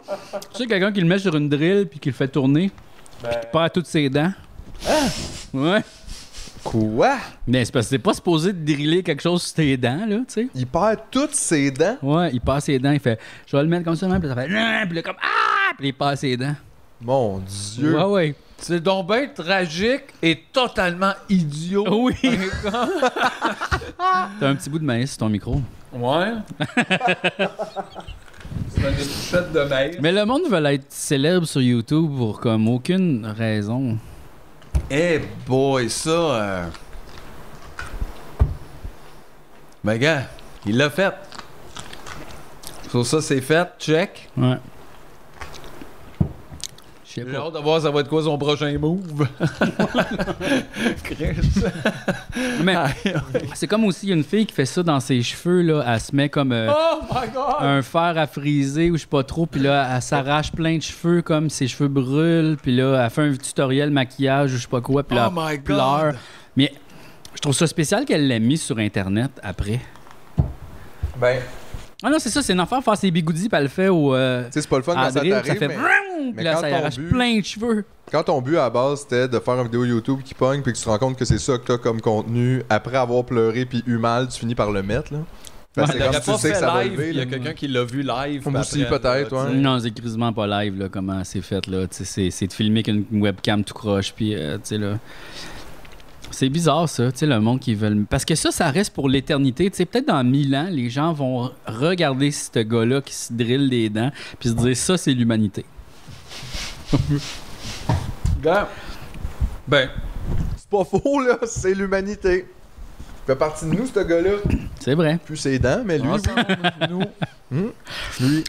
A: Tu sais, quelqu'un qui le met sur une drill puis qui le fait tourner, puis qui perd toutes ses dents. Ouais.
B: Quoi?
A: Mais c'est parce que c'est pas supposé de driller quelque chose sur tes dents, là, tu sais.
B: Il perd toutes ses dents?
A: Ouais, il passe ses dents, il fait « Je vais le mettre comme ça, même. » Puis ça fait « Nan! Puis là, comme « Ah! » Puis il passe ses dents.
B: Mon Dieu.
A: Ouais, ouais.
C: C'est donc bien tragique et totalement idiot.
A: Oui! T'as un petit bout de maïs sur ton micro.
C: Ouais. C'est une bouchette de mer.
A: Mais le monde veut être célèbre sur YouTube pour comme aucune raison.
F: Eh boy, ça. euh, Ben, gars, il l'a fait. Sur ça, c'est fait. Check.
A: Ouais. Je sais
C: J'ai
A: pas.
C: hâte de voir ça va être quoi son prochain move. Chris.
A: Mais c'est comme aussi une fille qui fait ça dans ses cheveux, là. Elle se met comme euh,
C: Oh my god!
A: un fer à friser ou je sais pas trop. Puis là, elle s'arrache plein de cheveux, comme ses cheveux brûlent. Puis là, elle fait un tutoriel maquillage ou je sais pas quoi. Puis là,
F: Oh my
A: elle
F: God.
A: pleure. Mais je trouve ça spécial qu'elle l'ait mis sur Internet après.
B: Ben,
A: Ah non, c'est ça, c'est une affaire faire ses bigoudis, puis elle le fait au. euh,
B: tu sais, c'est pas le fun
A: en
B: quand ça
A: drill, puis
B: t'arrive,
A: fait.
B: mais
A: vroom, Puis
B: mais
A: là,
B: quand
A: ça
B: ton
A: arrache
B: but-
A: plein de cheveux.
B: quand ton but à la base, c'était de faire une vidéo YouTube qui pogne, puis que tu te rends compte que c'est ça que t'as comme contenu, après avoir pleuré puis eu mal, tu finis par le mettre, là. Fait que
C: Il
B: c'est
C: l'aurait
B: comme si
C: pas
B: tu sais que
C: fait
B: ça va
C: live,
B: lever,
C: Il y a
B: là.
C: quelqu'un qui l'a vu live.
B: Moi aussi,
C: après,
B: peut-être,
C: là,
B: ouais.
C: tu sais.
A: Non, c'est grisement pas live, là, comment c'est fait, là. Tu sais, C'est, c'est de filmer avec une webcam tout croche, puis, euh, tu sais, là. C'est bizarre, ça, tu sais, le monde qui veulent. Parce que ça, ça reste pour l'éternité. Tu sais, peut-être dans mille ans, les gens vont regarder ce gars-là qui se drille les dents, puis se dire, ça, c'est l'humanité.
C: Gars. Ben,
B: C'est pas faux, là, c'est l'humanité. Il fait partie de nous, ce gars-là.
A: C'est vrai.
B: Plus ses dents, mais lui,
C: nous.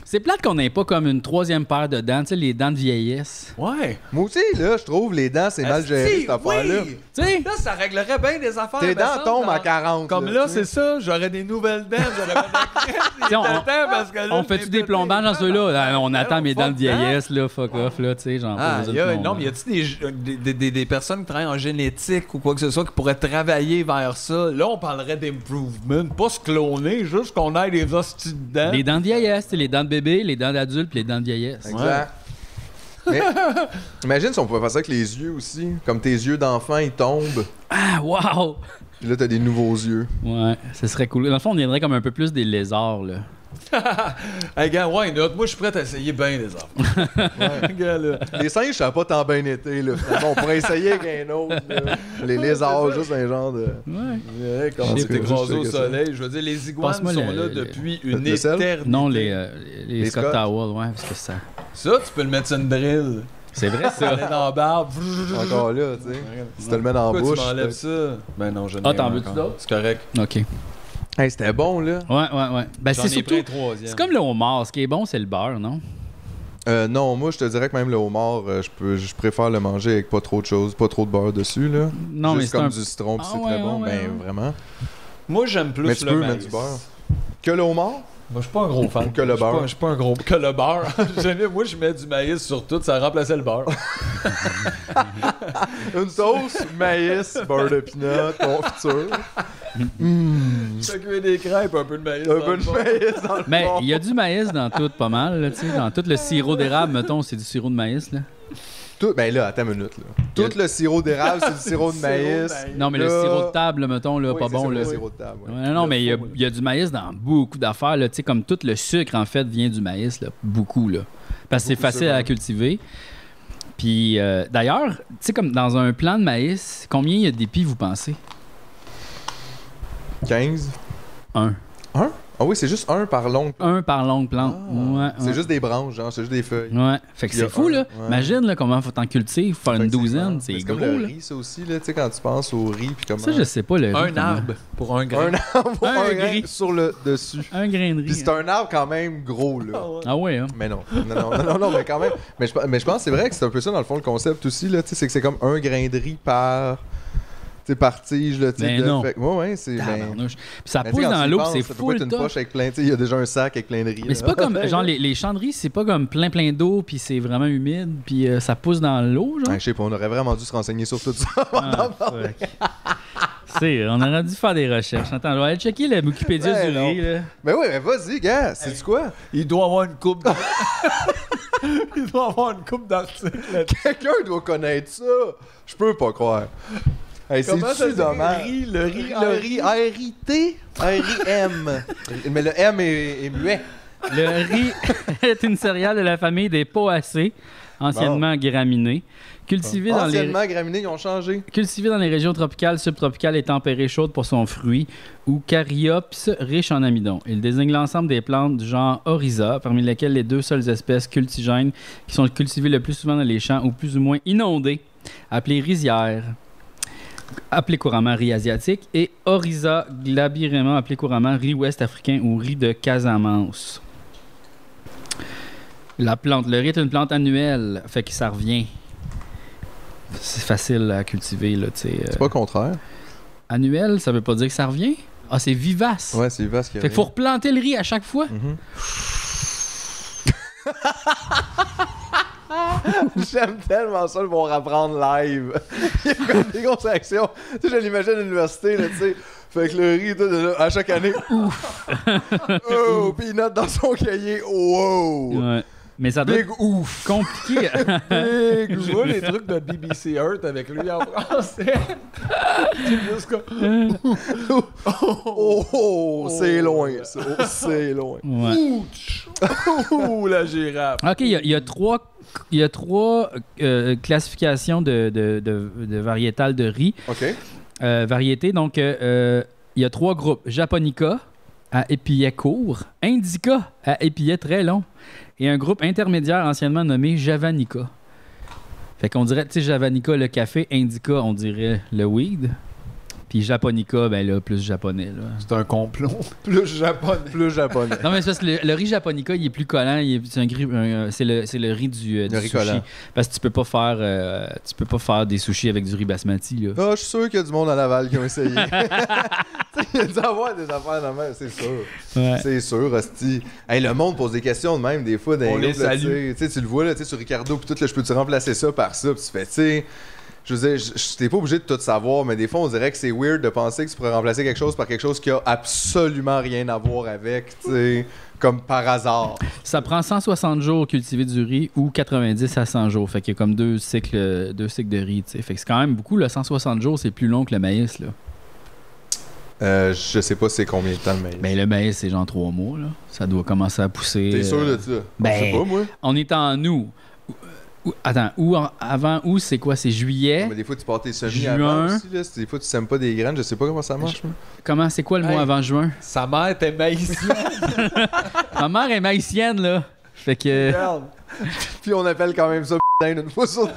A: C'est plate qu'on n'ait pas comme une troisième paire de dents, tu sais, les dents de vieillesse.
C: Ouais.
B: Moi aussi, là, je trouve les dents, c'est mal géré, cette affaire-là.
C: oui.
A: Tu sais,
C: Là, ça réglerait bien des affaires.
B: Tes
C: mais
B: dents
C: ça,
B: tombent
C: dans-
B: à 40.
C: Comme
B: tu
C: là,
B: sais.
C: c'est ça. J'aurais des nouvelles dents. J'aurais
A: tu sais, on,
C: pas de dents parce que là,
A: on
C: je
A: fait-tu
C: l'ai
A: des
C: pété.
A: plombages dans ceux-là? Ah, On attend mes dents de
C: fuck that.
A: vieillesse, là, fuck off, là, tu sais, j'en
C: Ah,
A: pose
C: y a- non, mais y a-tu des, des, des- des- des personnes qui travaillent en génétique ou quoi que ce soit qui pourraient travailler vers ça? Là, on parlerait d'improvement, pas se cloner, juste qu'on ait des hosties dedans.
A: Les dents de vieillesse, tu sais, les dents de bébé, les dents d'adulte, puis les dents de vieillesse.
B: Exact. Mais imagine si on pouvait faire ça avec les yeux aussi. Comme tes yeux d'enfant, ils tombent.
A: Ah, wow!
B: Puis là, t'as des nouveaux yeux.
A: Ouais, ce serait cool. Dans le fond, on viendrait comme un peu plus des lézards, là.
C: Hey, gars, ouais, note, moi, je suis prêt à essayer bien des affaires. Gars, là.
B: Les singes, ça n'a pas tant bien été. Là. Finalement, on pourrait essayer avec un autre. là. Les lézards, juste un genre de.
A: Ouais.
B: Ouais, comment
C: On
B: tu
C: s'est
B: peux
C: écrasé
B: juste
C: au
B: que ça?
C: soleil. Je veux dire, les iguanes sont
A: Passe-moi le-
C: là
A: le-
C: depuis
B: le
C: une
B: sel?
C: éternité.
A: Non, les, euh, les, les
B: Les
A: Scott
B: Scott.
A: Towel, ouais, parce que ça.
C: Ça, tu peux le mettre sur une drill.
A: C'est vrai,
C: Ça
A: ça.
C: aller dans la barbe.
B: Encore là, tu sais. Si tu te le mets dans la
C: Pourquoi
B: bouche. euh,
C: tu m'enlèves
B: t'as-
C: ça? Ben non, je n'ai
A: Ah, t'en
C: rien
A: veux-tu
C: encore.
A: d'autres?
C: C'est correct.
A: OK. Ouais,
B: Hey, c'était bon, là.
A: ouais, ouais. Ben,
C: J'en
A: c'est
C: ai pris un
A: surtout.
C: troisième.
A: C'est comme le homard. Ce qui est bon, c'est le beurre, non?
B: Euh, non, moi, je te dirais que même le homard, euh, je, peux, je préfère le manger avec pas trop de choses, pas trop de beurre dessus, là.
A: Non, mais
B: juste
A: c'est
B: comme
A: un.
B: du citron, puis
A: Ah
B: c'est
A: ouais,
B: très bon.
A: ouais,
B: ben,
A: ouais.
B: vraiment.
C: Moi, j'aime plus
B: Mais tu
C: le
B: peux
C: maïs.
B: mettre du beurre. Que le homard?
C: Moi, je suis pas un gros fan.
B: Que le
C: Je suis pas-
B: beurre.
C: Je suis pas un gros. Que le beurre. J'aimais- moi, je mets du maïs sur tout, ça remplaçait le beurre.
B: Une sauce, maïs, beurre de pinot, confiture.
C: Ça cuit des crêpes, un peu de maïs.
B: Un
C: dans
B: peu
C: le
B: de
C: fond.
B: maïs dans le
A: Mais
B: fond.
A: Ben, il y a du maïs dans tout, pas mal, là, tu sais. Dans tout le sirop d'érable, mettons, c'est du sirop de maïs, là.
B: Tout, ben là, attends une minute. Là. Tout le sirop d'érable, c'est du sirop de maïs.
A: Non, mais le
B: Là-
A: sirop de table, là, mettons, là,
B: Oui,
A: pas
B: c'est
A: bon,
B: ça,
A: là.
B: Le sirop de table, ouais.
A: Ouais, non, non, mais euh, il y, a- il y a du maïs dans beaucoup d'affaires. là. Tu sais, comme tout le sucre, en fait, vient du maïs. Là. Beaucoup, là. Parce que c'est
B: Beaucoup de
A: facile
B: sucre,
A: à
B: hein.
A: cultiver. Puis, euh, d'ailleurs, tu sais, comme dans un plant de maïs, combien il y a d'épis, vous pensez?
B: 15.
A: Un.
B: Un? Ah oui, c'est juste un par long.
A: Un par longue plante.
B: Ah.
A: ouais,
B: C'est
A: ouais.
B: juste des branches, genre, c'est juste des feuilles.
A: Ouais. Fait que
B: Il y a
A: c'est fou,
B: un,
A: là.
B: ouais.
A: Imagine là, comment faut t'en cultiver. Faut faire
B: Fait
A: une
B: que c'est
A: douzaine.
B: grand.
A: C'est
B: Mais
A: gros,
B: comme le
A: là.
B: riz, ça aussi, là, tu sais, quand tu penses au riz, puis comment...
A: Ça, je sais pas, le riz,
C: Un
A: comment.
C: arbre pour un grain.
B: Un arbre,
A: Un
B: un
A: gris.
B: riz sur le dessus.
A: Un grain de riz.
B: Puis c'est
A: hein.
B: un arbre quand même gros, là.
A: Ah ouais, hein?
B: Mais non, non, non, non, non, non, mais quand même. Mais je, mais je pense que c'est vrai que c'est un peu ça, dans le fond, le concept aussi, là. Tu sais, c'est que c'est comme un grain de riz par. Tu sais, par tige, là. Tu sais,
A: Ben
B: de-
A: non.
B: Fait- ouais, ouais, c'est. ben-
A: Tabarnouche. Puis ça
B: Mais tu
A: pousse
B: sais, quand
A: dans
B: tu y
A: l'eau, puis
B: penses,
A: c'est
B: ça peut pas
A: full
B: être une
A: top.
B: poche avec plein. Tu sais, il y a déjà un sac avec plein de riz.
A: Mais
B: là.
A: c'est pas comme, genre, les, les champs de riz, c'est pas comme plein plein d'eau, puis c'est vraiment humide, puis
B: Hein?
A: euh, ça pousse dans l'eau, genre.
B: Ouais, je sais pas, on aurait vraiment dû se renseigner sur tout ça.
A: Ah, fuck. Tu sais, on aurait dû faire des recherches. Attends, je vais aller checker le Wikipédia
B: Ben
A: du
B: non.
A: riz. Là.
B: Ben oui, mais vas-y, gars, c'est quoi?
C: Il doit avoir une coupe. Il doit avoir une coupe d'articles. là-dessus.
B: Quelqu'un doit connaître ça. Je peux pas croire. Hey,
C: Comment ça
B: c'est-tu
C: s'écrit?
B: dommage?
C: Le riz, le
B: Le
C: riz.
B: riz, R-I-T? R-I-M. Mais le M est, est muet.
A: Le riz est une céréale de la famille des poacées, anciennement graminées, cultivée dans les
B: Anciennement, graminées, ils ont changé.
A: Cultivé dans les régions tropicales, subtropicales et tempérées chaudes pour son fruit, ou cariops riche en amidon. Il désigne l'ensemble des plantes du genre Oryza, parmi lesquelles les deux seules espèces cultigènes qui sont cultivées le plus souvent dans les champs ou plus ou moins inondées, appelées rizières, appelées couramment riz asiatique, et Oryza glabirément, appelée couramment riz ouest africain ou riz de Casamance. La plante, le riz est une plante annuelle, fait que ça revient. C'est facile à cultiver, là, tu sais. euh,
B: C'est pas le contraire.
A: Annuel, ça veut pas dire que ça revient. Ah, c'est vivace.
B: Ouais, c'est vaste. qui
A: Fait qu'il faut replanter le riz à chaque fois.
B: J'aime tellement ça le voir apprendre live. Il y a comme des grosses actions. Tu sais, je l'imagine à l'université, là, tu sais. Fait que le riz, tout, de là, à chaque année, ouf. oh, puis il note dans son cahier, wow.
A: Ouais. Mais ça doit
B: Big
A: être
B: ouf.
A: compliqué.
B: Big
C: Je vois les trucs de BBC Earth avec lui en français. C'est juste comme-
B: Oh, oh, c'est loin, ça. Oh, c'est loin.
A: Ouais.
C: Ouch! Ouh, la girafe!
A: OK, il y, a- il y a trois, il y a trois euh, classifications de, de, de, de variétales de riz.
B: OK.
A: Euh, variétés, donc, euh, euh, il y a trois groupes. Japonica, à épillet court. Indica, à épillet très long. Et un groupe intermédiaire anciennement nommé Javanica. Fait qu'on dirait, tu sais, Javanica, le café. Indica, on dirait le weed. Puis Japonica, ben là, plus japonais, là.
C: C'est un complot. Plus japonais.
B: Plus japonais.
A: Non, mais c'est parce que le, le riz japonica, il est plus collant. il est- C'est un gris- un- c'est le, c'est le riz du, euh, du
B: Le riz
A: sushi.
B: collant.
A: Parce que tu peux pas faire, euh, tu peux pas faire des sushis avec du riz basmati. Là.
B: Ah, je suis sûr qu'il y a du monde à Laval qui ont essayé. Tu sais, il y a dû avoir des affaires dans la main, c'est sûr.
A: Ouais.
B: C'est sûr, hostie. Hey, le monde pose des questions de même, des fois, dans
C: On les
B: groupes, là,
C: salue.
B: tu sais. Tu sais, tu le vois, là, tu sais, sur Ricardo, puis tout, là, je peux-tu remplacer ça par ça, puis tu fais, tu sais. Je veux dire, je- je- t'es pas obligé de tout savoir, mais des fois, on dirait que c'est weird de penser que tu pourrais remplacer quelque chose par quelque chose qui a absolument rien à voir avec, tu sais, comme par hasard.
A: Ça prend 160 jours cultiver du riz ou 90 à 100 jours. Fait qu'il y a comme deux cycles, euh, deux cycles de riz. tu sais. Fait que c'est quand même beaucoup. Le 160 jours, c'est plus long que le maïs. Là.
B: Euh, je sais pas c'est combien de temps, mais.
A: Mais le maïs, c'est genre trois mois. Là. Ça doit commencer à pousser.
B: T'es sûr
A: euh,
B: de ça?
A: ben,
B: je sais pas, moi.
A: On est en août. Ou- ou- attends, ou avant août, c'est quoi? C'est juillet.
B: Non, mais des fois, tu pars tes semis
A: Juin.
B: avant aussi, là. Des fois, tu sèmes pas des graines. Je sais pas comment ça marche, moi.
A: Comment? C'est quoi le
C: Hey.
A: mois avant juin?
C: Sa mère était maïsienne.
A: Ma mère est maïsienne, là. Fait que.
B: Merde. Puis on appelle quand même ça putain une fois sur deux.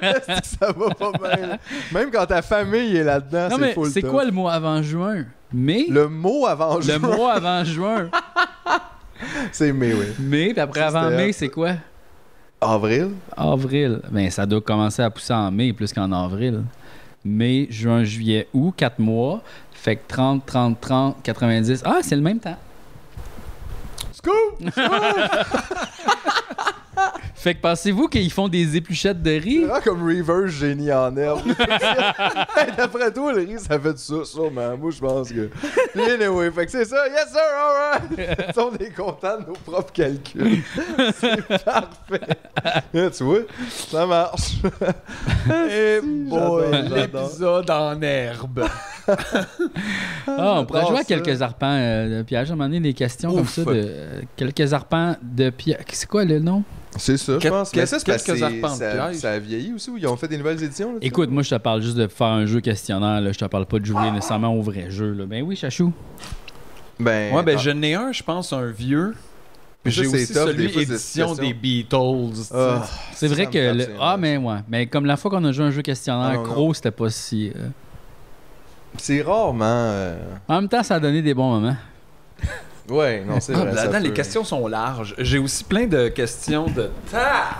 B: Est-ce que ça va pas bien. là? Même quand ta famille est là-dedans,
A: Non,
B: c'est
A: mais
B: full
A: c'est
B: tough.
A: quoi le mot avant juin? Mai? Le,
B: Le mot avant juin,
A: mois avant juin.
B: c'est mai, oui.
A: mai, puis après
B: Ça,
A: avant
B: c'était
A: mai,
B: hot.
A: c'est quoi?
B: Avril?
A: Avril. Ben, ça doit commencer à pousser en mai plus qu'en avril. Mai, juin, juillet, août, 4 mois. Fait que 30, 30, 30, 90. Ah, c'est le même temps.
B: Scoop!
A: Fait que pensez-vous qu'ils font des épluchettes de riz?
B: Vraiment comme reverse génie en herbe. Hey, D'après toi, le riz, ça fait de ça, sûrement. Moi, je pense que. Puis Anyway, fait que c'est ça. Yes, sir, alright! on est contents de nos propres calculs. c'est parfait. Là, tu vois, ça marche.
C: Et boy,
B: j'adore.
C: l'épisode en herbe.
A: Ah, on pourrait
B: j'adore
A: jouer à
B: ça.
A: quelques arpents euh, de piège. À un moment donné, des questions comme
C: Ouf.
A: ça. De, euh, quelques arpents de piège. C'est quoi le nom?
B: C'est ça, je
C: Quel-
B: pense. Mais ça, c'est
C: quel-
B: parce que
C: quelques
B: c'est-
C: arpents de
B: ça,
C: piège.
B: ça a vieilli aussi, ou ils ont fait des nouvelles éditions. là, tu
A: Écoute, moi, je te parle juste de faire un jeu questionnaire. Là. Je te parle pas de jouer nécessairement au vrai jeu. Là. Ben oui, Chachou.
B: sais? Ben,
C: Ouais, ben
B: ah,
C: je n'ai un, je pense, un vieux.
B: Ça,
C: J'ai
B: c'est
C: aussi
B: tough,
C: celui
B: des fois, cette
C: édition
B: question.
C: des Beatles. tu sais.
B: ah,
A: C'est
B: ça
A: vrai
B: me
A: que.
B: tape
A: le-
B: sur les
A: Ah,
B: nerfs.
A: mais ouais. Mais comme la fois qu'on a joué à un jeu questionnaire,
B: Ah, non, non.
A: gros, c'était pas si. euh,
B: C'est rarement. euh,
A: En même temps, ça a donné des bons moments.
B: Ouais, non, c'est
C: Ah,
B: vrai. ça
C: Là-dedans, les
B: peut.
C: questions sont larges. J'ai aussi plein de questions de. Ta!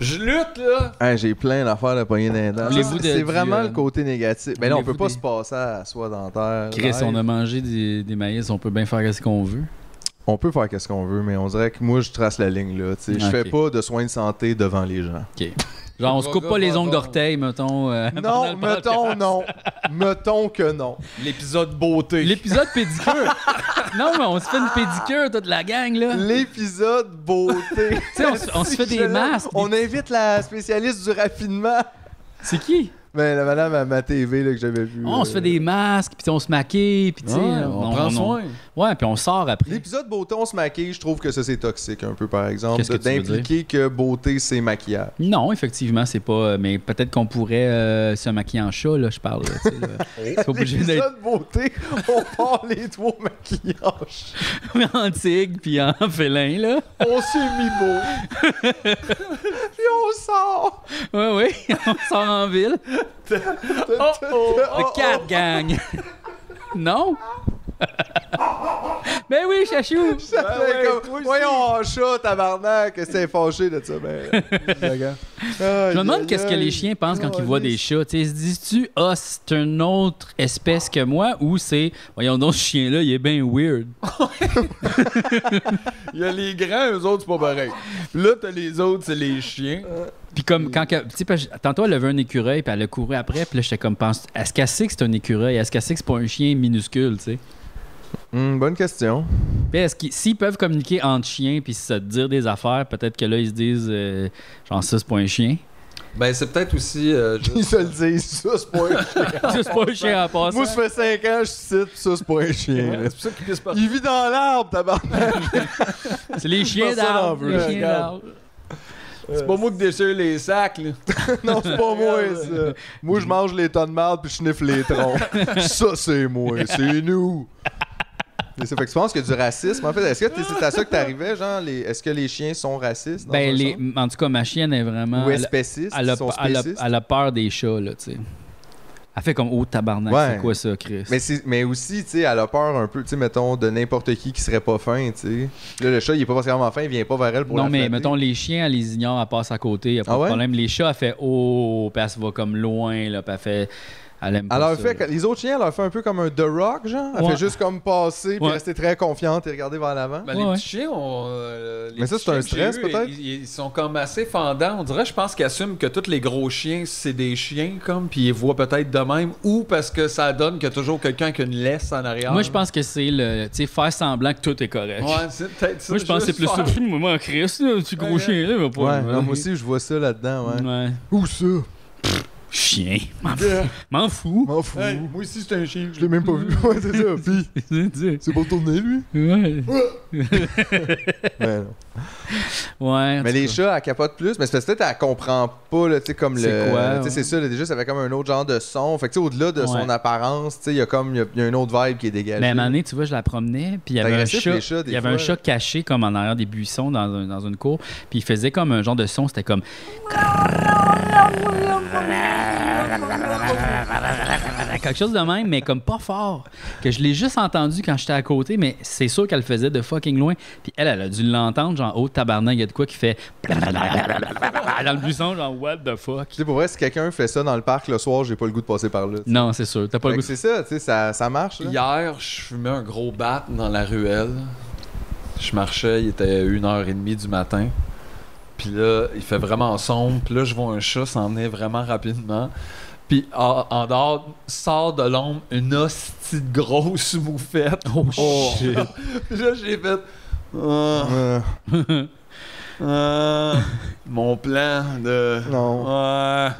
C: Je lutte, là!
B: Hey, J'ai plein d'affaires de poignées d'un dents.
A: Voulez-vous de-
B: C'est
A: du,
B: vraiment
A: euh,
B: le côté négatif. Mais là, on peut
A: voulez-vous
B: pas
A: des-
B: se passer à soi dentaire.
A: Chris,
B: live.
A: on a mangé des, des maïs, on peut bien faire ce qu'on veut.
B: On peut faire qu'est-ce qu'on veut, mais on dirait que moi, je trace la ligne là. tu sais. Je
A: Ok.
B: fais pas de soins de santé devant les gens.
A: Ok. Genre, on
B: Je
A: se
B: vais
A: coupe pas
B: voir,
A: les
B: voir,
A: ongles
B: voir.
A: d'orteil, mettons. euh, pendant
B: Non,
A: le
B: mettons
A: podcast.
B: non. mettons que non.
C: L'épisode beauté.
A: L'épisode pédicure. non, mais on se fait une pédicure, toute la gang, là.
B: L'épisode beauté.
A: Tu sais, on se- on se fait des
B: Je l'aime.
A: masques,
B: On invite la spécialiste du raffinement.
A: C'est qui?
B: Ben, la madame à ma TV là, que j'avais euh, vu.
A: on se fait des masques, puis on se maquille, puis tu sais,
C: on prend soin.
A: Ouais, puis on sort après.
B: L'épisode beauté, on se maquille, je trouve que ça c'est toxique un peu par exemple.
A: Qu'est-ce que
B: de-
A: tu veux
B: D'impliquer que beauté c'est maquillage.
A: Non, effectivement, c'est pas. euh, Mais peut-être qu'on pourrait euh, se maquiller en chat, là, je parle. là, tu sais, là. C'est obligé d'être
B: L'épisode beauté, on part les doigts au maquillage.
A: en tigre puis en félin, là.
B: On s'est mis beau. Puis on sort.
A: Oui, oui, on sort en ville.
B: Oh, oh,
A: Le cat gang. non? ben oui, Chachou.
B: Ça fait
C: ouais,
B: comme,
C: toi aussi.
B: voyons en chat, tabarnak, que c'est fâché de ça. Ben, regarde.
A: Je me demande qu'est-ce que les chiens pensent quand ils voient des chats. Tu sais, Ils se disent-tu, ah, c'est une autre espèce que moi ou c'est, voyons donc, ce chien-là, il est bien weird.
C: Il y a les grands, eux autres, c'est pas pareil. Là, t'as les autres, c'est les chiens.
A: Puis comme quand que- tu sais parce que tantôt elle avait un écureuil puis elle a couru après puis là j'étais comme pense est-ce qu'elle sait que c'est un écureuil est-ce qu'elle sait que c'est pas un chien minuscule tu sais
B: Hmm, bonne question.
A: puis est-ce qu'ils s'ils peuvent communiquer entre chiens puis se dire des affaires peut-être que là ils se disent euh, genre ça c'est pas un chien
C: Ben, c'est peut-être aussi. euh, juste-
B: Ils se le disent, ça c'est pas un chien.
A: ça c'est pas un chien à passer
B: Moi, ça fait 5 ans, je cite, ça c'est pas un chien. là.
C: c'est pour ça qu'ils pissent pas.
B: Il vit dans l'arbre, tabarnak.
A: c'est les chiens
B: Personne en
A: d'arbre
B: veut,
A: les
B: là,
A: chiens
B: regarde.
A: d'arbre
C: C'est pas moi qui déchire les sacs, là.
B: Non, c'est pas moi, ça. Moi, je mange les tonnes de marde puis je sniffe les troncs. ça, c'est moi, c'est nous. Mais ça fait que tu penses que du racisme, en fait, est-ce que t'es- c'est à ça que t'arrivais, genre, les... est-ce que les chiens sont racistes? dans
A: ben
B: un
A: les
B: sens?
A: en tout cas ma chienne est vraiment
B: Ou
A: elle,
B: espécistes,
A: elle a,
B: ils sont
A: elle a-
B: spécistes?
A: elle a peur des chats là tu sais elle fait comme oh tabarnak
B: Ouais.
A: c'est quoi ça Chris
B: Mais, c'est- mais aussi, tu sais, elle a peur un peu, tu sais, mettons, de n'importe qui qui serait pas fin, tu sais. Là, le chat, il est pas forcément fin, il vient pas vers elle pour
A: non,
B: la
A: mais
B: flatter.
A: mettons, les chiens, elle les ignore, elle passe à côté, y a pas
B: Ah
A: de
B: ouais?
A: problème. Les chats, elle fait oh, puis elle se va comme loin, là, puis elle fait. Elle aime pas
B: Elle leur
A: ça, là.
B: fait, que- les autres chiens, elle leur fait un peu comme un The Rock, genre. Elle
A: Ouais.
B: fait juste comme passer, puis
A: Ouais.
B: rester très confiante et regarder vers l'avant.
C: Ben,
A: Ouais,
C: les
A: ouais.
C: petits chiens, on, euh, les
B: Hein? Mais ça,
C: petits
B: c'est un
C: chiens que j'ai
B: stress,
C: eus,
B: peut-être?
C: Ils, ils sont comme assez fendants. On dirait, je pense qu'ils assument que tous les gros chiens, c'est des chiens, comme, puis ils voient peut-être de même, ou parce que ça donne qu'il y a toujours quelqu'un qui a une laisse en arrière.
A: Moi, je pense que c'est le. Tu sais, faire semblant que tout est correct.
C: Ouais, c'est peut-être ça.
A: Moi, je pense que c'est plus ça.
C: ça.
A: Moi, Chris, là, petit gros
C: Ouais.
A: chien, là, il va pas.
B: Ouais, non, moi aussi, je vois ça là-dedans, ouais.
A: Ben, Ouais.
B: Où ça?
A: Chien. M'en fous. M'en fous.
B: M'en fous.
C: moi aussi, c'est un chien.
B: Je l'ai même pas vu. Ouais, c'est ça. Puis, c'est pour tourner, lui?
A: ouais.
B: Ouais, non.
A: Ouais.
B: Mais les chats, elle capote plus, mais c'est parce que peut-être elle comprend pas, là, tu sais, comme le.
A: C'est quoi,
B: Tu
A: ouais.
B: sais, c'est ça, là, déjà, ça fait comme un autre genre de son. Fait que, tu sais, au-delà de son
A: Ouais. apparence,
B: apparence, tu sais, il y a comme, il y a- il y, a une autre vibe qui est dégagée.
A: Mais à un moment donné, tu vois, je la promenais, puis il y avait un
B: agressif,
A: chat,
B: les chats, des
A: il y avait un
B: fois.
A: chat caché comme en arrière des buissons dans, un- dans une cour, puis il faisait comme un genre de son, c'était comme quelque chose de même, mais comme pas fort, que je l'ai juste entendu quand j'étais à côté, mais c'est sûr qu'elle le faisait de fucking loin, puis elle, elle a dû l'entendre genre oh tabarnak, il y a de quoi qui fait dans le buisson genre what the fuck.
B: Tu sais, pour vrai, si quelqu'un fait ça dans le parc le soir, j'ai pas le goût de passer par là. tu sais.
A: Non, c'est sûr, t'as pas
B: Fait
A: le
B: que
A: goût. de-
B: c'est ça, tu sais, ça, ça marche. là.
C: Hier, je fumais un gros bat dans la ruelle. Je marchais, il était 1h30 du matin. Puis là, il fait vraiment sombre. Puis là, je vois un chat s'en est vraiment rapidement. Puis en, en dehors, sort de l'ombre une hostie de grosse moufette. Oh, shit! là, j'ai fait... Ah,
B: Euh,
C: ah, mon plan de...
B: non.
C: Ouais.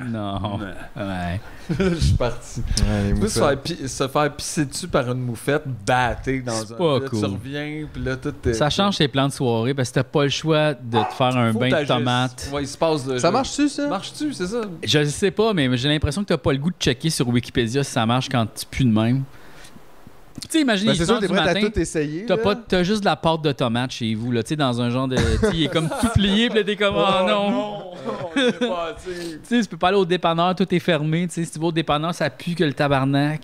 A: Non. Ouais.
C: je suis parti.
B: Ouais, les
C: Tu peux se
B: moufettes.
C: faire, pi- se faire pisser dessus par une moufette, battée dans
A: C'est
C: un.
A: pas
C: là,
A: cool.
C: Tu reviens, puis là, tout est.
A: Ça change tes plans de soirée parce que t'as pas le choix de te faire un
C: Faut
A: bain de
C: t'agisses.
A: tomates.
C: Ouais, il se passe de.
B: Ça marche-tu, ça?
C: Marche-tu, c'est ça?
A: Je le sais pas, mais j'ai l'impression que t'as pas le goût de checker sur Wikipédia si ça marche quand tu pues de même. Tu sais, imagine,
B: Ben,
A: il
B: c'est
A: sort
B: sûr, t'es
A: du
B: prêt à
A: matin,
B: tout essayer.
A: t'as
B: là.
A: pas- t'as juste de la pâte de tomate chez vous, là, tu sais, dans un genre de... tu sais, il est comme tout plié, puis là, t'es comme, oh non!
C: on est pas, tu
A: Tu
C: sais.
A: sais, tu peux pas aller au dépanneur, tout est fermé, tu sais, si tu vas au dépanneur, ça pue que le tabarnak.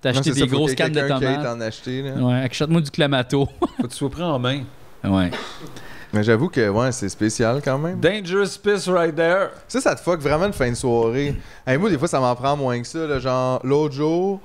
A: T'as
B: Non,
A: acheté
B: c'est
A: des
B: ça, faut
A: grosses
B: qu'il y
A: cannes
B: ait
A: de
B: quelqu'un qui aille
A: tomates.
B: t'en acheter, là.
A: Ouais, achète-moi du clamato.
C: Faut que tu sois pris en main.
A: ouais.
B: Mais j'avoue que, ouais, c'est spécial quand même.
C: Dangerous piss right there.
B: Ça,
C: Mm.
B: ça te fuck vraiment une fin de soirée. Hey, moi, des fois, ça m'en prend moins que ça. là. Genre, l'autre jour,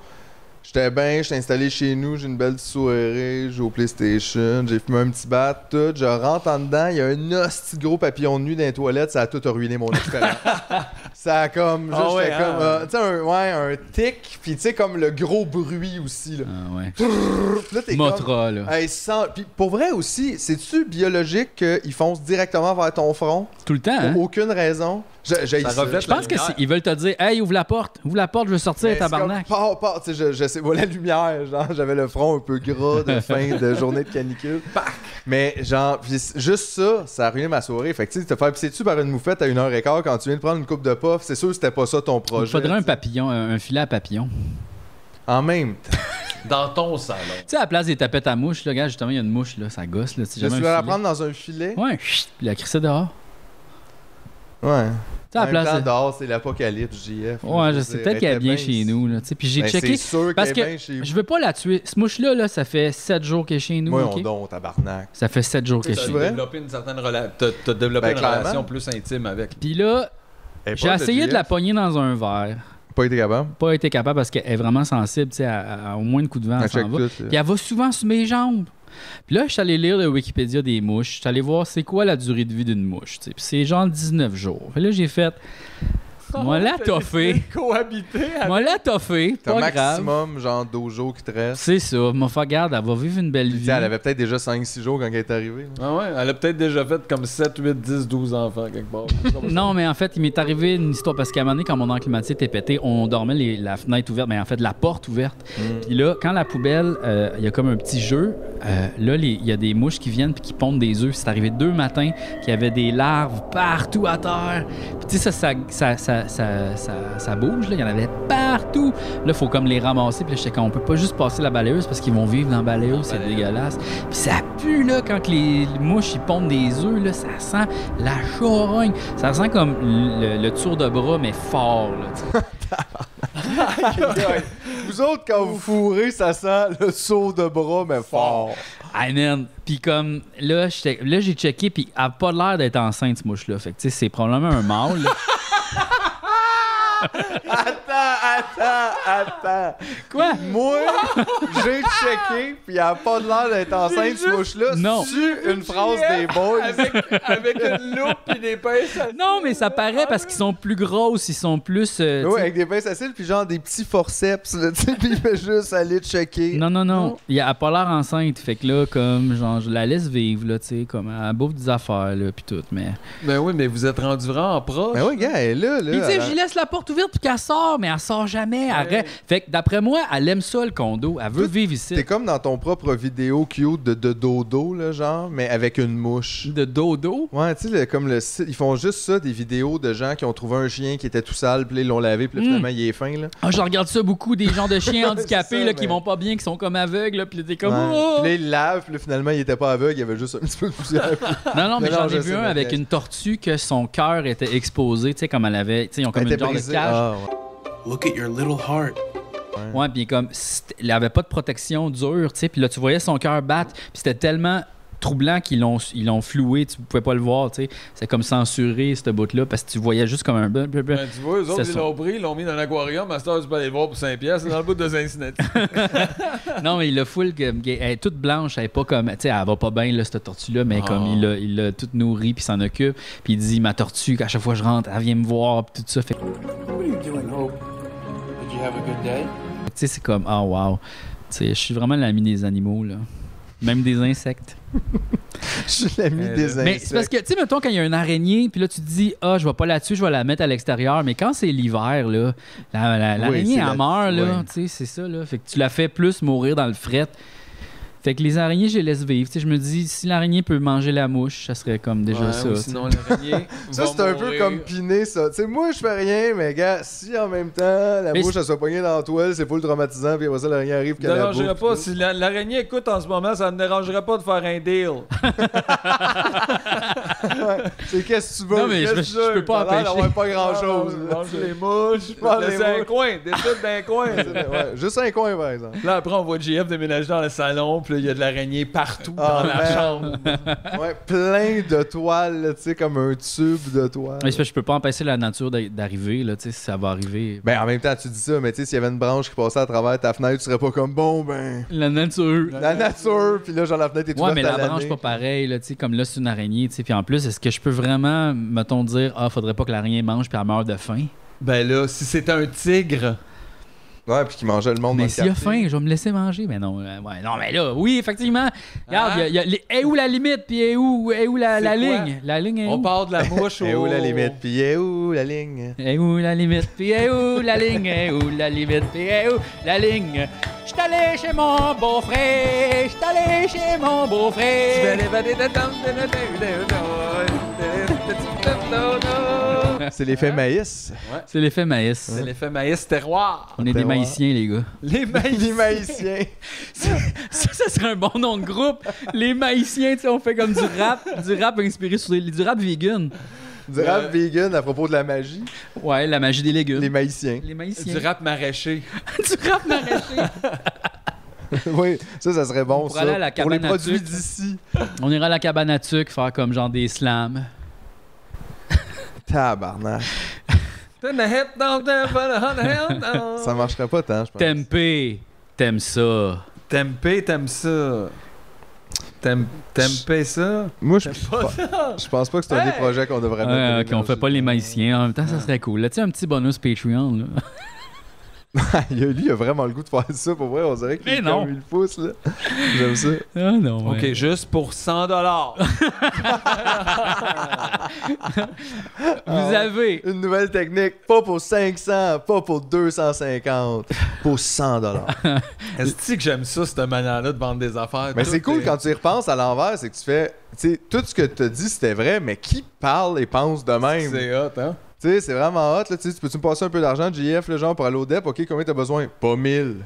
B: J'étais bien, j'étais installé chez nous, j'ai une belle soirée, je joue au PlayStation, j'ai fumé un petit bat, tout. Je rentre en dedans, il y a un hostie de gros papillon de nuit dans les toilettes, ça a tout ruiné mon expérience. ça a comme,
C: Ah
B: j'étais
C: ouais,
B: comme,
C: hein?
B: euh, tu sais, un, ouais, un tic, puis tu sais, comme le gros bruit aussi, là.
A: Ah ouais.
C: Mm.
B: Là, t'es comme-
A: Motra, là.
B: Hey, sans- Puis pour vrai aussi, c'est-tu biologique qu'ils foncent directement vers ton front?
A: Tout le temps, hein?
B: Pour aucune raison. Je, j'ai
C: Ça reflète
A: Je pense que c'est- ils veulent te dire Hey, ouvre la porte, ouvre la porte, je veux sortir,
B: Mais c'est
A: tabarnak.
B: comme, Pars, pars, tu sais, je, je sais pas, la lumière, genre, j'avais le front un peu gras de fin de journée de canicule. Pac! Mais genre, pis c'est- juste ça, ça a ruiné ma soirée. Fait que tu sais, te faire pisser-tu par une moufette à une heure et quart quand tu viens de prendre une coupe de puff, c'est sûr que c'était pas ça ton
A: Il
B: projet.
A: faudrait un papillon, un, un filet à papillon.
B: En même temps,
C: Dans ton salon.
A: Tu sais, à la place des tapettes à mouche, là, gars, justement, il y a une mouche, là, ça gosse, là. Si
B: je
A: jamais
B: suis
A: un
B: allé la
A: filet.
B: prendre dans un filet.
A: Ouais, chut, puis la crisser dehors.
B: Ouais.
A: Tu sais,
B: En
A: à
B: même
A: la place.
B: temps,
A: de-
B: dehors, c'est l'apocalypse, JF.
A: Ouais, je sais, peut-être qu'elle est bien chez nous, là, tu sais. Puis j'ai checké.
B: Ben, C'est sûr
A: parce
B: qu'elle
A: que
B: est bien chez
A: Je veux pas la tuer. Ce mouche-là, là, ça fait 7 jours qu'elle est chez nous.
B: Moi,
A: ok?
B: on donne, tabarnak.
A: Ça fait 7 jours
C: Tu
A: qu'elle est
C: as
A: chez
B: vrai?
A: nous.
C: développé une certaine rela- t'as- t'as développé
B: Ben,
C: une
B: clairement.
C: relation plus intime avec.
A: Puis là,
B: Elle est
A: j'ai
B: pas
A: essayé de la
B: JF.
A: pogner dans un verre.
B: Pas été capable.
A: Pas été capable parce qu'elle est vraiment sensible, tu sais, à- à- au moins de coup de vent,
B: Elle
A: elle s'en
B: Ben, check
A: Ah, va.
B: tout, là.
A: Puis elle va souvent sur mes jambes. Puis là, je suis allé lire le Wikipédia des mouches. Je suis allé voir c'est quoi la durée de vie d'une mouche. tu sais. Puis c'est genre 19 jours. Fait là, j'ai fait. Moi, la toffée.
C: Cohabiter avec.
A: Moi, la toffée.
B: T'as un
A: Pas grave.
B: maximum, genre, dojo qui te reste.
A: C'est ça. Mon frère, regarde, elle va vivre une belle
B: Puis, tu
A: vie.
B: sais, elle avait peut-être déjà 5-6 jours quand elle est arrivée. là.
C: Ah ouais, elle a peut-être déjà fait comme 7, 8, 10, 12 enfants quelque part.
A: Non, mais en fait, il m'est arrivé une histoire parce qu'à un moment donné, quand mon climatique était pété, on dormait les- la fenêtre ouverte, mais en fait, la porte ouverte. Euh, Puis là, quand la poubelle, euh, il y a comme un petit jeu, euh, là, les- il y a des mouches qui viennent puis qui pondent des œufs. C'est arrivé deux matins qu'il y avait des larves partout à terre. Puis tu sais, ça, ça, ça, ça, ça, ça- ça bouge, là. il y en avait partout. Là, faut comme les ramasser. Puis là, j'étais comme, on peut pas juste passer la balayeuse parce qu'ils vont vivre dans la balayeuse, c'est dégueulasse. Puis ça pue, là, quand que les mouches, ils pondent des œufs, là, ça sent la charogne. Ça sent comme le, le tour de bras, mais fort, là, tu sais.
B: Vous autres, quand vous fourrez, ça sent le saut de bras, mais fort.
A: Hey Ah, man, puis comme là, j'étais- là j'ai checké, puis elle a pas l'air d'être enceinte, ce mouche-là. Fait que tu sais, c'est probablement un mâle. là.
B: Attends, attends.
A: Quoi?
B: Moi, j'ai checké, puis elle a pas de l'air d'être enceinte, ce mouche-là.
A: Non.
B: Tu une phrase des boys.
C: avec une loupe et des pinces à
A: Non, mais ça paraît parce qu'ils sont plus grosses, ils sont plus. euh, tu
B: Ouais,
A: sais-
B: avec des pinces à cils, puis genre des petits forceps, là, tu sais, puis il fait juste aller checker.
A: Non, non, non. Il a elle a pas l'air enceinte. Fait que là, comme, genre, je la laisse vivre, là, tu sais, comme, elle bouffe des affaires, là, puis tout, mais.
C: Ben oui, mais vous êtes rendu vraiment proche.
B: Ben oui, gars, elle est là, là.
A: Puis tu sais,
B: elle-
A: j'y laisse la porte ouverte puis qu'elle sort, mais elle sort jamais. Elle reste- Fait que d'après moi, elle aime ça le condo. Elle veut
B: Toi,
A: vivre ici.
B: T'es comme dans ton propre vidéo cute de, de dodo, là, genre, mais avec une mouche.
A: De dodo.
B: Ouais, tu sais, le- comme le site, ils font juste ça, des vidéos de gens qui ont trouvé un chien qui était tout sale, puis là, ils l'ont lavé, puis là,
A: Mm.
B: finalement, il est fin, là.
A: Ah, je regarde ça beaucoup, des gens de chiens handicapés
B: ça,
A: là, qui
B: mais-
A: vont pas bien, qui sont comme aveugles, là, puis t'es comme.
B: Ouais.
A: Oh!
B: Puis là, il lave, puis là, finalement, il était pas aveugle, il avait juste un petit peu de poussière.
A: Non, non, mais
B: Non,
A: j'en
B: non,
A: ai
B: je
A: vu
B: sais,
A: un
B: mais
A: avec
B: après-
A: une tortue que son cœur était exposé, tu sais, comme elle avait. Tu sais, ils ont comme
B: Elle
A: une
B: était
A: genre de
B: brisée.
A: cage.
B: Ah, ouais.
H: Look at your little heart.
A: Ouais, puis comme c't- il avait pas de protection dure, tu sais, puis là tu voyais son cœur battre, puis c'était tellement troublant qu'ils l'ont ils l'ont floué, tu pouvais pas le voir, tu sais. C'est comme censuré ce bout là parce que tu voyais juste comme un bleu, bleu, bleu.
C: Ben, tu vois, eux autres,
A: C'est
C: ils
A: ça.
C: l'ont pris, ils l'ont mis dans l'aquarium. À cette heure, tu peux aller voir pour 5 piastres. C'est dans le bout de Cincinnati.
A: Non, mais il l'a full comme- elle est toute blanche, elle est pas comme tu sais, elle va pas bien là cette tortue là, mais
C: Ah.
A: comme il l'a il l'a toute nourrie puis s'en occupe, puis il dit ma tortue à chaque fois que je rentre, elle vient me voir puis tout ça fait que, tu
D: What are you doing, Hope? Did you have a good day?
A: sais c'est comme ah wow. Tu sais, je suis vraiment l'ami des animaux là. Même des insectes.
B: Je suis l'ami
C: là.
B: des
A: Mais c'est parce
B: insectes.
A: que, tu sais, mettons, quand il y a une araignée, puis là, tu te dis, ah, je vais pas la tuer, je vais la mettre à l'extérieur. Mais quand c'est l'hiver, là, la- la-
B: Oui,
A: l'araignée,
B: c'est
A: elle
B: la-
A: meurt, là.
B: oui.
A: Tu sais, c'est ça, là. Fait que tu la fais plus mourir dans le fret. Fait que les araignées, je les laisse vivre. Tu sais, je me dis, si l'araignée peut manger la mouche, ça serait comme déjà
C: Ouais,
A: ça.
C: ou
A: tu sais.
C: Sinon, l'araignée.
B: Ça,
C: va
B: c'est un peu
C: mourir.
B: comme piner, ça. Tu sais, moi, je fais rien, mais gars, si en même temps, la
A: Mais
B: mouche, elle soit pognée dans la toile, c'est pas le traumatisant, puis après ça, l'araignée arrive,
C: Ça
B: qu'elle
C: ne
B: la
C: dérangerait
B: bouffe.
C: pas. Si la- l'araignée écoute en ce moment, ça ne dérangerait pas de faire un deal.
B: C'est qu'est-ce que tu veux?
A: Non, mais je-
B: Qu'est-ce que
A: je
B: tu veux?
A: peux pas
B: T'as l'air
A: empêcher.
B: d'avoir pas grand-chose.
C: Ah,
B: là.
C: Mange les mouches.
B: Mange
C: laisse
B: les
C: un
B: mouches.
C: coin. Décide d'un coin.
B: Ouais, juste un coin, par exemple.
C: Là, après, on voit JF déménager dans le salon, puis là, là, il y a de l'araignée partout
B: Ah,
C: dans la
B: man.
C: chambre.
B: Ouais, plein de toiles, là, tu sais, comme un tube de toile.
A: Mais c'est parce que je peux pas empêcher la nature d'a- d'arriver, là, tu sais, ça va arriver.
B: Ben, en même temps, tu dis ça, mais tu sais, s'il y avait une branche qui passait à travers ta fenêtre, tu serais pas comme bon, ben.
A: La nature.
B: La nature, puis là, genre, la fenêtre est
A: Ouais,
B: ouverte
A: mais
B: à
A: la branche,
B: l'année.
A: pas pareil, là, tu sais, comme là, c'est une araignée, tu sais. Puis en plus, est-ce que je peux vraiment, mettons, dire, ah, faudrait pas que l'araignée mange puis elle meurt de faim?
C: Ben là, si c'était un tigre.
B: Ouais, puis qui mangeait le monde
A: Mais
B: dans le
A: s'il a
B: quartier.
A: faim, je vais me laisser manger. Mais non, euh, ouais, non, mais là, oui, effectivement. Regarde, il y a- il y a les- est où la limite, puis est où, est où la,
C: C'est
A: la
C: quoi?
A: ligne? La ligne est
C: On
A: où?
C: part de la mouche au.
B: Et où la limite, puis et où la ligne?
A: Est Eh où la limite, puis est où la ligne? Est où la limite, puis est où la ligne? J'suis allé chez mon beau-frère, j'suis allé chez mon beau-frère.
B: C'est l'effet
A: Hein?
B: maïs.
A: C'est l'effet maïs.
C: C'est l'effet maïs terroir.
A: On est des
B: Terroir.
A: maïciens, les gars.
C: Les maïs.
B: Les maïsiens.
A: Ça, ça serait un bon nom de groupe. Les maïciens, tu sais, on fait comme du rap, du rap inspiré sur les, du rap vegan.
B: Du rap vegan à propos de la magie.
A: Ouais, la magie des légumes.
B: Les
A: Les,
B: maïsiens.
A: maïciens.
C: Du rap maraîcher.
A: du rap maraîcher.
B: oui, ça, ça serait bon,
A: Pour
B: ça.
A: aller à la
B: Pour les
A: cabane à
B: produits
A: sucre.
B: d'ici.
A: On ira à la cabane à tuc faire comme genre des slams.
B: Tabarnak. Ça marcherait pas tant, je pense.
A: Tempé, t'aimes ça.
C: Tempé, t'aimes ça. T'aimes tempé ça?
B: Moi, je, je pense pas que c'est un des projets qu'on devrait mettre.
A: Ouais,
B: à
A: ok, on fait pas les maïciens. En même temps, ça serait cool. Là, tu sais, un petit bonus Patreon. Là.
B: l'énergie. Lui, il a vraiment le goût de faire ça, pour vrai. On dirait qu'il
A: Mais non.
B: comme il pousse, là. J'aime ça.
A: Ah non,
C: Ok,
A: ouais.
C: juste pour 100$.
A: Vous avez
B: Une nouvelle technique, pas pour 500, pas pour 250, pour 100 dollars.
C: Est-ce que j'aime ça, cette manière-là de vendre des affaires?
B: Mais
C: Tout
B: c'est cool
C: est-
B: quand tu y repenses à l'envers, c'est que tu fais, tu sais, tout ce que tu dit c'était vrai, mais qui parle et pense de même
C: C'est hot, hein?
B: Tu sais, c'est vraiment hot. Là, tu sais, tu peux-tu me passer un peu d'argent, JF, le genre, pour aller au DEP? OK, combien t'as besoin? Pas 1000.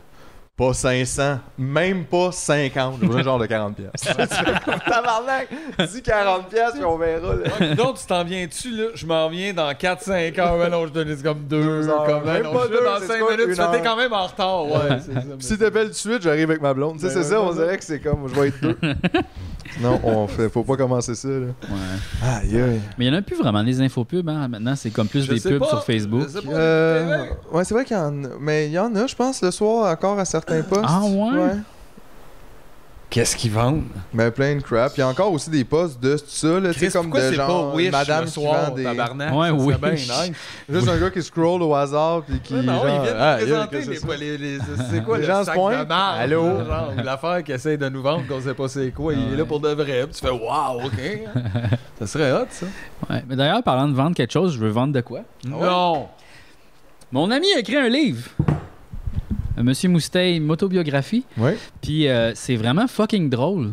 B: Pas 500. Même pas 50. J'ai besoin de genre de 40 piastres. Tu fais comme, Tabarnak! Dis 40 piastres, puis on verra. Là.
C: Donc, tu t'en viens-tu, là? Je m'en viens dans 4-5 heures. Ouais, non, je donne c'est comme 2
B: Deux
C: heures.
B: heures.
C: Comme, ouais,
B: Même
C: non,
B: pas
C: je suis
B: deux,
C: dans
B: c'est
C: 5
B: quoi,
C: minutes.
B: une
C: Tu fais, t'es
B: heure.
C: quand même en retard. Ouais, Ah, ben c'est Ben ça.
B: Si t'appelles tout de suite, j'arrive avec ma blonde. Tu sais, c'est ça, on dirait que c'est comme, je vais être deux. non, on fait, faut pas commencer ça, là.
A: Ouais.
B: Aïe, aïe.
A: Mais il n'y en a plus vraiment des infopubs. Hein. Maintenant, c'est comme plus
C: Je
A: des
C: sais
A: pubs
C: pas,
A: sur Facebook.
C: je sais pas,
B: Euh,
C: mais-
B: ouais, c'est vrai qu'il y en a. Mais il y en a, je pense, le soir, encore à certains postes.
A: Ah ouais?
C: Qu'est-ce qu'ils vendent?
B: Mais Ben, plein de crap. Il y a encore aussi des postes de ça, là. Tu sais,
C: Chris,
B: comme
C: pourquoi
B: de
C: c'est
B: genre
C: pas Wish
B: madame
C: le
B: qui
C: soir,
B: vend des-
C: tabarnak?
A: Ouais,
C: ça serait
A: Wish.
C: bien nice.
B: Juste un gars qui scroll au hasard puis qui.
C: Ouais, non, ils
B: genre,
C: viennent
B: ah,
C: nous présenter
B: qu'est-ce que
C: les-
B: c'est ça?
C: les- les- c'est quoi
B: Les
C: le
B: gens se
C: sac
B: pointent.
C: de marde,
B: Allô?
C: là, genre, ou l'affaire qu'ils essayent de nous vendre qu'on sait pas c'est quoi, il est là pour de vrai. Puis tu fais waouh, OK. ça serait hot ça.
B: Ah
A: Ouais. Mais d'ailleurs, parlant de vendre quelque chose, je veux vendre de quoi?
C: Non.
A: Mon ami a écrit un livre. Euh, Monsieur Mousteil, une autobiographie.
B: Ouais.
A: Puis euh, c'est vraiment fucking drôle.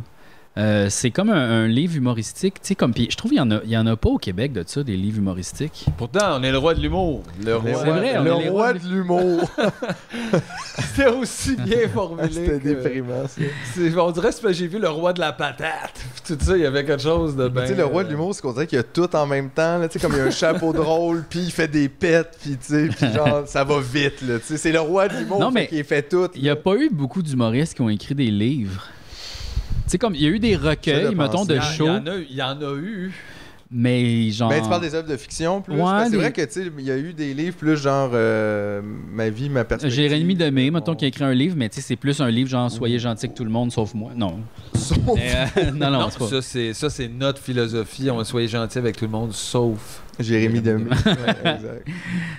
A: Euh, c'est comme un, un livre humoristique, tu sais, comme puis je trouve il y en a il y en a pas au Québec de ça des livres humoristiques.
C: Pourtant, on est le roi de l'humour. Le
B: Le
A: C'est
B: roi-
A: vrai, on
B: le
A: est les rois
B: roi de l'humour.
C: C'est aussi bien formulé.
B: C'était
C: que-
B: déprimant, ça.
C: c'est- on dirait que c'est parce que j'ai vu le roi de la patate. Puis tout ça, il y avait quelque chose de ben.
B: tu sais, le roi de
C: euh,
B: l'humour, c'est qu'on dirait qu'il y a tout en même temps. là. Tu sais, comme il y a un chapeau drôle, puis il fait des pets, puis tu sais, puis genre, ça va vite. Là. Tu sais, c'est le roi de l'humour
A: Non, mais
B: qui fait tout.
A: Il n'y a
B: là.
A: pas eu beaucoup d'humoristes qui ont écrit des livres. Tu sais comme il y a eu des
B: Ça
A: recueils
B: dépend.
A: mettons
C: Il
A: de
C: y, en- il y
A: shows,
C: en a, il y en a eu.
A: mais genre
B: Mais Ben, tu parles des œuvres de fiction plus.
A: Ouais,
B: Parce que
A: des-
B: C'est vrai que tu sais, il y a eu des livres plus genre euh, ma vie, ma perspective. Euh,
A: Jérémy Demé, mettons,
B: On-
A: qui a écrit un livre, mais tu sais, c'est plus un livre genre Soyez gentil avec tout le monde sauf moi. Non. Mais, euh, non, non,
C: Non,
A: c'est pas.
C: ça c'est ça c'est notre philosophie. On soyez gentil avec tout le monde, sauf.
B: Jérémy Demé. Ouais, exact.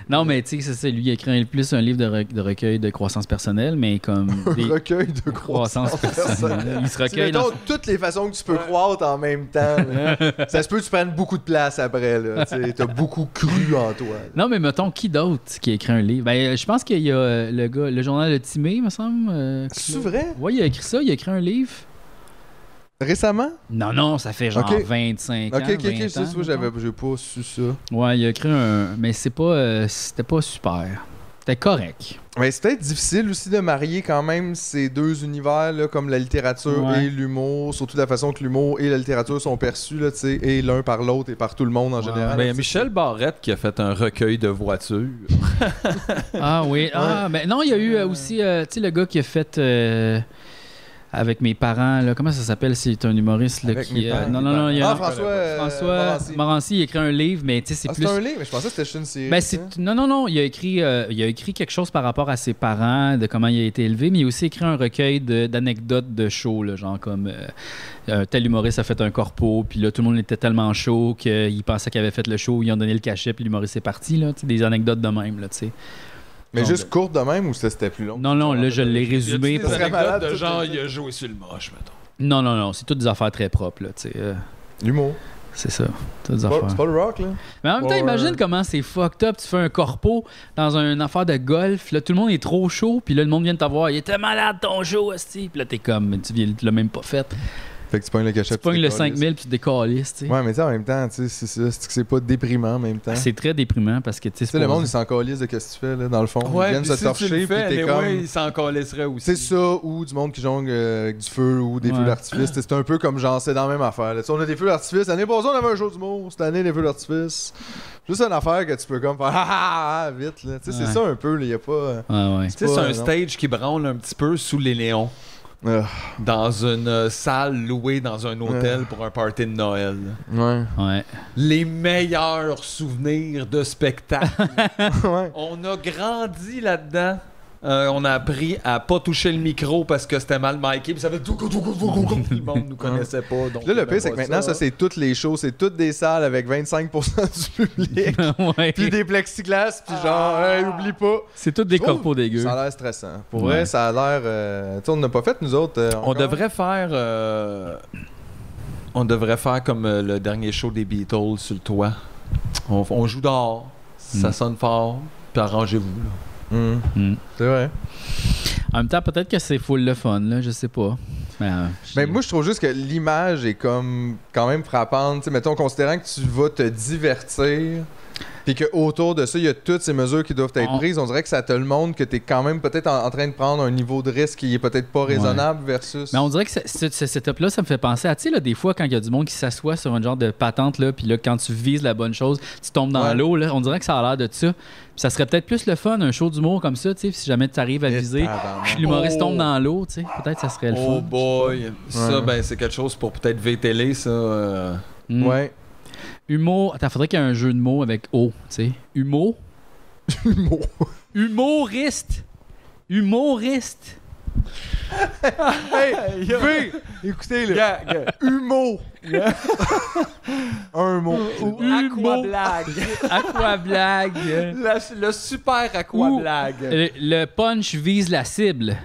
A: Non, mais tu sais, c'est ça. Lui, il a écrit un- plus un livre de, re- de recueil de croissance personnelle, mais comme. des
B: Recueil de croissance.
A: croissance personnelle. Il se
B: Tu
A: recueille
B: mettons
A: dans.
B: toutes les façons que tu peux croître en même temps. là. ça se peut que tu prennes beaucoup de place après. là. Tu sais, T'as beaucoup cru en toi. là.
A: Non, mais mettons, qui d'autre qui a écrit un livre Ben, euh, je pense qu'il y a euh, le gars, le journal de Timé, me semble. euh,
B: C'est vrai?
A: Ouais, il a écrit ça, il a écrit un livre.
B: Récemment?
A: Non, non, ça fait genre
B: Ok.
A: 25 ans.
B: Ok, ok, ok.
A: 20
B: Je sais,
A: ans,
B: tu vois, j'avais- j'ai pas su ça.
A: mettons. Ouais, il a écrit un. Mais c'est pas. euh, C'était pas super. C'était correct.
B: Mais c'est peut-être difficile aussi de marier quand même ces deux univers, là, comme la littérature
A: Ouais.
B: et l'humour, surtout la façon que l'humour et la littérature sont perçus, là, tu sais, et l'un par l'autre et par tout le monde en général.
C: Ben, Michel Barrette qui a fait un recueil de voitures.
A: ben Ah oui. Ah, mais non, il y a eu euh, aussi, euh, tu sais, le gars qui a fait. euh, avec mes parents. Là, comment ça s'appelle C'est un humoriste là,
B: Avec
A: qui.
B: mes
A: euh,
B: parents.
A: non, non, non. il y a-
B: Ah, François, euh,
A: François
B: Morancy.
A: Morancy, il écrit un livre, mais tu sais, c'est
B: Ah,
A: plus.
B: c'est un livre, hein? mais je pensais que c'était juste une série.
A: Ben,
B: ça.
A: c'est- non, non, non. Il a, écrit, euh, il a écrit quelque chose par rapport à ses parents, de comment il a été élevé, mais il a aussi écrit un recueil de- d'anecdotes de, show, là, genre comme euh, euh, tel humoriste a fait un corpo, puis là, tout le monde était tellement chaud qu'il pensait qu'il avait fait le show, ils ont donné le cachet, puis l'humoriste est parti. Là, tu sais, des anecdotes de même, là, tu sais.
B: Mais
A: Non,
B: juste
A: ben-
B: courte de même ou ça, c'était plus long?
A: Non, non, là, je l'ai
C: Y a-tu
A: résumé.
C: des
A: parce-
C: anecdotes
B: malade,
C: de
B: tout
C: genre,
B: le
C: il a joué sur le moche, mettons.
A: Non, non, non. C'est toutes des affaires très propres, là, tu sais. euh,
B: L'humour.
A: c'est ça. Toutes des
B: C'est pas-
A: affaires.
B: c'est pas le rock, là?
A: Mais en même temps,
B: Or-
A: imagine comment c'est fucked up. Tu fais un corpo dans un- une affaire de golf. Là, tout le monde est trop chaud. Puis là, le monde vient de t'avoir. Il était malade ton show, hostie. Puis là, t'es comme, mais tu viens- tu l'as même pas fait.
B: Fait que tu pognes le cachet.
A: Tu
B: puis tu
A: pognes le
B: décolles.
A: 5000 puis tu décalisses, tu sais.
B: Ouais, mais tu sais, en même temps, tu sais, c'est ça. C'est que c'est pas déprimant en même temps. Tu
A: Ah, C'est très déprimant parce que, tu sais,
B: sais,
A: c'est
B: le
A: pas-
B: monde, ils s'en calissent de ce que tu fais, là, dans le fond. ils viennent
C: puis
B: se
C: si
B: torcher,
C: tu le
B: puis
C: fais,
B: t'es
C: anyway,
B: comme.
C: il s'en collerait aussi.
B: C'est ça, ou du monde qui jongle euh, avec du feu ou des
A: Ouais.
B: feux d'artifice. C'est un peu comme genre, c'est dans la même affaire. là. Tu sais, On a des feux d'artifice. L'année passée, on avait un show d'humour. Cette année, les feux d'artifice. Juste une affaire que tu peux comme faire ah, ah, ah, vite. là. Tu sais,
A: Ouais.
B: C'est ça un peu. Il n'y a pas. euh,
A: Ouais, ouais.
C: Tu sais, c'est
B: pas,
C: un
B: non.
C: stage qui branle un petit peu sous les néons.
B: euh,
C: Dans une euh, salle louée dans un hôtel pour un party de Noël.
B: ouais.
A: Ouais.
C: Les meilleurs souvenirs de spectacle.
B: Ouais.
C: on a grandi là-dedans. Euh, on a appris à pas toucher le micro parce que c'était mal miqué. Puis ça fait tout, tout, tout, tout, tout, tout. le monde nous connaissait pas. Donc
B: Puis Là,
C: on
B: le pire,
C: aimait
B: c'est que
C: pas
B: maintenant, ça, c'est toutes les shows. C'est toutes des salles avec 25% du public.
A: Ouais.
B: puis des plexiglas, puis genre, hey, oublie pas.
A: C'est tous des
B: trouve-
A: corpos dégueux.
B: Ça a l'air stressant. Pour
A: Ouais.
B: vrai, ça a l'air. euh, tu sais, on n'a pas fait, nous autres. euh,
C: On
B: encore.
C: devrait faire. euh, On devrait faire comme euh, le dernier show des Beatles sur le toit. On, on joue dehors, ça
A: Mm.
C: sonne fort, puis arrangez-vous. là.
B: Hmm.
A: Mm.
B: C'est vrai.
A: En même temps, peut-être que c'est full le fun, là. Je sais pas. Mais, euh,
B: Mais Ben, moi, je trouve juste que l'image est comme quand même frappante. Tu sais, mettons, considérant que tu vas te divertir. Puis qu'autour de ça, il y a toutes ces mesures qui doivent être
A: On-
B: prises. On dirait que ça te le montre que tu es quand même peut-être en, en train de prendre un niveau de risque qui est peut-être pas raisonnable versus.
A: Mais on dirait que ce, ce, ce setup-là, ça me fait penser à, tu sais, là, des fois, quand il y a du monde qui s'assoit sur une genre de patente, là, puis là, quand tu vises la bonne chose, tu tombes dans
B: Ouais.
A: l'eau, là, on dirait que ça a l'air de ça. Puis ça serait peut-être plus le fun, un show d'humour comme ça, tu sais, si jamais tu arrives à viser,
B: Ah,
A: puis l'humoriste tombe dans l'eau, tu sais, peut-être ça serait le
C: Oh
A: fun.
C: boy! Ça,
B: Ouais.
C: ben, c'est quelque chose pour peut-être VTL, ça. euh,
A: Mm.
B: ben, Ouais.
A: Humour, attends, faudrait qu'il y ait un jeu de mots avec O, tu sais. Humour.
B: Humour.
A: Humoriste. Humoriste.
B: Hey, V, écoutez, le
C: gars, gars.
B: humour. un mot.
A: Humour.
C: Aquablague.
A: À quoi blague?
C: le, le super aquablague.
A: Le, le punch vise la cible.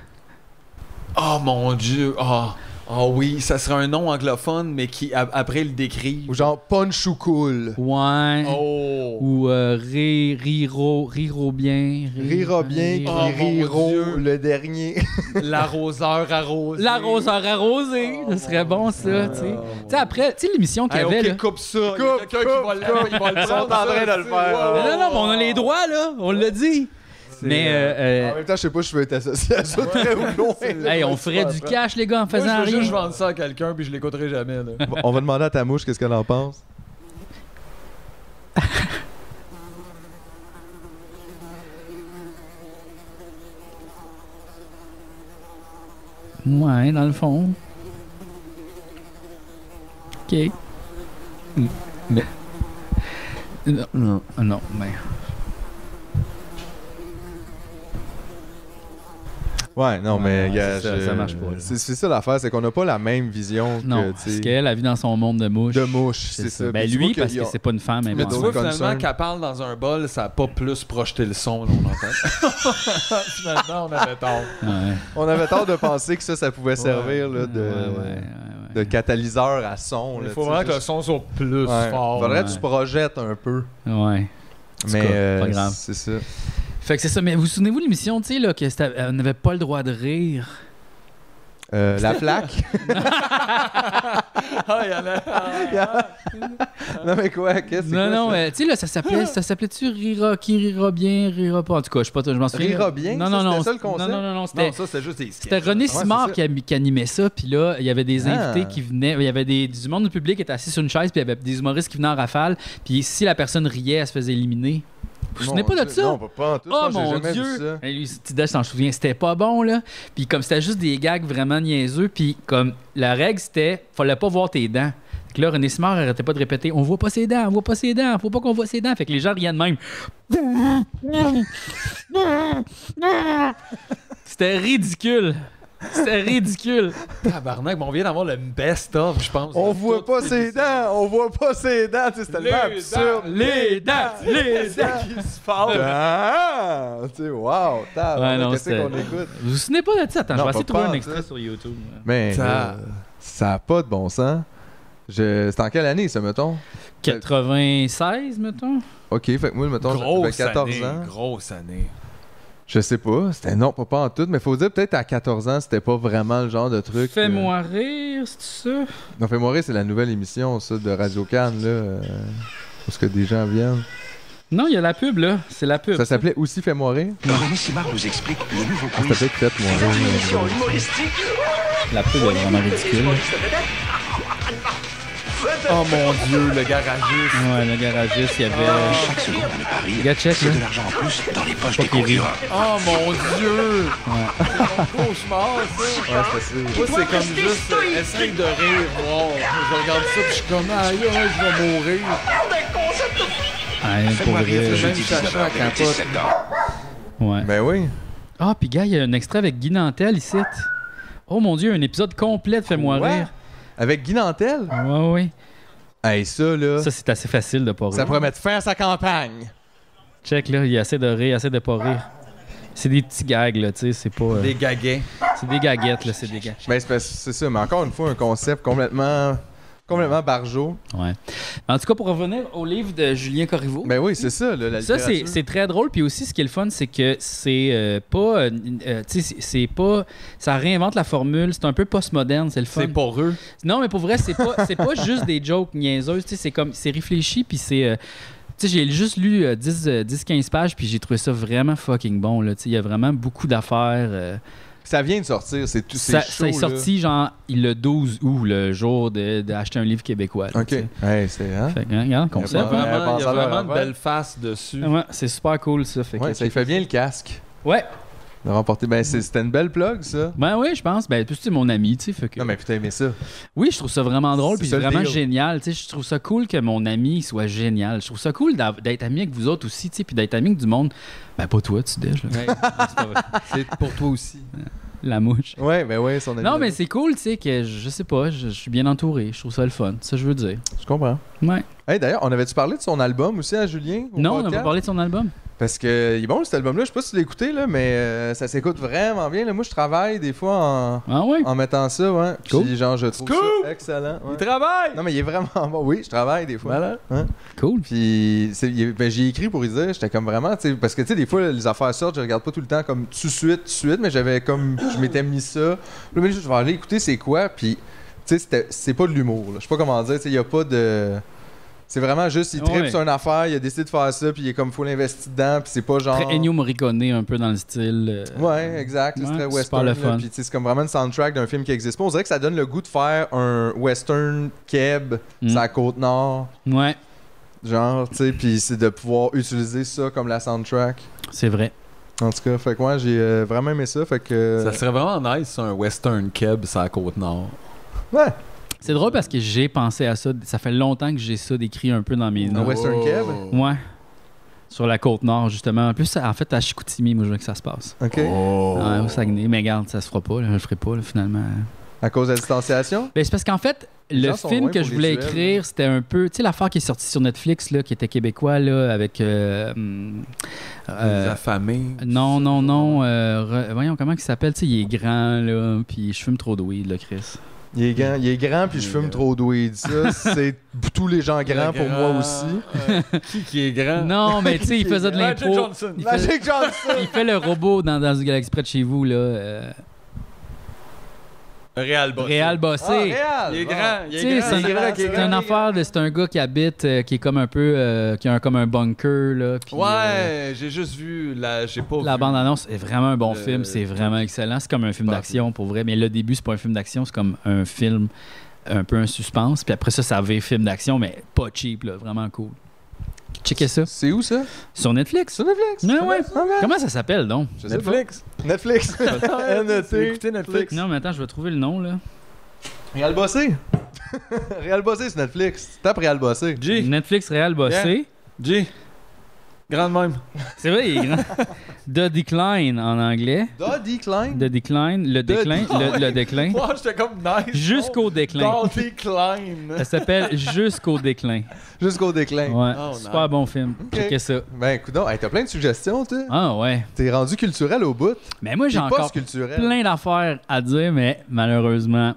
C: Oh mon dieu! Ah ah oui, ça serait un nom anglophone, mais qui, a- après, le décrit.
B: Ou genre punch ou cool.
A: Ouais.
C: Oh!
A: Ou euh, ri- riro, riro bien. ri- euh,
B: Rira bien qui
A: riro-
C: Oh, mon Dieu.
B: riro le dernier.
C: L'arroseur arrosé.
A: L'arroseur arrosé, ce serait bon ça, tu sais. Tu sais, après, tu sais, l'émission qu'il y
C: Ah. Hey,
A: avait,
C: ok,
A: là.
C: coupe ça. Il y a
B: Coupe,
C: quelqu'un qui va le- il va le
B: Ils sont en
C: prendre,
B: train
C: ça,
B: de le
C: tu sais.
B: faire.
C: Ouais, ouais,
A: Non, non, mais on a les droits, là, on l'a dit. Mais, euh,
B: En
C: Ah
B: même temps, je sais pas si je veux être associé à ça très ou loin.
A: euh, hey, on ferait du cash, les gars, en
C: Moi,
A: faisant
C: je veux
A: rien.
C: juste vendre ça à quelqu'un puis je l'écouterai jamais. là.
B: On va demander à ta mouche qu'est-ce qu'elle en pense.
A: Ouais, dans le fond. OK. Mais... Non, non, non, ben, mais...
B: Ouais, non, mais
A: ouais,
B: gars,
A: c'est ça,
B: je-
A: ça marche pas, là.
B: C'est c'est ça l'affaire, c'est qu'on n'a pas la même vision
A: Non,
B: que, tu
A: parce
B: sais,
A: qu'elle, elle vit dans son monde de mouches.
B: de mouche. C'est ça.
A: Ben
B: Puis tu vois
A: lui, parce
B: qu'il y
A: que
B: a-
A: c'est pas une femme, elle
B: Mais
A: est
C: Tu
B: Ouais.
A: morte.
C: vois,
B: Comme
C: finalement,
B: ça.
C: qu'elle parle dans un bol, ça a pas plus projeté le son, là, on entend. finalement, on avait tort.
A: Ouais.
B: On avait tort de penser que ça, ça pouvait servir là, de...
A: Ouais, ouais, ouais, ouais.
B: de catalyseur à son.
C: Il
B: là,
C: faut
B: tu sais,
C: vraiment que le
B: juste-
C: son soit plus
B: Ouais.
C: fort.
B: Faudrait que
A: ouais.
B: tu te projettes un peu.
A: Ouais. En tout
B: Mais
A: cas,
B: euh,
A: pas grave.
B: c'est ça.
A: Fait que c'est ça, mais vous souvenez-vous de l'émission, tu sais, là, que c'était- euh, on n'avait pas le droit de rire.
B: Euh, la plaque.
C: Ah, il y en a-
B: non mais quoi, qu'est-ce que
A: Non,
B: c'est
A: non,
B: quoi, ça? Ah!
A: mais tu sais, là, ça s'appelait, ça s'appelait-tu Rira, qui rira bien, rira pas. En tout cas, je sais pas, je m'en souviens.
B: Rira bien,
A: Non,
B: ça,
A: non, non.
B: c'était ça, le
A: c'était-
B: concept?
A: Non, non, non, c'était.
F: Non, ça, c'était juste des
A: C'était René
B: c'est
A: Simard
B: ça.
A: qui, ami- qui animait ça, puis là, il y avait des
B: Ah.
A: invités qui venaient, il y avait des, du monde du public qui était assis sur une chaise, puis il y avait des humoristes qui venaient en rafale, puis si la personne riait, elle se faisait éliminer. Vous vous souvenez pas de ça?
B: Non, pas, pas en tout.
A: Oh
B: non, j'ai
A: mon
B: jamais vu
A: dieu!
B: ça.
A: Hey, lui, Tidal, je t'en souviens, c'était pas bon, là. Puis comme c'était juste des gags vraiment niaiseux, puis comme la règle, c'était fallait pas voir tes dents. Fait que là, René Simard arrêtait pas de répéter on voit pas ses dents, on voit pas ses dents, faut pas qu'on voit ses dents. Fait que les gens riaient de même. C'était ridicule! C'était ridicule!
C: Tabarnak, mais on vient d'avoir le best-of, je pense.
B: On voit pas ses dents, on voit pas ses dents, tu sais, c'est
C: Les
B: tellement
C: dents,
B: absurde.
A: Les dents! Les dents!
C: qui se parle.
B: Ah! Tu sais, wow,
A: Ouais,
B: t'as,
A: non,
B: qu'est-ce
A: c'était-
B: qu'on écoute?
A: Vous vous souvenez pas de ça? Attends,
B: Non,
A: je vais
B: pas
A: essayer de trouver
B: pas,
A: un
B: ça.
A: extrait sur YouTube.
B: Mais
C: Ça-
B: euh, ça a pas de bon sens. Je... C'est en quelle année, ça, mettons?
A: 96, mettons?
B: Ok, fait que moi, mettons, j'avais
C: Grosse
B: 14
C: année,
B: ans.
C: grosse année.
B: Je sais pas, c'était non, pas, pas en tout, mais faut dire peut-être à 14 ans, c'était pas vraiment le genre de truc. euh.
A: Fais-moi rire, c'est ça?
B: Non, Fais-moi rire, c'est la nouvelle émission, ça, de Radio Cannes, là. euh, où est-ce que des gens viennent?
A: Non, il y a la pub, là. C'est la pub.
B: Ça s'appelait aussi Fais-moi rire?
K: René Simard nous explique le nouveau
B: Ah,
K: quiz.
B: C'était peut-être Faites-moi rire.
K: Émission humoristique.
A: La pub est vraiment ridicule.
C: Oh mon dieu, le garagiste.
A: Ouais, le garagiste, il y avait.
K: Chaque seconde de Paris,
A: Gars, check,
K: c'est
A: là.
K: de l'argent en plus dans les poches des
A: qu'il rit.
K: coureurs.
C: Oh mon dieu. C'est un cauchemar, ça.
B: Ouais, c'était ça.
C: Moi, c'est comme juste, euh, essaye de rire, wow. Je regarde ça, puis je suis comme, aïe, aïe, je vais mourir.
B: Euh,
A: Ah, pour
K: Fais-moi rire
A: vrai. là.
K: le jeudi 19h, 17 septembre.
A: Ouais.
B: Ben oui.
A: Ah, puis gars, il y a un extrait avec Guy Nantel ici. Oh mon dieu, un épisode complet de Fais-moi
B: Ouais.
A: rire.
B: Avec Guy Nantel?
A: Ouais, ouais.
B: Hey, ça, là,
A: Ça, c'est assez facile de pas rire.
B: ça promet de faire sa campagne.
A: Check, là, il essaie de rire, il essaie de pas rire. C'est des petits gags, là, tu sais, c'est pas. euh,
F: Des gaguets.
A: C'est des gaguettes, là, c'est des gags.
B: Ben, c'est parce- c'est ça, mais encore une fois, un concept complètement, complètement barjot.
A: Ouais. En tout cas, pour revenir au livre de Julien Corriveau.
B: Ben oui, c'est ça, là, la
A: Ça, c'est
B: littérature.
A: c'est très drôle. Puis aussi, ce qui est le fun, c'est que c'est euh, pas. euh, euh, tu sais, c'est- c'est pas. Ça réinvente la formule. C'est un peu postmoderne. C'est le fun.
C: C'est pour eux.
A: Non, mais pour vrai, c'est pas, c'est pas juste des jokes niaiseuses. tu sais, C'est comme. C'est réfléchi. Puis c'est. euh, tu sais, j'ai juste lu euh, 10-15 pages, puis j'ai trouvé ça vraiment fucking bon. là. Tu sais, Il y a vraiment beaucoup d'affaires. euh,
B: Ça vient de sortir, c'est tout.
A: ça,
B: c'est
A: ça est
B: chaud, là.
A: sorti, genre, le 12 août, le jour de- d'acheter un livre québécois. là,
B: Ok.
A: tu sais.
B: Hey, c'est. Hein?
A: Fait que, hein, regarde,
B: Il y a
C: Il y a
A: concept, hein.
C: vraiment, il y a
B: Pensez-leur
C: vraiment une
B: avant.
C: belle face dessus.
A: Ouais, c'est super cool, ça. Fait que-
B: Ouais, ça lui fait bien le casque
A: Ouais.
B: de remporter. Ben, c'est- c'était une belle plug, ça.
A: Ben oui, je pense. Ben, plus, c'est mon ami, tu sais. fait que-
B: Non, mais putain, mais ça.
A: Oui, je trouve ça vraiment drôle,
B: C'est
A: puis
B: ça, le
A: vraiment
B: deal.
A: génial. Tu sais, je trouve ça cool que mon ami soit génial. Je trouve ça cool d'av- d'être ami avec vous autres aussi, tu sais, puis d'être ami avec du monde. Ben, pas toi, tu déj, là.
F: C'est pour toi aussi.
A: la mouche.
B: Ouais, ben ouais, son ami.
A: Non, mais c'est cool, tu sais, que je je sais pas, je, je suis bien entouré. Je trouve ça le fun. Ça, je veux dire.
B: Je comprends.
A: Ouais.
B: Hey, d'ailleurs, on avait-tu parlé de son album aussi à Julien? au
A: non, on n'a
B: podcast?
A: pas parlé de son album.
B: Parce que, il est bon, cet album-là, je sais pas si tu l'as écouté, là, mais euh, ça s'écoute vraiment bien. Là. Moi, je travaille des fois en,
A: Ah ouais?
B: en mettant ça, ouais. Puis,
A: Cool.
B: genre, je trouve
C: Scoop!
B: ça excellent. ouais.
C: Il travaille!
B: Non, mais il est vraiment bon. Oui, je travaille des fois. Hein?
A: Cool.
B: Puis c'est- il- ben, j'ai écrit pour y dire, j'étais comme vraiment, tu sais, parce que tu sais, des fois, les affaires sortent, je regarde pas tout le temps comme tout de suite, tout de suite, mais j'avais comme, je m'étais mis ça. Là, mais je vais aller écouter c'est quoi, puis tu sais, c'était- c'est pas de l'humour, là. je sais pas comment dire, tu sais, il y a pas de. C'est vraiment juste, il
A: Ouais.
B: tripe sur une affaire, il a décidé de faire ça, puis il est comme full investi dedans, puis c'est pas genre.
A: Très Ennio Morricone, un peu dans le style. euh,
B: Ouais, exact.
A: Ouais,
B: c'est très
A: super
B: western.
A: le
B: là,
A: fun.
B: Puis tu sais, c'est comme vraiment une soundtrack d'un film qui existe pas. On dirait que ça donne le goût de faire un western keb,
A: Mm.
B: ça côte nord,
A: euh, Ouais,
B: genre, tu sais, puis c'est de pouvoir utiliser ça comme la soundtrack.
A: c'est vrai.
B: En tout cas, fait que moi, j'ai euh, vraiment aimé ça. Fait que. euh,
C: Ça serait vraiment nice, un western keb sur la Côte-Nord.
B: Ouais,
A: C'est drôle parce que j'ai pensé à ça. Ça fait longtemps que j'ai ça décrit un peu dans mes
B: un
A: notes.
C: Oh.
B: western keb.
A: Ouais. Sur la côte nord, justement. En plus, ça- en fait, à Chicoutimi, moi, je veux que ça se passe.
B: Ok.
C: Oh.
B: Oh.
A: Ouais, au Saguenay. Mais regarde, ça se fera pas. là. Je le ferai pas, là, finalement.
B: À cause de la distanciation.
A: Ben, c'est parce qu'en fait,
B: Les
A: le
B: gens sont
A: film
B: loin
A: que
B: pour
A: je
B: les
A: voulais
B: duels,
A: écrire, c'était un peu. Tu sais, l'affaire qui est sortie sur Netflix, là, qui était québécois, là, avec. euh, hum, euh,
C: La famille.
A: non, non, non. euh, re- voyons comment il s'appelle. Tu sais, il est grand, là. Puis je fume trop de weed, là, Chris.
B: Il est grand, il est grand puis je fume trop de weed. Ça, c'est tous les gens grands pour moi aussi.
C: euh, qui qui est grand?
A: Non, mais tu sais, il faisait de
C: Magic
A: l'impro.
C: Johnson.
A: Il fait-
B: Magic Johnson!
A: Il fait le robot dans, dans une galaxie près de chez vous, là. euh,
C: Real Boss.
A: Réal Bossé.
B: Ah, Réal!
C: Il est
B: Ah.
C: grand, il
A: Tu
C: est
A: sais,
C: grand.
A: c'est
B: il est
A: un,
B: grand, il est
A: c'est
B: grand,
A: un
B: il est
A: affaire de c'est un gars qui habite euh, qui est comme un peu euh, qui a un, comme un bunker là. puis, euh,
C: Ouais, j'ai juste vu la. J'ai pas
A: la
C: vu.
A: bande annonce est vraiment un bon
C: Le-
A: film, c'est vraiment excellent. C'est comme un film
C: Pas
A: d'action pour vrai, mais le début c'est pas un film d'action, c'est comme un film un peu un suspense, puis après ça ça va film d'action mais pas cheap là, vraiment cool. Checkez ça.
B: C'est où ça?
A: Sur Netflix.
B: Sur Netflix.
A: Non, ouais.
C: Ah,
A: Comment ça s'appelle donc?
B: Je sais pas. Netflix. E N-E-T.
C: Écoutez Netflix.
A: Non, mais attends, je vais trouver le nom là.
B: Réal Bossé. Réal Bossé, c'est Netflix. Tu tapes Réal Bossé.
C: G.
A: Netflix Real Bossé.
C: G. Grande même.
A: C'est vrai, il est grand. The Decline en anglais.
B: Da Decline.
A: The Decline. Le déclin. Le, le déclin.
C: Moi, j'étais comme nice.
A: Jusqu'au déclin.
C: Dans Decline.
A: Ça s'appelle Jusqu'au déclin.
B: Jusqu'au déclin.
A: Ouais.
C: Oh, nice.
A: Super bon film.
B: Ok.
A: Checkez ça.
B: Ben, écoute, hey, t'as plein de suggestions, tu
A: Ah ouais.
B: T'es rendu culturel au bout.
A: Mais moi, j'ai
B: T'es
A: encore
B: post culturel.
A: plein d'affaires à dire, mais malheureusement,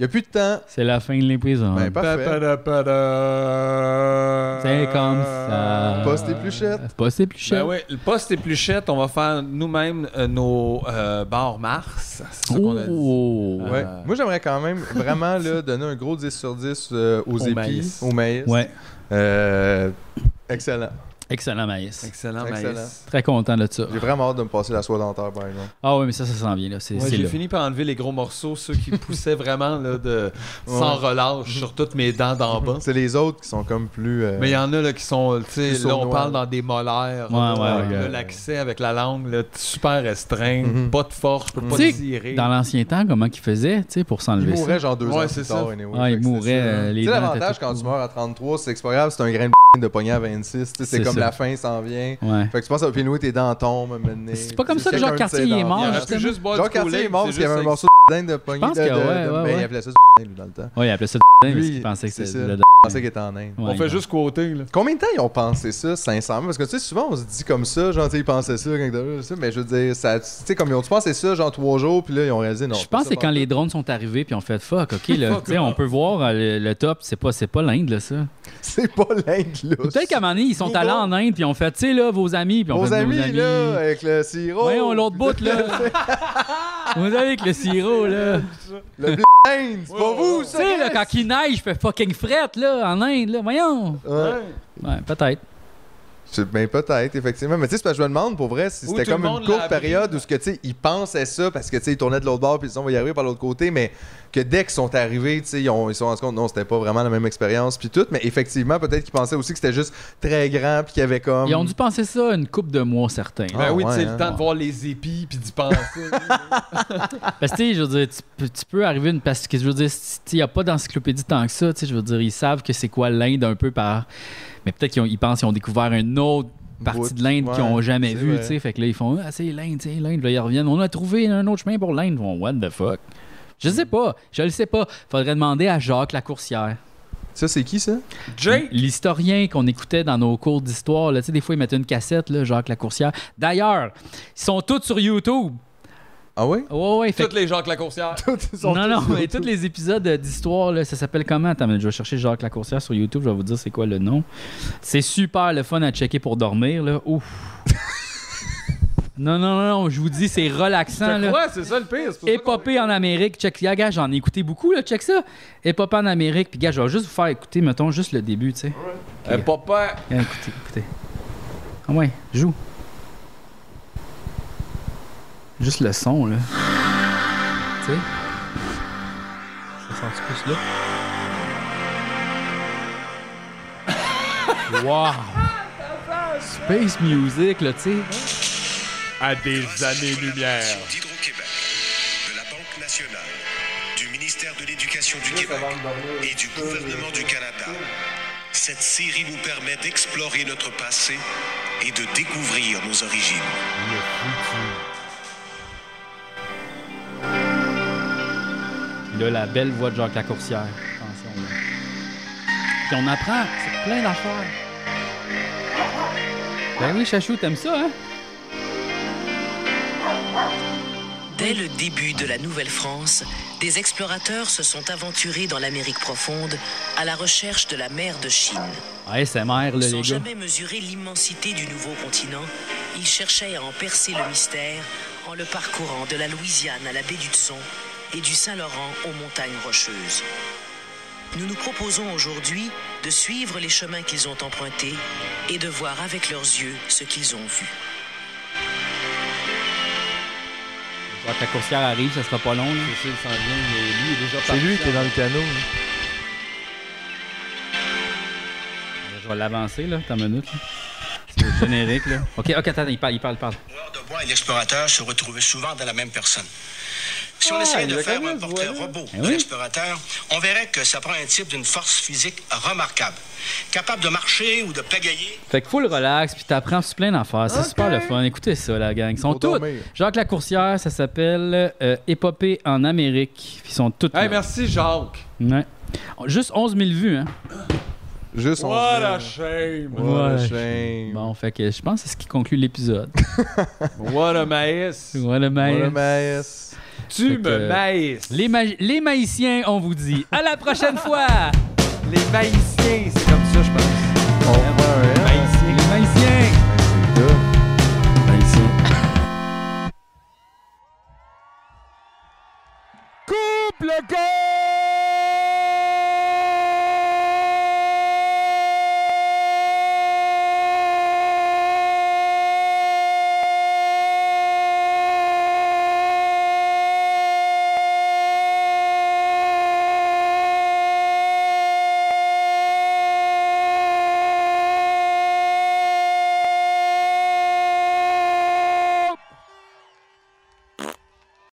B: Y a plus de temps.
A: c'est la fin de l'épisode.
B: Ben, parfait.
C: Pa-pa-da-pa-da.
A: C'est comme ça.
B: Poste épluchette.
A: C'est pas c'est plus cher.
C: Ben ouais, le poste épluchette, on va faire nous-mêmes euh, nos euh, barres Mars. C'est ça qu'on a dit.
A: Oh.
B: Ouais.
C: Euh,
B: Moi, j'aimerais quand même vraiment là, donner un gros 10 sur 10 euh, aux
C: Au
B: épis,
C: maïs.
B: au maïs.
A: Ouais.
B: Euh, excellent.
A: Excellent maïs.
C: Excellent,
B: Excellent.
C: Maïs.
A: Très content de ça.
B: J'ai vraiment hâte de me passer la soie dentaire, par exemple.
A: Ah oui, mais ça, ça s'en vient là. C'est
C: Ouais,
A: c'est
C: j'ai
A: là.
C: fini par enlever les gros morceaux, ceux qui poussaient vraiment là, de, sans relâche sur toutes mes dents d'en bas.
B: C'est les autres qui sont comme plus. euh,
C: Mais il y en a là, qui sont, tu sais,
B: Plus
C: là, on
B: sournois,
C: parle dans des molaires.
A: Ouais,
C: là,
A: ouais,
C: là,
B: ouais.
C: L'accès avec la langue, là, super restreint,
B: Mhm.
C: pas de force, je peux pas
A: Tu sais,
C: tirer.
A: Dans l'ancien temps, comment qu'ils faisaient, tu sais, pour
B: Ils
A: s'enlever ça?
B: mourraient genre deux
C: Ouais,
B: ans
C: c'est
B: plus
C: ça.
B: tard, anyway.
A: Ah,
B: Fait
A: ils
B: que c'est
A: mouraient.
B: ça.
A: euh, les
B: Tu sais,
A: dents
B: l'avantage
A: étaient
B: quand
A: toutes
B: tu meurs à 33, c'est que c'est pas grave, c'est un grain de de pognon à 26. tu sais,
A: C'est
B: C'est comme
A: ça.
B: la fin s'en vient.
A: Ouais.
B: Fait que tu penses à Pinoué, tes dents tombent, un moment donné.
A: C'est pas comme
B: Tu
A: ça que
B: sais,
A: Jean
B: quelqu'un de
A: Cartier
B: ses
A: est
B: dents.
A: mort,
C: Il aurait
A: justement.
C: pu juste boire
B: Jean
C: du Kool-Aid,
B: Cartier est mort
C: c'est
B: parce qu'il y
C: juste
B: avait un
C: avec-
B: morceau de dingue de pognon.
A: pense que ouais, ouais, ouais.
B: il appelait ça du dingue, lui, dans le temps.
A: Ouais, ils appelaient ça du parce qu'ils pensaient que
B: c'est
A: c'était
B: ça.
A: le d-
B: Je pensais qu'il était en Inde.
A: Ouais,
C: On fait
A: ils-
C: juste côté, là.
B: Combien de temps ils ont pensé ça, sincèrement? Parce que tu sais, souvent on se dit comme ça, genre, tu sais, ils pensaient ça, quand ils- ça, mais je veux dire, ça- tu sais, comme ils ont pensé ça, genre trois jours, puis là, ils ont réalisé non.
A: Je pense que c'est quand les drones sont arrivés puis on fait fuck, ok, là,
C: Fuck
A: tu sais, on peut voir euh, le, le top, c'est pas, c'est pas l'Inde, là, ça.
B: Bah, C'est pas l'Inde, là.
A: Peut-être qu'à un moment donné, ils sont
B: Google.
A: allés en Inde puis on fait, tu sais, là, vos amis, puis on
B: Vos
A: fait
B: amis,
A: nos amis.
B: là, oh. avec le sirop.
A: Voyons l'autre bout, là. Vous savez, avec le sirop, là.
B: Le blé d'Inde, c'est pas vous,
A: Tu
B: ça.
A: sais, là, quand il neige, il fait fucking fret, là, en Inde, là. Voyons.
B: Ouais.
A: Ouais, peut-être.
B: C'est- Ben, peut-être, effectivement. Mais tu sais, c'est parce que je me demande pour vrai si
C: Ou
B: c'était
C: tout le
B: comme une
C: monde l'a
B: courte
C: appris.
B: période où ce que, tu sais, ils pensaient ça parce que tu sais, ils tournaient de l'autre bord puis ils se sont on va y arriver par l'autre côté, mais que dès qu'ils sont arrivés, tu sais, ils, ont- ils se sont rendus compte non, c'était pas vraiment la même expérience puis tout. Mais effectivement, peut-être qu'ils pensaient aussi que c'était juste très grand puis qu'il y avait comme.
A: Ils ont dû penser ça une coupe de mois, certains.
B: Ah,
C: Ben oui,
B: ouais,
C: tu sais,
B: hein.
C: le temps de voir les épis puis d'y penser.
A: Parce que, tu sais, je veux dire, tu peux, tu peux arriver une. Parce que, je veux dire, il n'y a pas d'encyclopédie tant que ça, tu sais, je veux dire, ils savent que c'est quoi l'Inde un peu par. Mais peut-être qu'ils ont- ils pensent qu'ils ont découvert une autre partie
B: Bout.
A: de l'Inde qu'ils n'ont
B: Ouais,
A: jamais
B: c'est
A: vue,
B: vrai.
A: tu sais. Fait que là, ils font, ah, c'est l'Inde, c'est l'Inde. Là, ils reviennent, on a trouvé un autre chemin pour l'Inde. Ils font, what the fuck? Je
B: Mm.
A: sais pas, je le sais pas. Faudrait demander à Jacques Lacourcière.
B: Ça, c'est qui ça
C: Jay!
A: L'historien qu'on écoutait dans nos cours d'histoire, là, tu sais, des fois, ils mettaient une cassette, là, Jacques Lacourcière. D'ailleurs, ils sont tous sur YouTube.
B: Ah oui
A: Ouais, ouais, fait
C: Toutes les gens que la coursière.
A: non, non, mais tous les épisodes euh, d'histoire, là, ça s'appelle comment? Attends, mais je vais chercher Jacques Lacourcière sur YouTube, je vais vous dire c'est quoi le nom. C'est super le fun à checker pour dormir, là. Ouf. non, non, non, non, je vous dis, c'est relaxant, là.
C: Ouais, c'est ça le pire. c'est pour ça qu'on-
A: Épopée en Amérique, check, yeah, gars, j'en ai écouté beaucoup, là, check ça. Épopée en Amérique, puis gars, je vais juste vous faire écouter, mettons, juste le début, tu sais.
C: Eh, papa.
A: Gars, écoutez, écoutez. Ah ouais, joue. Juste le son, là. Tu sais? Ça sent plus là? Wow! Space music, là, tu sais.
C: À des années-lumière.
K: D'Hydro-Québec, de la Banque nationale, du ministère de l'Éducation du Québec et du gouvernement du Canada, cette série nous permet d'explorer notre passé et de découvrir nos origines.
A: Là, la belle voix de Jacques Lacourcière. Attention, là. Puis on apprend, c'est plein d'affaires. Ben oui, Chachou, t'aimes ça, hein?
L: Dès le début de la Nouvelle-France, des explorateurs se sont aventurés dans l'Amérique profonde à la recherche de la mer de Chine.
A: ASMR, là, les
L: Sans
A: gars.
L: jamais mesurer l'immensité du nouveau continent, ils cherchaient à en percer le mystère en le parcourant de la Louisiane à la baie d'Hudson et du Saint-Laurent aux montagnes rocheuses. Nous nous proposons aujourd'hui de suivre les chemins qu'ils ont empruntés et de voir avec leurs yeux ce qu'ils ont vu.
A: Jacques Lacourcière arrive, ça sera pas long, là.
C: C'est ça, il s'en vient, mais lui, il est déjà
B: C'est
C: parti
B: lui qui est
C: en-
B: dans le canot.
A: Je vais l'avancer, là, ta minute. là. C'est le générique, là. OK, OK, attends, il parle, il parle, il parle.
K: de bois et l'explorateur se retrouvaient souvent dans la même personne. Si on
A: Ah,
K: essayait
A: il
K: de
A: l'a
K: faire
A: quand
K: un
A: même,
K: portrait
A: voilà.
K: robot
A: Eh
K: de
A: oui.
K: l'explorateur, on verrait que ça prend un type d'une force physique remarquable, capable de marcher ou de pagayer.
A: Fait que full relax, puis t'apprends sur plein d'affaires. C'est super le fun. Écoutez ça, la gang. Ils sont tous. Jacques Lacourcière, ça s'appelle euh, Épopée en Amérique. Puis Ils sont tous.
C: Hey,
A: là.
C: merci, Jacques.
A: Ouais. Juste 11 000 vues, hein.
B: Juste
C: What a shame.
A: Bon, fait que je pense que c'est ce qui conclut l'épisode.
C: What a maïs.
A: What a maïs.
C: What a
B: maïs.
C: Tu
A: Fait
C: me
A: que- euh,
C: maïs.
A: Les, ma- les maïsiens, on vous dit. À la prochaine fois!
C: Les maïsiens, c'est comme ça, je pense.
A: hein.
C: Maïsiens.
A: Les maïsiens.
H: Couple goal!